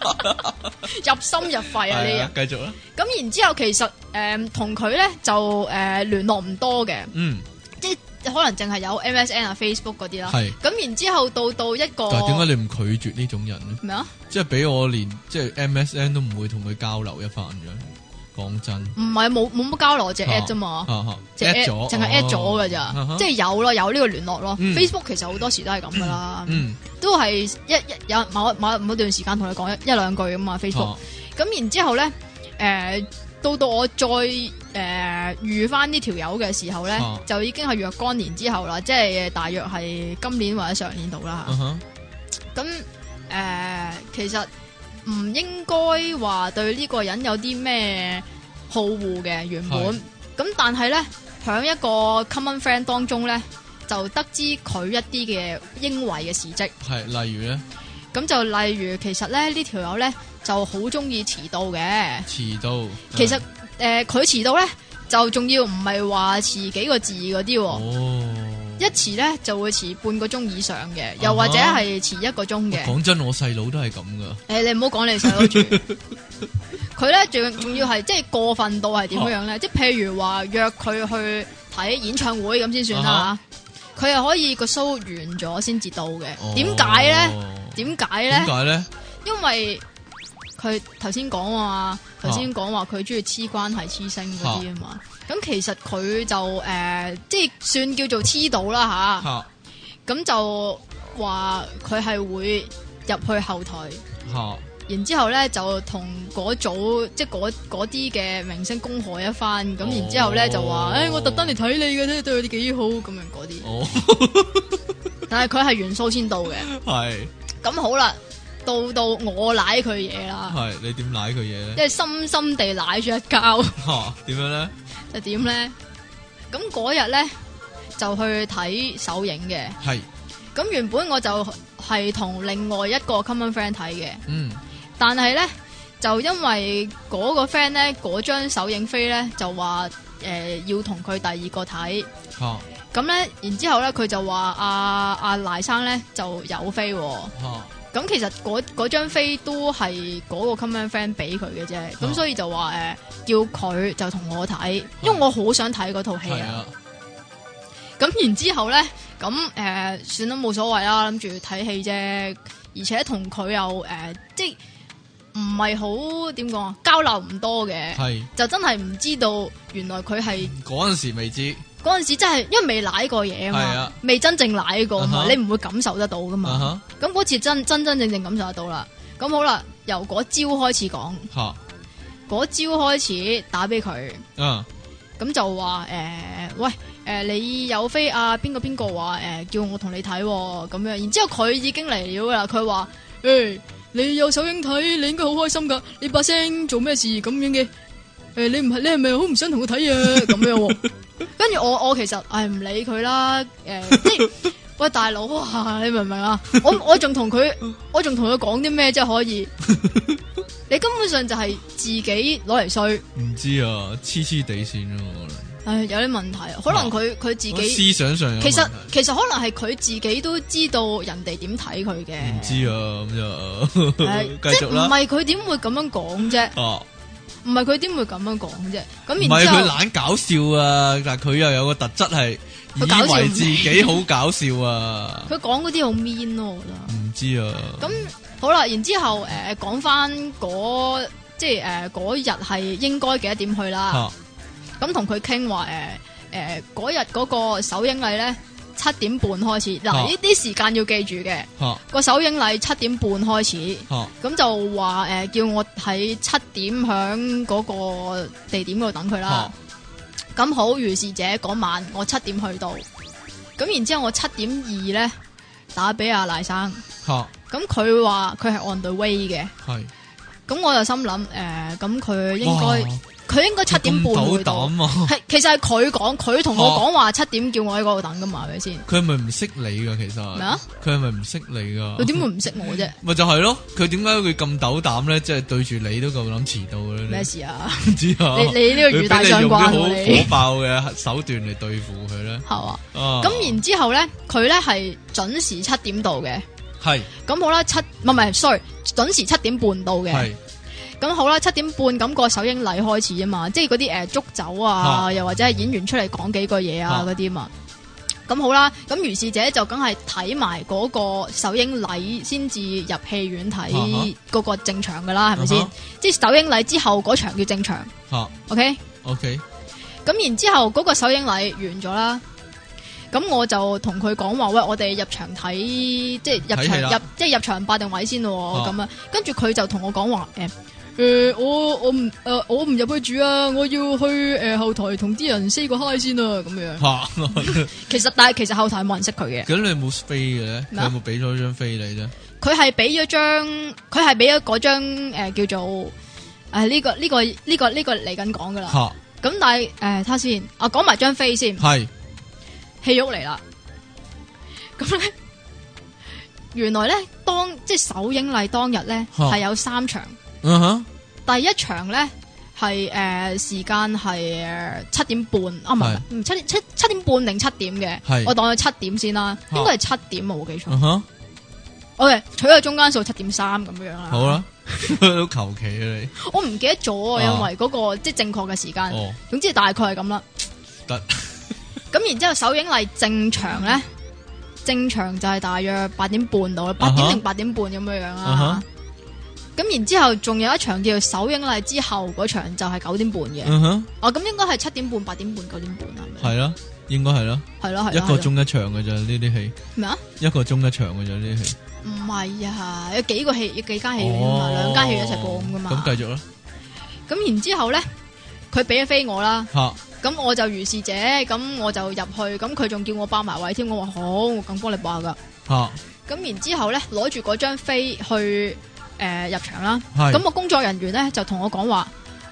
B: 入心入肺啊呢
A: 係
B: 人
A: 啊。，繼續啦，
B: 咁然之後其實誒同佢咧就誒聯絡唔多嘅，
A: 嗯，
B: 可能淨係有 MSN 啊 Facebook 嗰啲啦。
A: 係。
B: 咁然之後到到一個
A: 但係點解你唔拒絕呢種人咧？
B: 咩啊？
A: 即係俾我連即係 MSN 都唔會同佢交流一番嘅。講真，
B: 唔係冇冇乜交流，淨係 at 啫嘛。
A: 啊
B: 哦即係
A: at
B: at
A: 咗，啊
B: 淨係 at 咗噶咋，即
A: 係
B: 係有咯，有呢個聯絡咯。
A: 嗯
B: Facebook 其實好多時都係咁噶啦，
A: 嗯
B: 都係一一有某某某段時間同你講一一兩句咁嘛 Facebook。
A: 啊
B: 咁然之後咧，誒到到我再誒遇翻呢條友嘅時候咧
A: 啊，
B: 就已經係若干年之後啦，即係大約係今年或者上年度啦
A: 啊。哈
B: 咁誒其實唔應該話對呢個人有啲咩好惡嘅原本
A: 係，
B: 咁但係咧喺一個 common friend 當中咧，就得知佢一啲嘅英偉嘅事蹟。
A: 係例如咧，
B: 咁就例如其實咧呢條友咧就好中意遲到嘅。
A: 迟到。啊
B: 其實诶，佢、遲到咧就仲要唔係話遲幾個字嗰啲喎，
A: 哦，
B: 一遲咧就會遲半個鐘以上嘅，又或者
A: 啊哈
B: 係遲一個鐘嘅。
A: 讲真，我细佬都系咁噶。
B: 诶、你唔好講你細佬住， 佢咧仲仲要係即係過分到係點樣樣咧？即係譬如話約佢去睇演唱會咁先算啦嚇佢係可以個 show 完咗先至到嘅。
A: 哦
B: 點解咧？？點解
A: 点
B: 咧？
A: 解咧？
B: 因為佢頭先講啊嘛，頭先講話佢中意黐關係黐星嗰啲啊嘛。咁其實佢就诶、呃即係算叫做黐到啦吓。
A: 吓
B: 咁就話佢係會入去後台，
A: 吓
B: 然之後咧就同嗰組即係嗰嗰啲嘅明星恭賀一番，咁
A: 哦
B: 然之後咧就話：，誒、哎我特登嚟睇你嘅啫，對你幾好咁樣嗰啲。
A: 哦，
B: 但係佢係元素先到嘅，
A: 系
B: 咁好啦，到到我舐佢嘢啦，
A: 系，你點舐佢嘢
B: 即
A: 咧？
B: 係深深地舐咗一跤，
A: 吓點樣咧？
B: 就點咧？咁嗰日咧就去睇首映嘅，
A: 係
B: 咁原本我就係同另外一個 common friend 睇嘅。
A: 嗯，
B: 但系咧就因為嗰個 friend 咧嗰張首映飛咧就話诶、呃要同佢第二個睇，
A: 吓
B: 咁咧然之後咧佢就話阿阿賴生咧就有飛喎。
A: 吓
B: 咁其實嗰嗰張飛都係嗰個 common friend 俾佢嘅啫，咁、
A: 哦
B: 所以就話诶、呃叫佢就同我睇，因為我好想睇嗰套戲
A: 係
B: 啊
A: 啊。，
B: 咁然之後咧，咁誒、呃算啦，冇所謂啦，諗住睇戲啫。而且同佢又誒、呃即係唔係好點講啊？交流唔多嘅，
A: 係
B: 就真係唔知道原來佢係
A: 嗰阵时未知
B: 嗰陣時真係因為未舐過嘢
A: 係
B: 啊嘛
A: 啊，
B: 未真正舐過啊嘛
A: 啊哈
B: 你唔會感受得到噶嘛。
A: 啊
B: 咁嗰、次真真真正正感受得到啦。咁好啦，由嗰朝開始講，
A: 吓
B: 嗰朝開始打俾佢。
A: 吓啊
B: 咁就話誒、呃喂誒、呃你有飛啊？邊個邊個話誒叫我同你睇喎咁、樣，然之後佢已經嚟了啦，佢話誒你有首映睇，你應該好開心噶，你把聲做咩事咁樣嘅？誒、你唔係你係咪好唔想同我睇啊？咁樣喎、跟住我我其實唉唔理佢啦，誒、即係喂大佬啊，你明唔明啊？我我仲同佢，我仲同佢講啲咩啫可以？你根本上就係自己攞嚟衰。
A: 唔知啊，黐黐地線咯，我覺得
B: 唉，有啲問題，啊可能佢佢自
A: 哦我思
B: 己
A: 想上有
B: 其實
A: 問題
B: 其實可能係佢自己都知道人哋點睇佢嘅，
A: 唔知啊，咁 就
B: 唉
A: 繼
B: 即係
A: 續
B: 唔
A: 啦。
B: 係佢點會咁樣講啫？
A: 哦，
B: 唔係佢點會咁樣講啫？
A: 唔
B: 咁
A: 係
B: 然
A: 佢
B: 之後，
A: 懶搞笑啊，但佢又有個特質係
B: 佢搞
A: 以
B: 笑
A: 為
B: 唔
A: 自己好搞笑啊，
B: 佢講嗰啲好 mean 咯，我覺得。
A: 唔知啊。
B: 咁好啦，然之後誒講翻嗰即係誒嗰日係應該幾多點去啦？
A: 吓
B: 咁同佢傾話誒誒嗰日嗰個首映禮咧七點半開始，嗱
A: 啊
B: 呢啲時間要記住嘅，
A: 吓
B: 個首映禮七點半開始。
A: 吓
B: 咁就話誒、呃叫我喺七點響嗰個地點嗰度等佢
A: 啊
B: 啦。咁、好，如是者嗰晚我七點去到，咁然之後我七點二咧打俾阿賴生，
A: 吓
B: 咁佢話佢係 on the way 嘅，
A: 係
B: 咁我就心諗誒，呃咁、佢應
A: 哇
B: 該佢應該七點半
A: 咁
B: 會
A: 斗
B: 到。
A: 膽啊！
B: 係，其實係佢講，佢同我講話七點叫我喺嗰度等噶嘛，係咪先？
A: 佢係咪唔識你噶？其實
B: 咩啊？
A: 佢係咪唔識你噶？
B: 佢點會唔識我啫？
A: 咪就係咯？佢點解會咁斗膽咧？即係對住你都咁諗遲到嘅咧？
B: 咩
A: 你
B: 事啊？
A: 唔知啊？
B: 你你呢個
A: 佢
B: 語帶
A: 俾
B: 相
A: 你用
B: 關
A: 啲
B: 喎，
A: 好
B: 你
A: 火爆嘅手段嚟對付佢 咧。
B: 係嘛？
A: 啊，
B: 咁然之後咧，佢咧係準時七點到嘅，
A: 係
B: 咁好啦，七唔係唔係，sorry，準時七點半到嘅，
A: 係
B: 咁好啦，七點半咁個首映禮開始啊嘛，即係嗰啲誒祝酒啊，
A: 啊
B: 又或者係演員出嚟講幾句嘢啊
A: 啊
B: 嗰啲嘛，咁好啦，咁如是者就梗係睇埋嗰個首映禮先至入戲院睇
A: 啊
B: 嗰個正場噶啦，係咪
A: 啊
B: 先
A: 哈？
B: 即係首映禮之後嗰場叫正場
A: 吓
B: ，OK？
A: OK
B: 咁然之後嗰個首映禮完咗啦，咁我就同佢講話，喂，我哋入場睇，即係入
A: 睇
B: 場
A: 戲啦
B: 入，即係入場霸定位先咯，
A: 哦嗯
B: 咁啊，跟住佢就同我講話，誒、誒、我我唔誒、我唔入去住啊，我要去誒、後台同啲人 say 個 hi 先啊，咁樣。
A: 吓，
B: 其實但係其實後台冇人識佢 嘅，
A: 咁你有冇飛嘅咧？
B: 咩
A: 佢
B: 啊
A: 有冇俾咗張飛你啫？
B: 佢係俾咗張，佢係俾咗嗰張誒叫做誒呢、個呢、個呢、個呢、個嚟緊講噶啦。
A: 吓
B: 咁但係誒睇下先，啊講埋張飛先。
A: 係
B: 戲肉嚟啦。咁咧，原來咧當即係首映禮當日咧
A: 嚇
B: 係有三場，
A: 嗯哼，
B: 第一場咧係诶時間係呃七點半啊，唔係
A: 係
B: 唔係七點七七點半定七點
A: 係
B: 嘅，我當佢七點先啦，
A: 嚇
B: 應該係七點啊我冇記錯。
A: 嗯哼，
B: 我哋取個中間數七點三咁樣啦。
A: 好，啦， 都求其啊你，
B: 我唔記得咗啊，
A: 啊
B: 因為嗰個即係正確嘅時間。
A: 哦，
B: 總之大概係咁啦。
A: 得，
B: 咁然之後首映禮正常咧，正常就係大約八點半到啦，八
A: 啊
B: 點
A: 哈
B: 定八點半咁樣樣
A: 啊哈
B: 啦。咁然之後仲有一場叫做首映禮之後嗰場就係九點半嘅。
A: 嗯哼，
B: 哦，咁應該係七點半、八點半、九點半啦，係咪？
A: 係啦，應該係啦，
B: 係咯係咯。
A: 一個
B: 係咯
A: 鐘一場嘅咋呢啲戲，
B: 咩啊？
A: 一個鐘一場嘅咋呢啲戲，
B: 唔係啊，有幾個戲，有幾間戲院啊嘛，兩間戲院一齊播咁噶嘛。
A: 哦咁繼續啦，
B: 咁然之後咧，佢俾咗飛我啦。
A: 吓，
B: 咁我就如是者，咁我就入去，咁佢仲叫我霸埋位添，我話好，我咁幫你霸噶。
A: 吓，
B: 咁然之後咧，攞住嗰張飛去诶、呃入場啦。
A: 係
B: 咁個工作人員咧就同我講話：，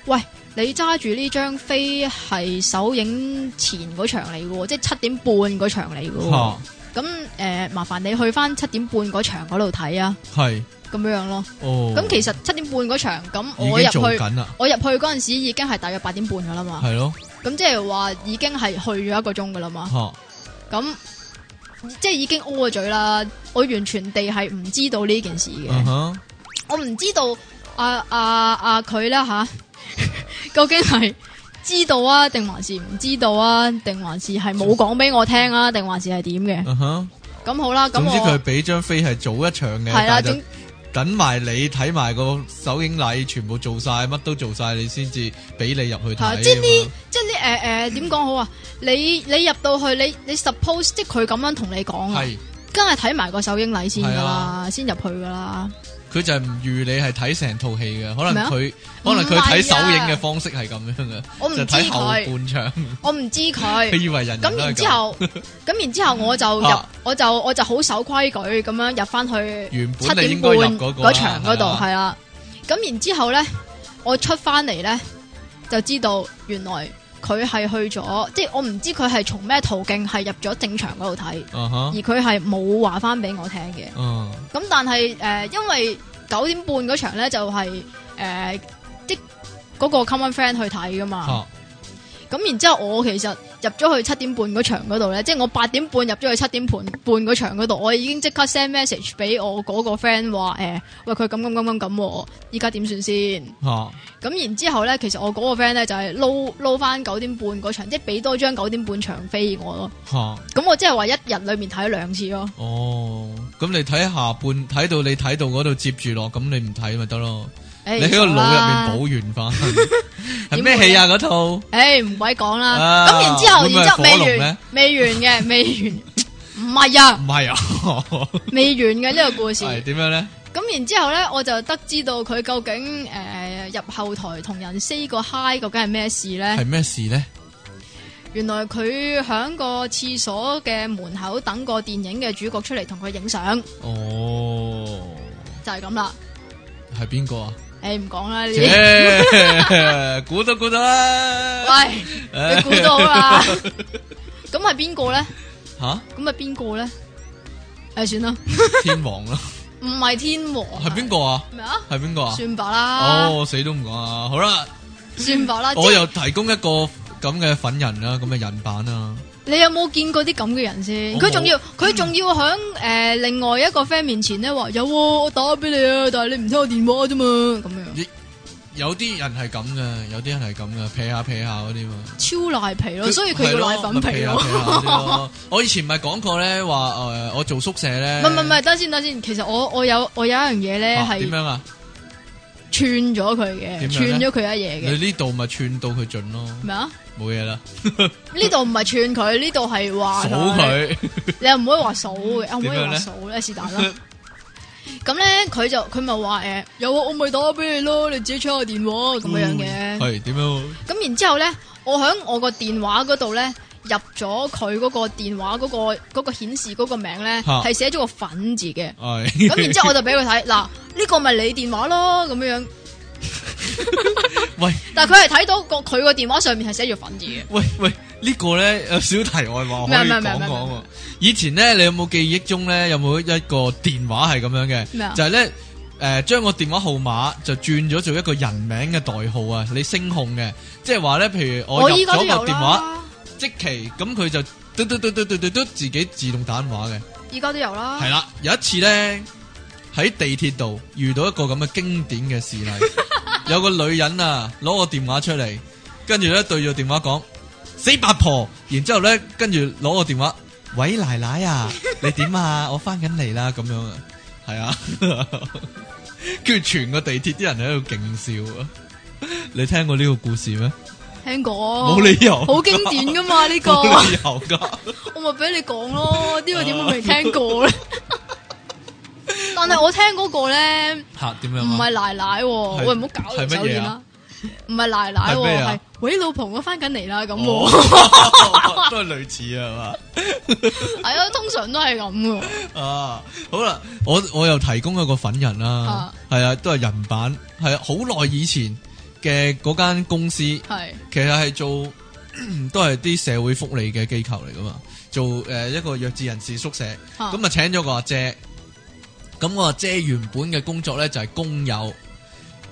B: 喂，你揸住呢張飛係首映前嗰場嚟嘅喎，即係七點半嗰場嚟嘅喎。
A: 吓，
B: 咁诶、呃麻煩你去翻七點半嗰場嗰度睇啊，
A: 係，
B: 咁樣樣咯。
A: 哦，
B: 咁其實七點半嗰場，咁我
A: 已
B: 入
A: 經做
B: 去。
A: 緊啦，
B: 我入去嗰陣時已經係大約八點半噶啦嘛，
A: 係咯，
B: 咁即係話已經係去咗一個鐘噶啦嘛。
A: 吓。
B: 咁即系已經 O 咗嘴啦，我完全地係唔知道呢件事嘅，
A: 嗯哼，
B: 我唔知道啊啊啊佢啦吓， 究竟係知道啊，定還是唔知道啊，定還是係冇講俾我聽啊，定還是係點嘅？
A: 嗯哼，
B: 咁好啦，咁
A: 总之佢
B: 我
A: 俾張飛係早一場嘅，
B: 係啦，
A: 但係
B: 總
A: 就等埋你睇埋個首映禮，全部做晒，乜都做晒，你先至俾你入去
B: 係啊
A: 睇。
B: 即係呢即係呢诶诶點講好啊？你你入到去，你你 suppose 即係佢咁樣同你講啊，
A: 系
B: 梗係睇埋個首映禮先噶
A: 係
B: 啦
A: 啊，
B: 先入去噶啦。
A: 佢就係唔預你係睇成套戲嘅，可
B: 咩
A: 能
B: 啊
A: 佢可能佢
B: 唔
A: 睇
B: 係
A: 首
B: 啊
A: 映嘅方式係咁樣嘅，
B: 我唔知
A: 就睇後
B: 佢，
A: 半場。
B: 我唔知佢
A: 佢。以為人人
B: 咁
A: 都係
B: 然之 後，咁然之後我就入
A: 啊，
B: 我就我就好守規矩咁樣入翻去呃
A: 原
B: 七
A: 本你
B: 點
A: 應該
B: 半
A: 入嗰個啊
B: 嗰場嗰度
A: 係
B: 係啦。咁然之後咧，我出翻嚟咧就知道原來佢係去咗，即係我唔知佢係從咩途徑係入咗正場嗰度睇，
A: 嗯
B: 而
A: 哼，
B: 佢係冇話翻俾我聽嘅。
A: 嗯
B: 咁但係诶、呃因為九點半嗰場咧就係呃即嗰個 common friend 去睇噶嘛。
A: 嚇
B: 咁然之後，我其實入咗去七點半嗰場嗰度咧，即係我八點半入咗去七點半半嗰場嗰度，我已經即刻 send message 俾我嗰個 friend 話誒，喂佢咁咁咁咁咁喎，依家點算先？
A: 嚇
B: 咁然之後咧，其實我嗰個 friend 咧就係撈撈翻九點半嗰場，即係俾多張九點半場飛我咯。
A: 嚇
B: 咁我即係話一日裡面睇兩次咯。
A: 哦，咁你睇下半睇到你睇到嗰度接住落，咁你唔睇咪得咯？
B: 你
A: 你喺個腦入面補完翻， 係咩戲啊？嗰套
B: 誒唔鬼講啦。
A: 啊
B: 咁然之後，
A: 會唔會
B: 然之後
A: 係火龍
B: 未完
A: 咧，
B: 未完嘅，未完。唔係啊
A: 唔，係啊，
B: 未完嘅呢個故事。
A: 係點樣咧？
B: 咁然之後咧，我就得知到佢究竟誒、呃入後台同人 say 個 hi 究竟係咩事咧？
A: 係咩事咧？
B: 原來佢喺個廁所嘅門口等個電影嘅主角出嚟同佢影相，
A: 哦，
B: 就係咁啦。
A: 係邊個啊？
B: 誒唔講啦，呢啲
A: 切，估都估到啦。
B: 喂你估 到啦。咁係邊個咧？
A: 吓，
B: 咁係邊個咧？誒、算啦，
A: 天王咯，
B: 唔係天王啊，
A: 係邊個啊？
B: 咩啊？
A: 係邊個啊？
B: 算吧啦，
A: 哦，死都唔講啊！好啦，
B: 算吧啦。即
A: 我
B: 係
A: 又提供一個咁嘅粉人啦，咁嘅人版啦。
B: 你有冇見過啲咁嘅人先？
A: 我
B: 佢仲要佢仲要喺诶另外一個 friend 面前咧話有喎我打俾你啊，但係你唔聽我電話啫嘛，咁樣
A: 有啲人係咁嘅，有啲人係咁嘅，撇下撇下嗰啲嘛。
B: 超賴皮咯，所以佢要奶粉皮
A: 係咯咪皮啊
B: 咯。
A: 皮啊啲咯我以前咪講過咧，話誒我做宿舍咧，
B: 唔係唔係唔係，等先等先，其實我我有我有一樣嘢咧
A: 啊
B: 係
A: 點樣啊？
B: 串咗佢
A: 點
B: 嘅，
A: 樣
B: 串
A: 呢
B: 咗佢一嘢
A: 你
B: 嘅
A: 呢度咪串到佢盡咯，
B: 咩啊？
A: 冇嘢啦，
B: 呢度唔係串佢，呢度係話
A: 數，佢
B: 你又唔可以話數嘅，又唔可以
A: 點樣
B: 話
A: 呢
B: 數咧，是但啦。咁咧佢就佢咪話誒有啊，我咪打俾你咯，你自己 check 我電話咁樣嘅。
A: 係點樣？
B: 咁然之後咧，我喺我個電話嗰度咧入咗佢嗰個電話嗰、個嗰、個顯示嗰個名咧，
A: 嚇
B: 係寫咗個粉字 嘅。
A: 係
B: 咁然之後我就俾佢睇，嗱呢個咪你電話咯咁樣樣。
A: 喂
B: 但係佢係睇到個佢個電話上面係寫住粉字嘅。
A: 喂喂，呢個咧有少題外話可以
B: 咩啊
A: 講
B: 咩啊咩啊
A: 講
B: 咩
A: 喎。以前咧，你有冇記憶中咧有冇一個電話係咁樣
B: 咩啊
A: 嘅？就係咧诶将個電話號碼就轉咗做一個人名嘅代號啊，你聲控嘅，即係話咧，譬如我
B: 我
A: 入
B: 依家都
A: 咗
B: 有
A: 個電話
B: 啦，
A: 即期，咁佢就嘟嘟嘟嘟嘟嘟嘟自己自動打電話嘅。
B: 依家都有啦。
A: 系啦，有一次咧喺地鐵度遇到一個咁嘅經典嘅事 例，有個女人啊攞個電話出嚟，跟住咧對住個電話講死八婆，然之后咧跟住攞個電話，喂奶奶 啊，你點啊？我翻緊嚟啦，咁樣啊，係啊， 跟住全個地鐵啲人喺度勁笑啊！你聽過呢個故事咩？
B: 聽過，
A: 冇、理由，
B: 哦好經典噶嘛呢個， 啊
A: 冇理由 噶。
B: 我咪俾你講咯，呢個點會未聽 過咧？但係我聽嗰個咧，
A: 吓點樣
B: 唔
A: 啊？
B: 係奶奶喎，
A: 係
B: 喂唔好搞
A: 係
B: 人
A: 乜
B: 手
A: 嘢
B: 軟
A: 啊
B: 啦，唔係奶奶
A: 係咩
B: 喎，
A: 啊
B: 係喂老婆我翻緊嚟啦咁喎，
A: 哦 都係類似啊係嘛。
B: 係啊，通常都係咁噶。
A: 啊，好啦，我我又提供一個粉人啦
B: 啊，
A: 係啊，都係人版，係啊，好耐以前嘅嗰間公司，其
B: 系
A: 實係做 都係啲社會福利嘅機構嚟噶嘛，做诶、呃一個弱智人士宿舍，
B: 啊
A: 咁啊請咗個阿姐，咁我阿姐原本嘅工作咧就係工友，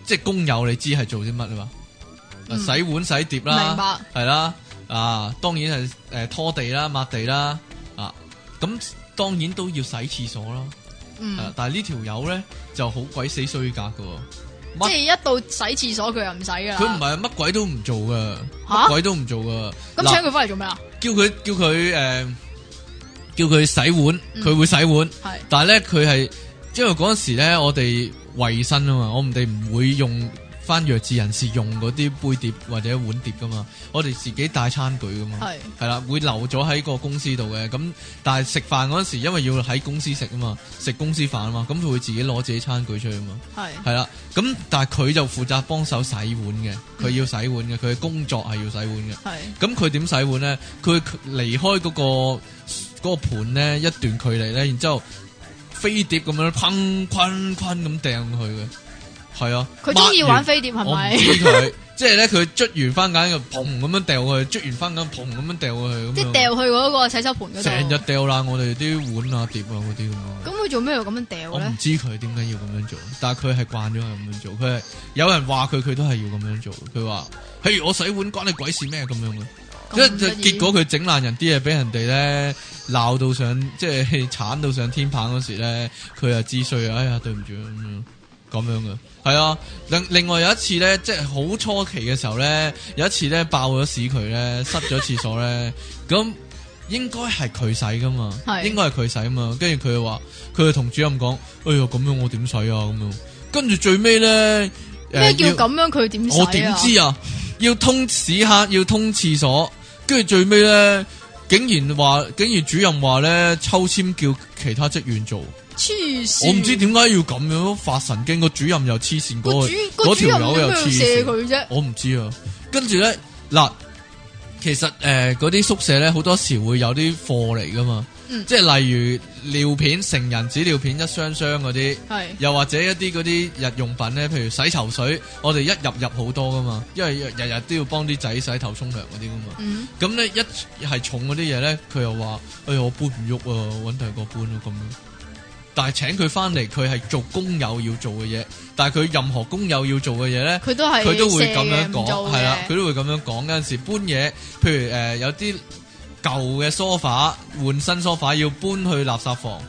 A: 即係工友你知係做啲乜啊嘛，啊
B: 嗯
A: 洗碗洗碟啦，
B: 明白
A: 系啦，啊，當然係诶、呃拖地啦、抹地啦，啊，咁當然都要洗廁所啦。啊
B: 嗯，
A: 但係呢條友咧就好鬼死衰格噶，
B: 即
A: 乜
B: 係一到洗廁所佢又唔洗噶啦。
A: 佢唔係乜鬼都唔做噶，乜
B: 吓
A: 鬼都唔做噶。
B: 咁請佢翻嚟做咩啊？
A: 叫佢叫佢诶、呃叫佢洗碗，
B: 嗯
A: 佢會洗碗，
B: 係
A: 但係咧佢係因為嗰阵时咧我哋卫生啊嘛，我唔哋唔會用。翻弱智人士用嗰啲杯碟或者碗碟噶嘛，我哋自己帶餐具噶嘛。
B: 係
A: 系啦，會留咗喺個公司度嘅。咁但係食飯嗰陣時，因為要喺公司食啊嘛，食公司飯啊嘛，咁佢會自己攞自己餐具出去啊嘛。
B: 係
A: 係啦，咁但係佢就負責幫手洗碗嘅，佢要洗碗嘅，佢嘅工作係要洗碗嘅。
B: 係
A: 咁佢點洗碗咧？佢離開嗰、個嗰、個盤咧一段距離咧，然之後飛碟咁樣砰砰砰咁掟佢嘅。係啊，
B: 佢中意
A: 抹完
B: 玩飛碟係
A: 我唔
B: 咪？
A: 知佢，即系咧佢捽完番梘又砰咁樣掉過去，捽完番梘砰咁樣掉過去，咁樣
B: 即係掉去嗰個洗手盆嗰度。
A: 成日掉爛我哋啲碗啊碟啊嗰啲咁樣。
B: 咁佢做咩要咁樣掉
A: 我
B: 咧
A: 唔？知佢點解要咁樣做，但係佢係慣咗係咁樣做。佢係有人話佢，佢都係要咁樣做。佢話：，譬如我洗碗關你鬼事咩咁樣嘅。
B: 咁
A: 即
B: 得
A: 係
B: 意
A: 結果佢整爛人啲嘢，俾人哋咧鬧到上，即係鏟到上天棚嗰時咧，佢又知衰啊！哎呀，對唔住咁樣，咁樣嘅。係啊，另另外有一次咧，即係好初期嘅時候咧，有一次咧爆咗屎佢咧，塞咗廁所咧，咁應該係佢洗噶嘛，
B: 係
A: 應該係佢洗啊嘛，跟住佢就話，佢就同主任講：，哎呀，咁樣我點洗啊？咁樣，跟住最尾咧，
B: 咩
A: 誒
B: 叫
A: 要
B: 咁樣？佢點洗啊？
A: 我點知啊？要通屎坑，要通廁所，跟住最尾咧，竟然話，竟然主任話咧抽籤叫其他職員做，
B: 黐線！
A: 我唔知點解要咁樣發神經，個主任又黐線，
B: 個
A: 嗰
B: 主
A: 個
B: 個
A: 嗰
B: 主
A: 條
B: 任點
A: 友又黐
B: 解要射
A: 線，
B: 佢啫？
A: 我唔知啊。跟住咧，嗱，其實誒嗰啲宿舍咧好多時會有啲貨嚟噶嘛，
B: 嗯
A: 即係例如尿片、成人紙尿片一箱箱嗰啲。
B: 係
A: 又或者一啲嗰啲日用品咧，譬如洗頭水，我哋一入入好多噶嘛，因為日日都要幫啲仔洗頭沖涼嗰啲噶嘛。
B: 嗯
A: 咁咧一係重嗰啲嘢咧，佢又話：哎呀，我搬唔喐啊，揾第二個搬啊咁。但係請佢翻嚟，佢係做工友要做嘅嘢，但係佢任何工友要做嘅嘢咧。
B: 佢都係
A: 佢都會
B: 射
A: 咁樣
B: 嘅唔做
A: 講，
B: 嘅
A: 係啦，佢都會咁樣講。有陣時搬嘢，譬如誒、呃有啲舊嘅 sofa 換新 sofa 要搬去垃圾房，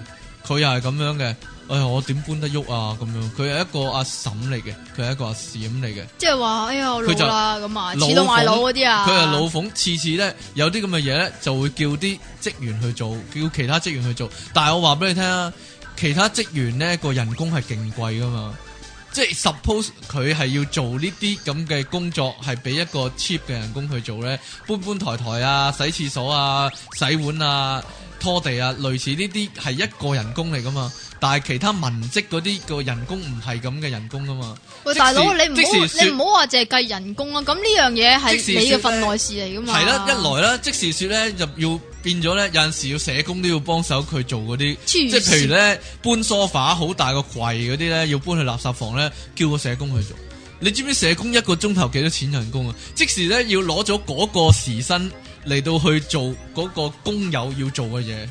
A: 佢又係咁樣嘅。哎呀，我點搬得喐啊？咁樣，佢係一個阿嬸嚟嘅，佢係一個阿嬸嚟嘅，
B: 即係話哎呀我老
A: 佢就
B: 啦咁啊，似到賣佬嗰啲啊，
A: 佢係老馮，次次咧有啲咁嘅嘢咧，就會叫啲職員去做，叫其他職員去做。但係我話俾你聽啊，其他職員咧個人工係勁貴噶嘛，即係 suppose 佢係要做呢啲咁嘅工作，係俾一個 cheap 嘅人工去做咧，搬搬抬抬啊、洗廁所啊、洗碗啊、拖地啊，類似呢啲係一個人工嚟噶嘛。但係其他文職嗰啲個人工唔係咁嘅人工噶嘛。
B: 喂，
A: 即
B: 大佬，
A: 時
B: 你唔
A: 即時
B: 好
A: 說
B: 你唔好話淨係計人工啊！咁呢樣嘢係
A: 即時
B: 你
A: 說
B: 嘅份內事嚟噶嘛？
A: 系啦，一來啦，即時说咧，就要變咗咧，有阵时要社工都要幫手佢做嗰啲，即
B: 即
A: 係譬如咧搬 sofa 好大個櫃嗰啲咧，要搬去垃圾房咧，叫個社工去做。你知唔知社工一個鐘頭幾多錢人工啊？即時咧要攞咗嗰個時薪嚟到去做嗰個工友要做嘅嘢，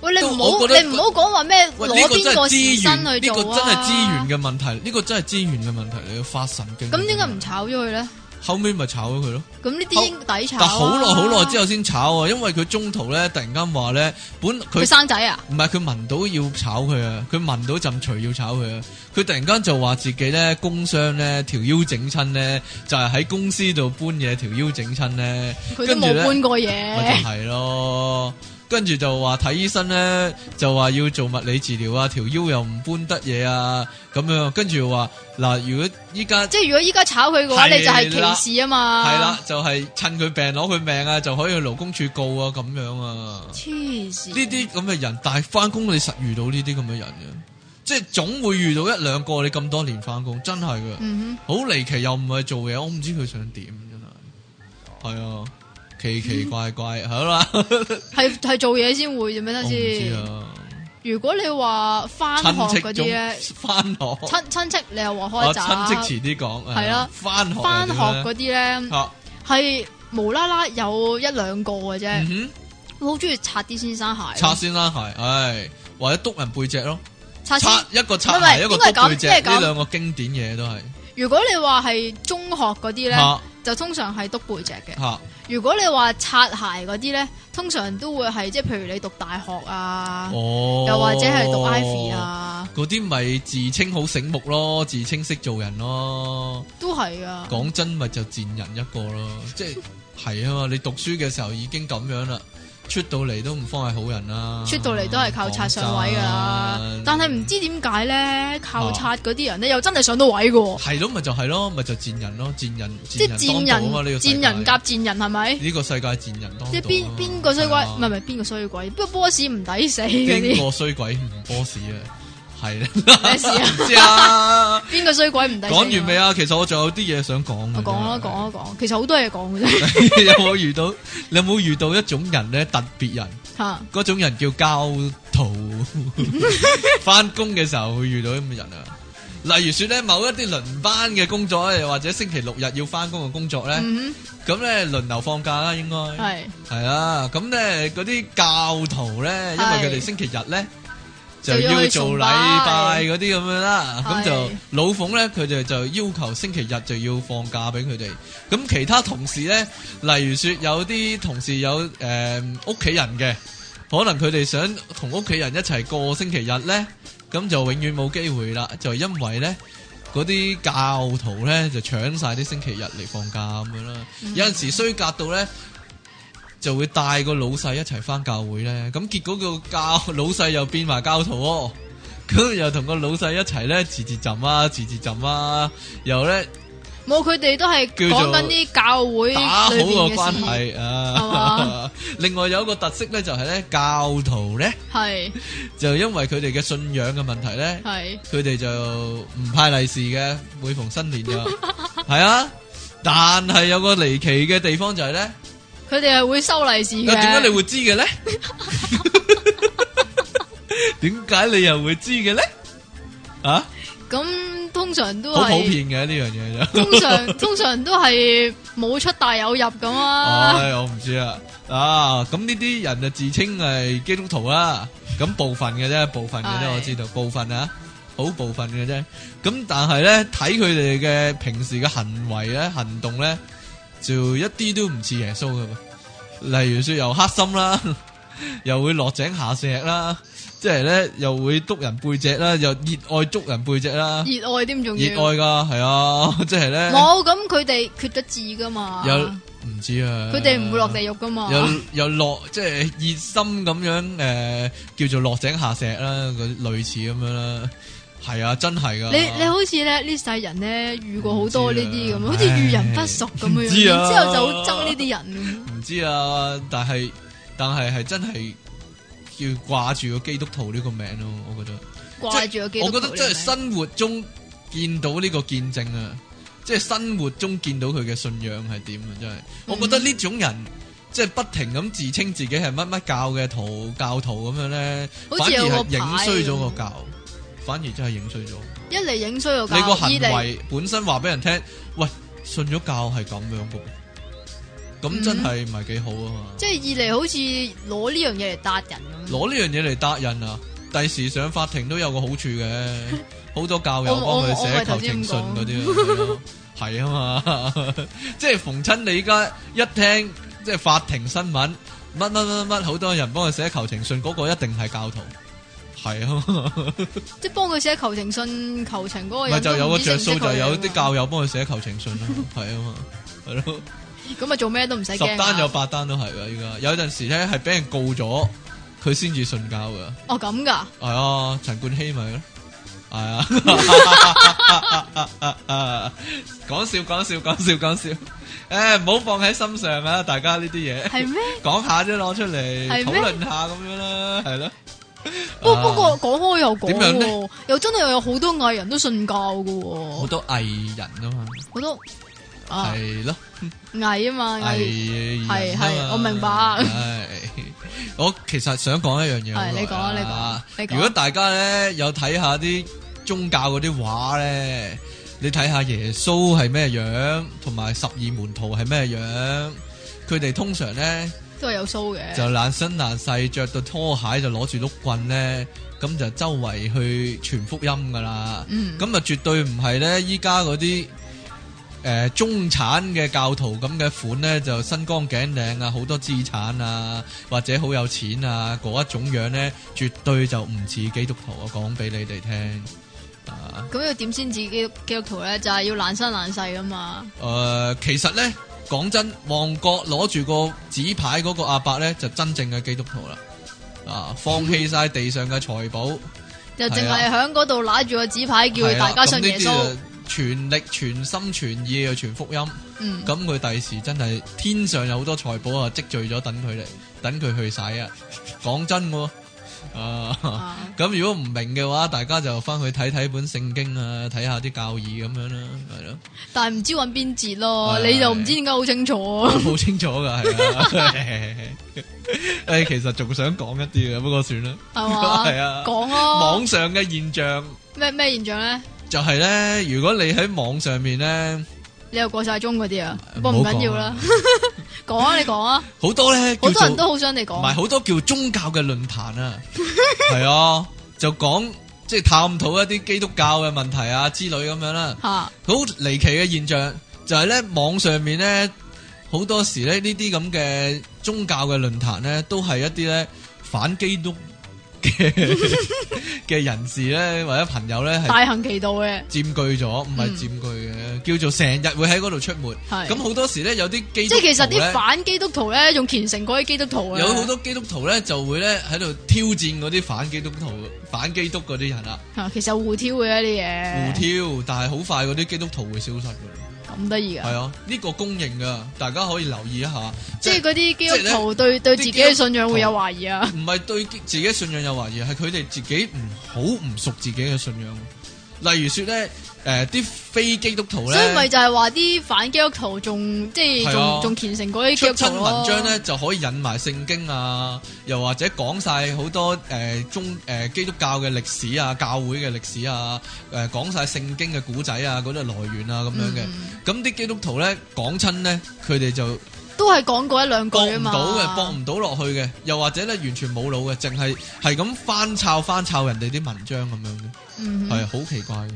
B: 喂，你
A: 都
B: 唔
A: 我
B: 好
A: 覺得
B: 你唔好讲话咩
A: 喂，
B: 攞
A: 呢個
B: 邊
A: 真
B: 個
A: 係
B: 時
A: 資
B: 薪
A: 源，
B: 去
A: 呢
B: 做
A: 個
B: 啊？
A: 真係資源嘅問題，呢個真係資源嘅問題，你要發神經。
B: 咁點解唔？炒咗佢咧？
A: 後尾咪炒咗佢咯。
B: 咁呢啲應抵炒啊
A: 但好耐好耐之後先炒啊，因為佢中途咧突然間話咧，本
B: 佢
A: 佢
B: 生仔啊？
A: 唔係佢聞到要炒佢啊，佢聞到陣除要炒佢啊，佢突然間就話自己咧工傷咧條腰整親咧，就係、喺公司度搬嘢條腰整親咧，
B: 佢都
A: 跟住
B: 冇
A: 咧
B: 搬過
A: 咪
B: 嘢，
A: 就係咯。跟住就話睇醫生咧，就話要做物理治療啊，條腰又唔搬得嘢啊，咁樣跟住話嗱，如果依家
B: 即係如果依家炒佢嘅話，
A: 係啦
B: 你就係歧視啊嘛。
A: 係啦，，就係、趁佢病攞佢命啊，就可以去勞工處告啊，咁樣啊。
B: 黐線。
A: 呢啲咁嘅人，但係翻工你實遇到呢啲咁嘅人嘅，即係總會遇到一兩個。你咁多年翻工，真係嘅，
B: 嗯
A: 好離奇又唔係做嘢，我唔知佢想點，真係。係啊，奇奇怪怪，
B: 嗯
A: 好啦，我
B: 哼，係係做嘢先會啫咩？
A: 唔
B: 得
A: 知
B: 先。
A: 啊。
B: 如果你話翻學
A: 親戚
B: 嗰啲
A: 仲
B: 咧，
A: 翻學，
B: 親親戚你又話
A: 我
B: 開闸，
A: 親戚遲啲講。
B: 係啦
A: 翻學
B: 翻學嗰
A: 嗰
B: 啲咧
A: 嚇，
B: 係無啦啦有一兩個嘅啫。
A: 嗯哼，
B: 我好中意擦啲先生鞋，
A: 擦先啦鞋，唉，或者督人背脊咯，
B: 擦先
A: 擦一個
B: 唔係
A: 擦
B: 唔係
A: 鞋，一個
B: 應該係
A: 督
B: 咁
A: 背脊，
B: 應該係咁
A: 呢兩個經典嘢都係
B: 如果你話係中學嗰啲咧，
A: 嚇
B: 就通常係督背脊嘅；
A: 嚇。
B: 如果你話擦鞋嗰啲咧，通常都會係即係譬如你讀大學啊，
A: 哦，
B: 又或者係讀 Ivy。啊，
A: 嗰啲咪自稱好醒目咯，自稱識做人咯。
B: 都係啊。
A: 講真，咪就賤人一個咯。即係係啊嘛，你讀書嘅時候已經咁樣啦，出到嚟都唔方係好人啦。
B: 出到嚟都係靠擦上位噶啦
A: 講真，
B: 但係唔知點解咧，
A: 啊
B: 靠擦嗰啲人咧又真係上到位噶喎，
A: 係咯，咪就係咯，咪就賤人咯，賤人
B: 即
A: 賤
B: 係賤
A: 人當道啊嘛！呢個
B: 人
A: 世界
B: 賤人夾賤人係咪？
A: 呢個世界賤人當道啊嘛。
B: 即係邊邊個衰鬼？唔係
A: 係
B: 唔
A: 啊
B: 係邊個衰鬼？不過 boss 唔抵死嗰
A: 邊
B: 啲
A: 個衰鬼唔 boss 啊？係啦，
B: 咩 事啊？
A: 唔知啊。
B: 邊個衰鬼唔抵死？
A: 講完未？啊？其嗯實我仲有啲嘢想講嘅。
B: 我講啊
A: 真係
B: 講啊講，其實好多嘢講嘅啫
A: 你有冇遇到？你有冇遇到一種人咧？特別人，
B: 吓。
A: 嗰種人叫交徒。翻工嘅時候會遇到咁嘅人啊。例如說咧，某一啲輪班嘅工作咧，或者星期六日要翻工嘅工作咧，
B: 嗯
A: 咁咧輪流放假啦，應該
B: 哼，係
A: 係啦。咁咧嗰啲教徒咧，因
B: 係
A: 為佢哋星期日咧就
B: 就要
A: 要
B: 去
A: 做
B: 崇
A: 禮
B: 拜
A: 拜嗰啲咁樣啦，咁
B: 係
A: 就老馮咧，佢哋就要求星期日就要放假俾佢哋。咁其他同事咧，例如說有啲同事有誒屋企人嘅，可能佢哋想同屋企人一齊過星期日咧，咁就永遠冇機會啦，就因為咧。嗰啲教徒咧就搶晒啲星期日嚟放假咁樣啦，有陣時衰格到咧就會帶個老細一齊翻教會咧，咁結果個教老細又變埋教徒喎、咁又同個老細一齊咧，自自浸啊，自自浸啊，又咧
B: 冇佢哋都係
A: 叫
B: 講
A: 做
B: 緊啲教會
A: 打好
B: 裏
A: 個
B: 邊
A: 關
B: 嘅事，
A: 係
B: 係嘛
A: 啊。 另外有一個特色咧，就係咧教徒咧，
B: 係
A: 就因為佢哋嘅信仰嘅問題 咧，
B: 係
A: 佢哋就唔派利是嘅，每逢新 年就係啊。但係有個離奇嘅地方就係咧，
B: 佢哋係會收利是
A: 咁
B: 嘅。
A: 點解你會知 嘅咧？ 點解你又會知嘅咧？啊，
B: 咁通常都
A: 好普
B: 係
A: 遍嘅呢樣嘢就。
B: 通常通常都係冇出大有入咁啊。
A: 唉，我唔知啊。啊，咁呢啲人就自稱係基督徒啦。咁部分嘅啫，部分嘅啫，
B: 係
A: 我知道部分啊，好部分嘅啫。咁但係咧，睇佢哋嘅平時嘅行為咧、行動咧，就一啲都唔似耶穌噶嘛。例如說又黑心啦， 又會落井下石啦，即係咧又會督人背脊啦，又熱愛督人背脊啦，
B: 熱愛啲咁重
A: 熱
B: 要。
A: 愛噶係啊， 即係咧
B: 冇咁佢哋缺咗字噶嘛，
A: 有唔知啊，
B: 佢哋唔會落地獄噶嘛。
A: 又又落即係熱心咁樣誒、呃叫做落井下石啦，嗰類似咁樣啦，係啊，真係噶。
B: 你你好似咧呢世人咧遇過好多呢啲咁，
A: 唔知啊
B: 好似遇人不淑咁
A: 唉唔
B: 樣，
A: 知啊
B: 然之後就好憎呢啲人。
A: 唔知啊？但係但係係真係要掛住個基督徒呢個名咯，我覺得。
B: 掛住個基督
A: 我
B: 徒
A: 覺得真係生活中見到呢個見證啊，即係生活中見到佢嘅信仰係點啊！真係，我覺得呢種人即係不停咁自稱自己係乜乜教嘅徒教徒咁樣咧，
B: 好
A: 反
B: 似有個
A: 而係影衰咗個
B: 牌
A: 教，反而真係影衰咗。
B: 一嚟影衰個教，
A: 你個行
B: 二嚟
A: 為本身話俾人聽，喂，信咗教係咁樣嘅喎，咁真係唔係幾好啊嘛！
B: 即系二嚟好似攞呢样嘢嚟搭人咁。
A: 攞呢樣嘢嚟答人啊，第時上法庭都有個好處 嘅，好多教友幫
B: 我
A: 佢
B: 我我
A: 寫
B: 咪
A: 求
B: 頭先
A: 情信
B: 咁
A: 嗰
B: 講
A: 啲啊，係啊嘛， 即係逢親你依家一聽即係法庭新聞，乜乜乜乜，好多人幫佢寫求情信，嗰、個一定係教徒，係啊嘛。
B: 哦即系帮佢写求情信、求情嗰个
A: 咪
B: 人
A: 就有
B: 个
A: 個着數，就有啲教友幫佢寫求情信咯，係啊嘛，係咯，
B: 咁啊，做咩都唔使驚啊
A: 十單有八單都係噶，依家有陣時咧係俾人告咗，佢先至信教噶，
B: 哦咁噶，
A: 係啊，陳冠希咪咯，啊係啊， 講笑講笑講笑講笑，誒唔好放喺心上啊，大家呢啲嘢
B: 係咩？
A: 講下啫，攞出嚟
B: 係
A: 討
B: 咩
A: 論下咁樣啦，係咯，
B: 不
A: 啊
B: 不過講開又
A: 點樣
B: 講
A: 呢
B: 喎，又真係有好多藝人都信教噶
A: 好
B: 喎，
A: 多藝人啊嘛，
B: 好多啊
A: 係咯。
B: 藝啊嘛，藝
A: 系
B: 係係我明白
A: 系，我其實想講一樣嘢。
B: 係
A: 好耐
B: 你講啊你講
A: 啦
B: 你講
A: 如果大家咧有睇下啲宗教嗰啲畫咧，你睇下耶穌係咩樣，同埋十二門徒係咩樣。佢哋通常咧
B: 都係有須嘅，
A: 就懶身懶細，着到拖鞋就攞住碌棍咧，咁就周圍去傳福音噶啦。
B: 嗯
A: 咁啊，絕對唔係咧，依家嗰啲誒中產嘅教徒咁嘅款咧，就身光頸靚啊，好多資產啊，或者好有錢啊，嗰一種樣咧，絕對就唔似基督徒啊！講俾你哋聽啊，
B: 咁要點先至基督基督徒咧？就係要懶身懶世噶嘛，
A: 誒、呃其實咧講真，旺角攞住個紙牌嗰個阿伯咧，就真正嘅基督徒啦。啊！放棄晒地上嘅財寶，
B: 就
A: 係啊
B: 淨係喺嗰度揦住個紙牌叫
A: 係啦
B: 佢大家信
A: 咁呢
B: 耶
A: 啲
B: 穌，
A: 就全力、全心、全意去傳福音。
B: 嗯，
A: 咁佢第時真係天上有好多財寶啊，積聚咗等佢嚟，等佢去使啊！講真喎， 啊，
B: 啊
A: 咁如果唔明嘅話，大家就翻去睇睇本聖經啊，睇下啲教義咁樣啦，係咯，
B: 但係唔知揾邊節咯，
A: 係啊
B: 你就唔知點解好清楚啊。
A: 好清楚噶，係啊。 誒，其實仲想講一啲嘅，不過算啦。
B: 系嘛？
A: 係啊
B: 讲咯
A: 網。上嘅現象
B: 咩咩現象咧？
A: 就係咧，如果你喺網上面咧，
B: 你又過晒鐘嗰啲啊？
A: 唔
B: 不
A: 好
B: 過唔緊要啦， 講啊你講啊，
A: 好多咧，
B: 好多
A: 叫做
B: 人都好想你
A: 唔係
B: 講。
A: 好多叫宗教嘅論壇 啊，係啊，就講即係探討一啲基督教嘅問題啊之類咁樣啦。
B: 吓
A: 好離奇嘅現象就係咧，網上面咧好多時咧呢啲咁嘅宗教嘅論壇咧，都係一啲咧反基督嘅 嘅人士咧或者朋友咧係
B: 大行其道嘅
A: 佔據咗，唔係佔據嘅，叫做成日會喺嗰度出沒。
B: 嗯係
A: 咁好多時咧有啲基
B: 即
A: 督
B: 係其實
A: 徒呢
B: 啲反基督徒咧，仲虔誠過啲基督徒啊。
A: 有好多基督徒咧就會咧喺度挑戰嗰啲反基督徒、反基督嗰啲人啦，
B: 啊其實互挑嘅一
A: 互
B: 啲嘢，
A: 挑，但係好快嗰啲基督徒會消失噶
B: 咁得意
A: 啦。係
B: 噶。
A: 啊，呢個公認噶，大家可以留意一下。
B: 即係嗰啲基
A: 即係
B: 督徒對對
A: 啲
B: 自己
A: 基
B: 嘅
A: 督
B: 信仰會有
A: 徒
B: 懷疑啊。
A: 唔係對自己信仰有懷疑，係佢哋自己唔好唔熟自己嘅信仰。例如說咧，誒、啲非基督徒
B: 所以咪
A: 咧
B: 就係話啲反基督徒仲即
A: 係
B: 係
A: 啊
B: 仲仲虔誠過啲基
A: 出
B: 督
A: 親
B: 徒咯
A: 文章咧就可以引埋聖經啊，又或者講晒好多誒、中誒、基督教嘅歷史啊、教會嘅歷史啊、誒講晒聖經嘅古仔啊、嗰啲來源啊咁樣嘅。
B: 嗯
A: 咁啲基督徒咧講親咧，佢哋就
B: 都係講過一兩句
A: 搏
B: 啊
A: 唔
B: 嘛。
A: 到嘅，搏唔到落去嘅，又或者咧完全冇腦嘅，淨係係咁翻抄翻抄人哋啲文章咁樣嘅。
B: 嗯
A: 係啊好奇怪嘅。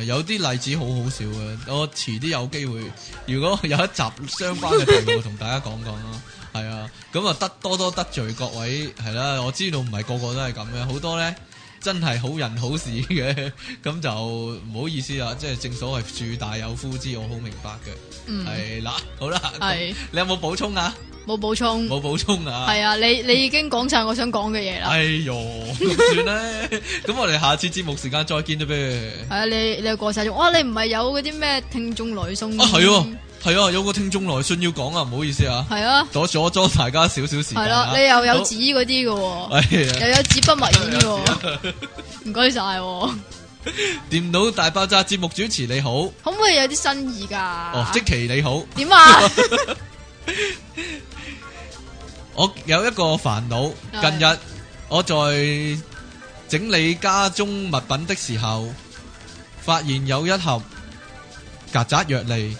A: 誒、有啲例子好好笑嘅，我遲啲有機會，如果 有一集相關嘅題目同大家講講啦，係啊，咁啊得多多得罪各位係啦，我知道唔係個個都係咁嘅，好多咧真係好人好事嘅，咁就唔好意思啦，即係正所謂樹大有枯枝，我好明白嘅，
B: 嗯
A: 係啦、好啦，
B: 係
A: 你有冇補充啊？
B: 冇補充。
A: 冇補充啊？
B: 嗯系啊，你你已經講晒我想講嘅嘢啦。
A: 哎呦，咁算啦，咁我哋下次節目時間再見啦噃。
B: 係啊，你你又過晒咗。哇，你唔係有嗰啲咩聽眾來送？
A: 啊，系喎，系啊，有個聽眾來信要講啊，唔好意思啊，
B: 係啊，
A: 阻阻咗大家少少時間
B: 係
A: 啊。
B: 啦，你又有
A: 好
B: 紙嗰啲嘅喎，
A: 係啊
B: 又有紙筆墨砚嘅
A: 有紙
B: 喎，唔該晒喎。
A: 電腦大爆炸節目主持你好，
B: 可唔可以有啲新意㗎？
A: 哦，即期你好，
B: 點啊？
A: 我有一個煩惱，
B: 係
A: 近日我在整理家中物品的時候，發現有一盒曱甴藥嚟，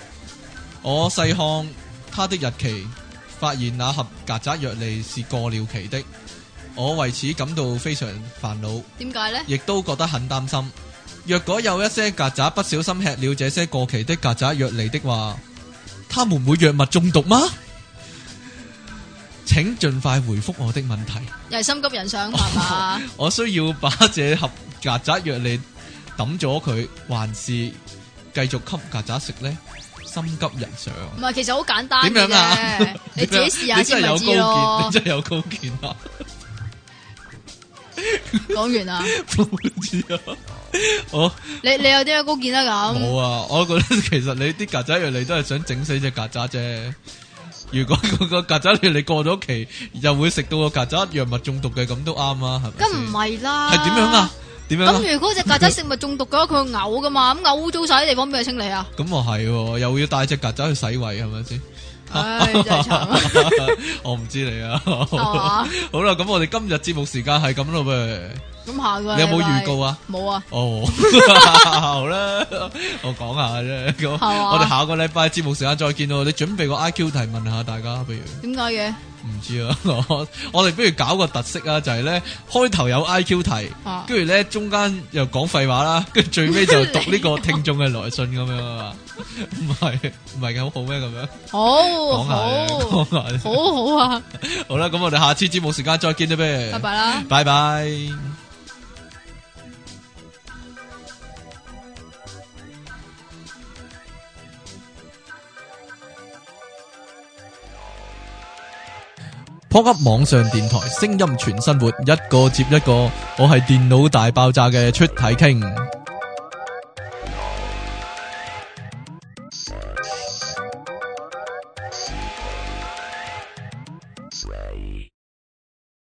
A: 我細看他的日期，發現那盒曱甴藥嚟是過了期的，我為此感到非常煩惱，
B: 點解咧？
A: 亦都覺得很擔心。若果有一些曱甴不小心吃了這些過期的曱甴藥嚟的話，他們會藥物中毒嗎？請盡快回覆我的問題。
B: 又係心急人上係嘛？
A: 我需要把這盒曱甴藥嚟抌咗佢，還是繼續給曱甴食呢？心急人上。
B: 唔係，其實好簡單嘅
A: 點樣啊
B: 啫，你自己試下
A: 你真
B: 先
A: 係
B: 咪
A: 有高見，你。
B: 知咯
A: 真係有高見啊！
B: 講完啦，
A: 唔知啊，我
B: 你你有啲咩高見啦咁？
A: 冇啊，我覺得 其實你啲曱甴藥你都係想整死只曱甴啫。如果 嗰個曱甴藥你過咗期，又會食到個曱甴藥物中毒嘅，咁都啱啊，係咪
B: 咁
A: 先？
B: 唔係啦。
A: 係點樣啊？？點樣啊？
B: 咁如果只曱甴食物中毒嘅話，佢會嘔噶嘛？咁嘔污糟晒啲地方，俾佢清理啊？
A: 咁我係喎，又要帶只曱甴去洗胃，係咪先？
B: 唉，
A: 아,
B: 真係慘啊， 哦
A: 我唔知你 啊。
B: 係
A: 好
B: 嘛？
A: 啦，咁我哋今日節目時間係咁咯噃。
B: 咁下個
A: 你有冇
B: 禮拜
A: 預告啊？
B: 冇啊，
A: 哦， 好啦，我講下啫。咁
B: 係嘛
A: 我哋下個禮拜節目時間再見咯。你準備個 I Q 題問下大家，不如
B: 點解嘅？
A: 唔知啊。 我我哋不如搞個特色啊，就係咧開頭有 I Q 題
B: 啊，
A: 跟住咧中間又講廢話啦，跟住最尾就讀呢個
B: 你
A: 聽眾嘅來信咁樣啊嘛。 唔係唔係咁好咩？咁樣
B: 好
A: 講下啫
B: 哦好
A: 講下啫。
B: 好好啊，
A: 好啦，咁我哋下次節目時間再見啦，咩？
B: 拜拜啦。
A: 拜拜。波及網上電台，聲音全生活，一個接一個。我係電腦大爆炸嘅出體 king。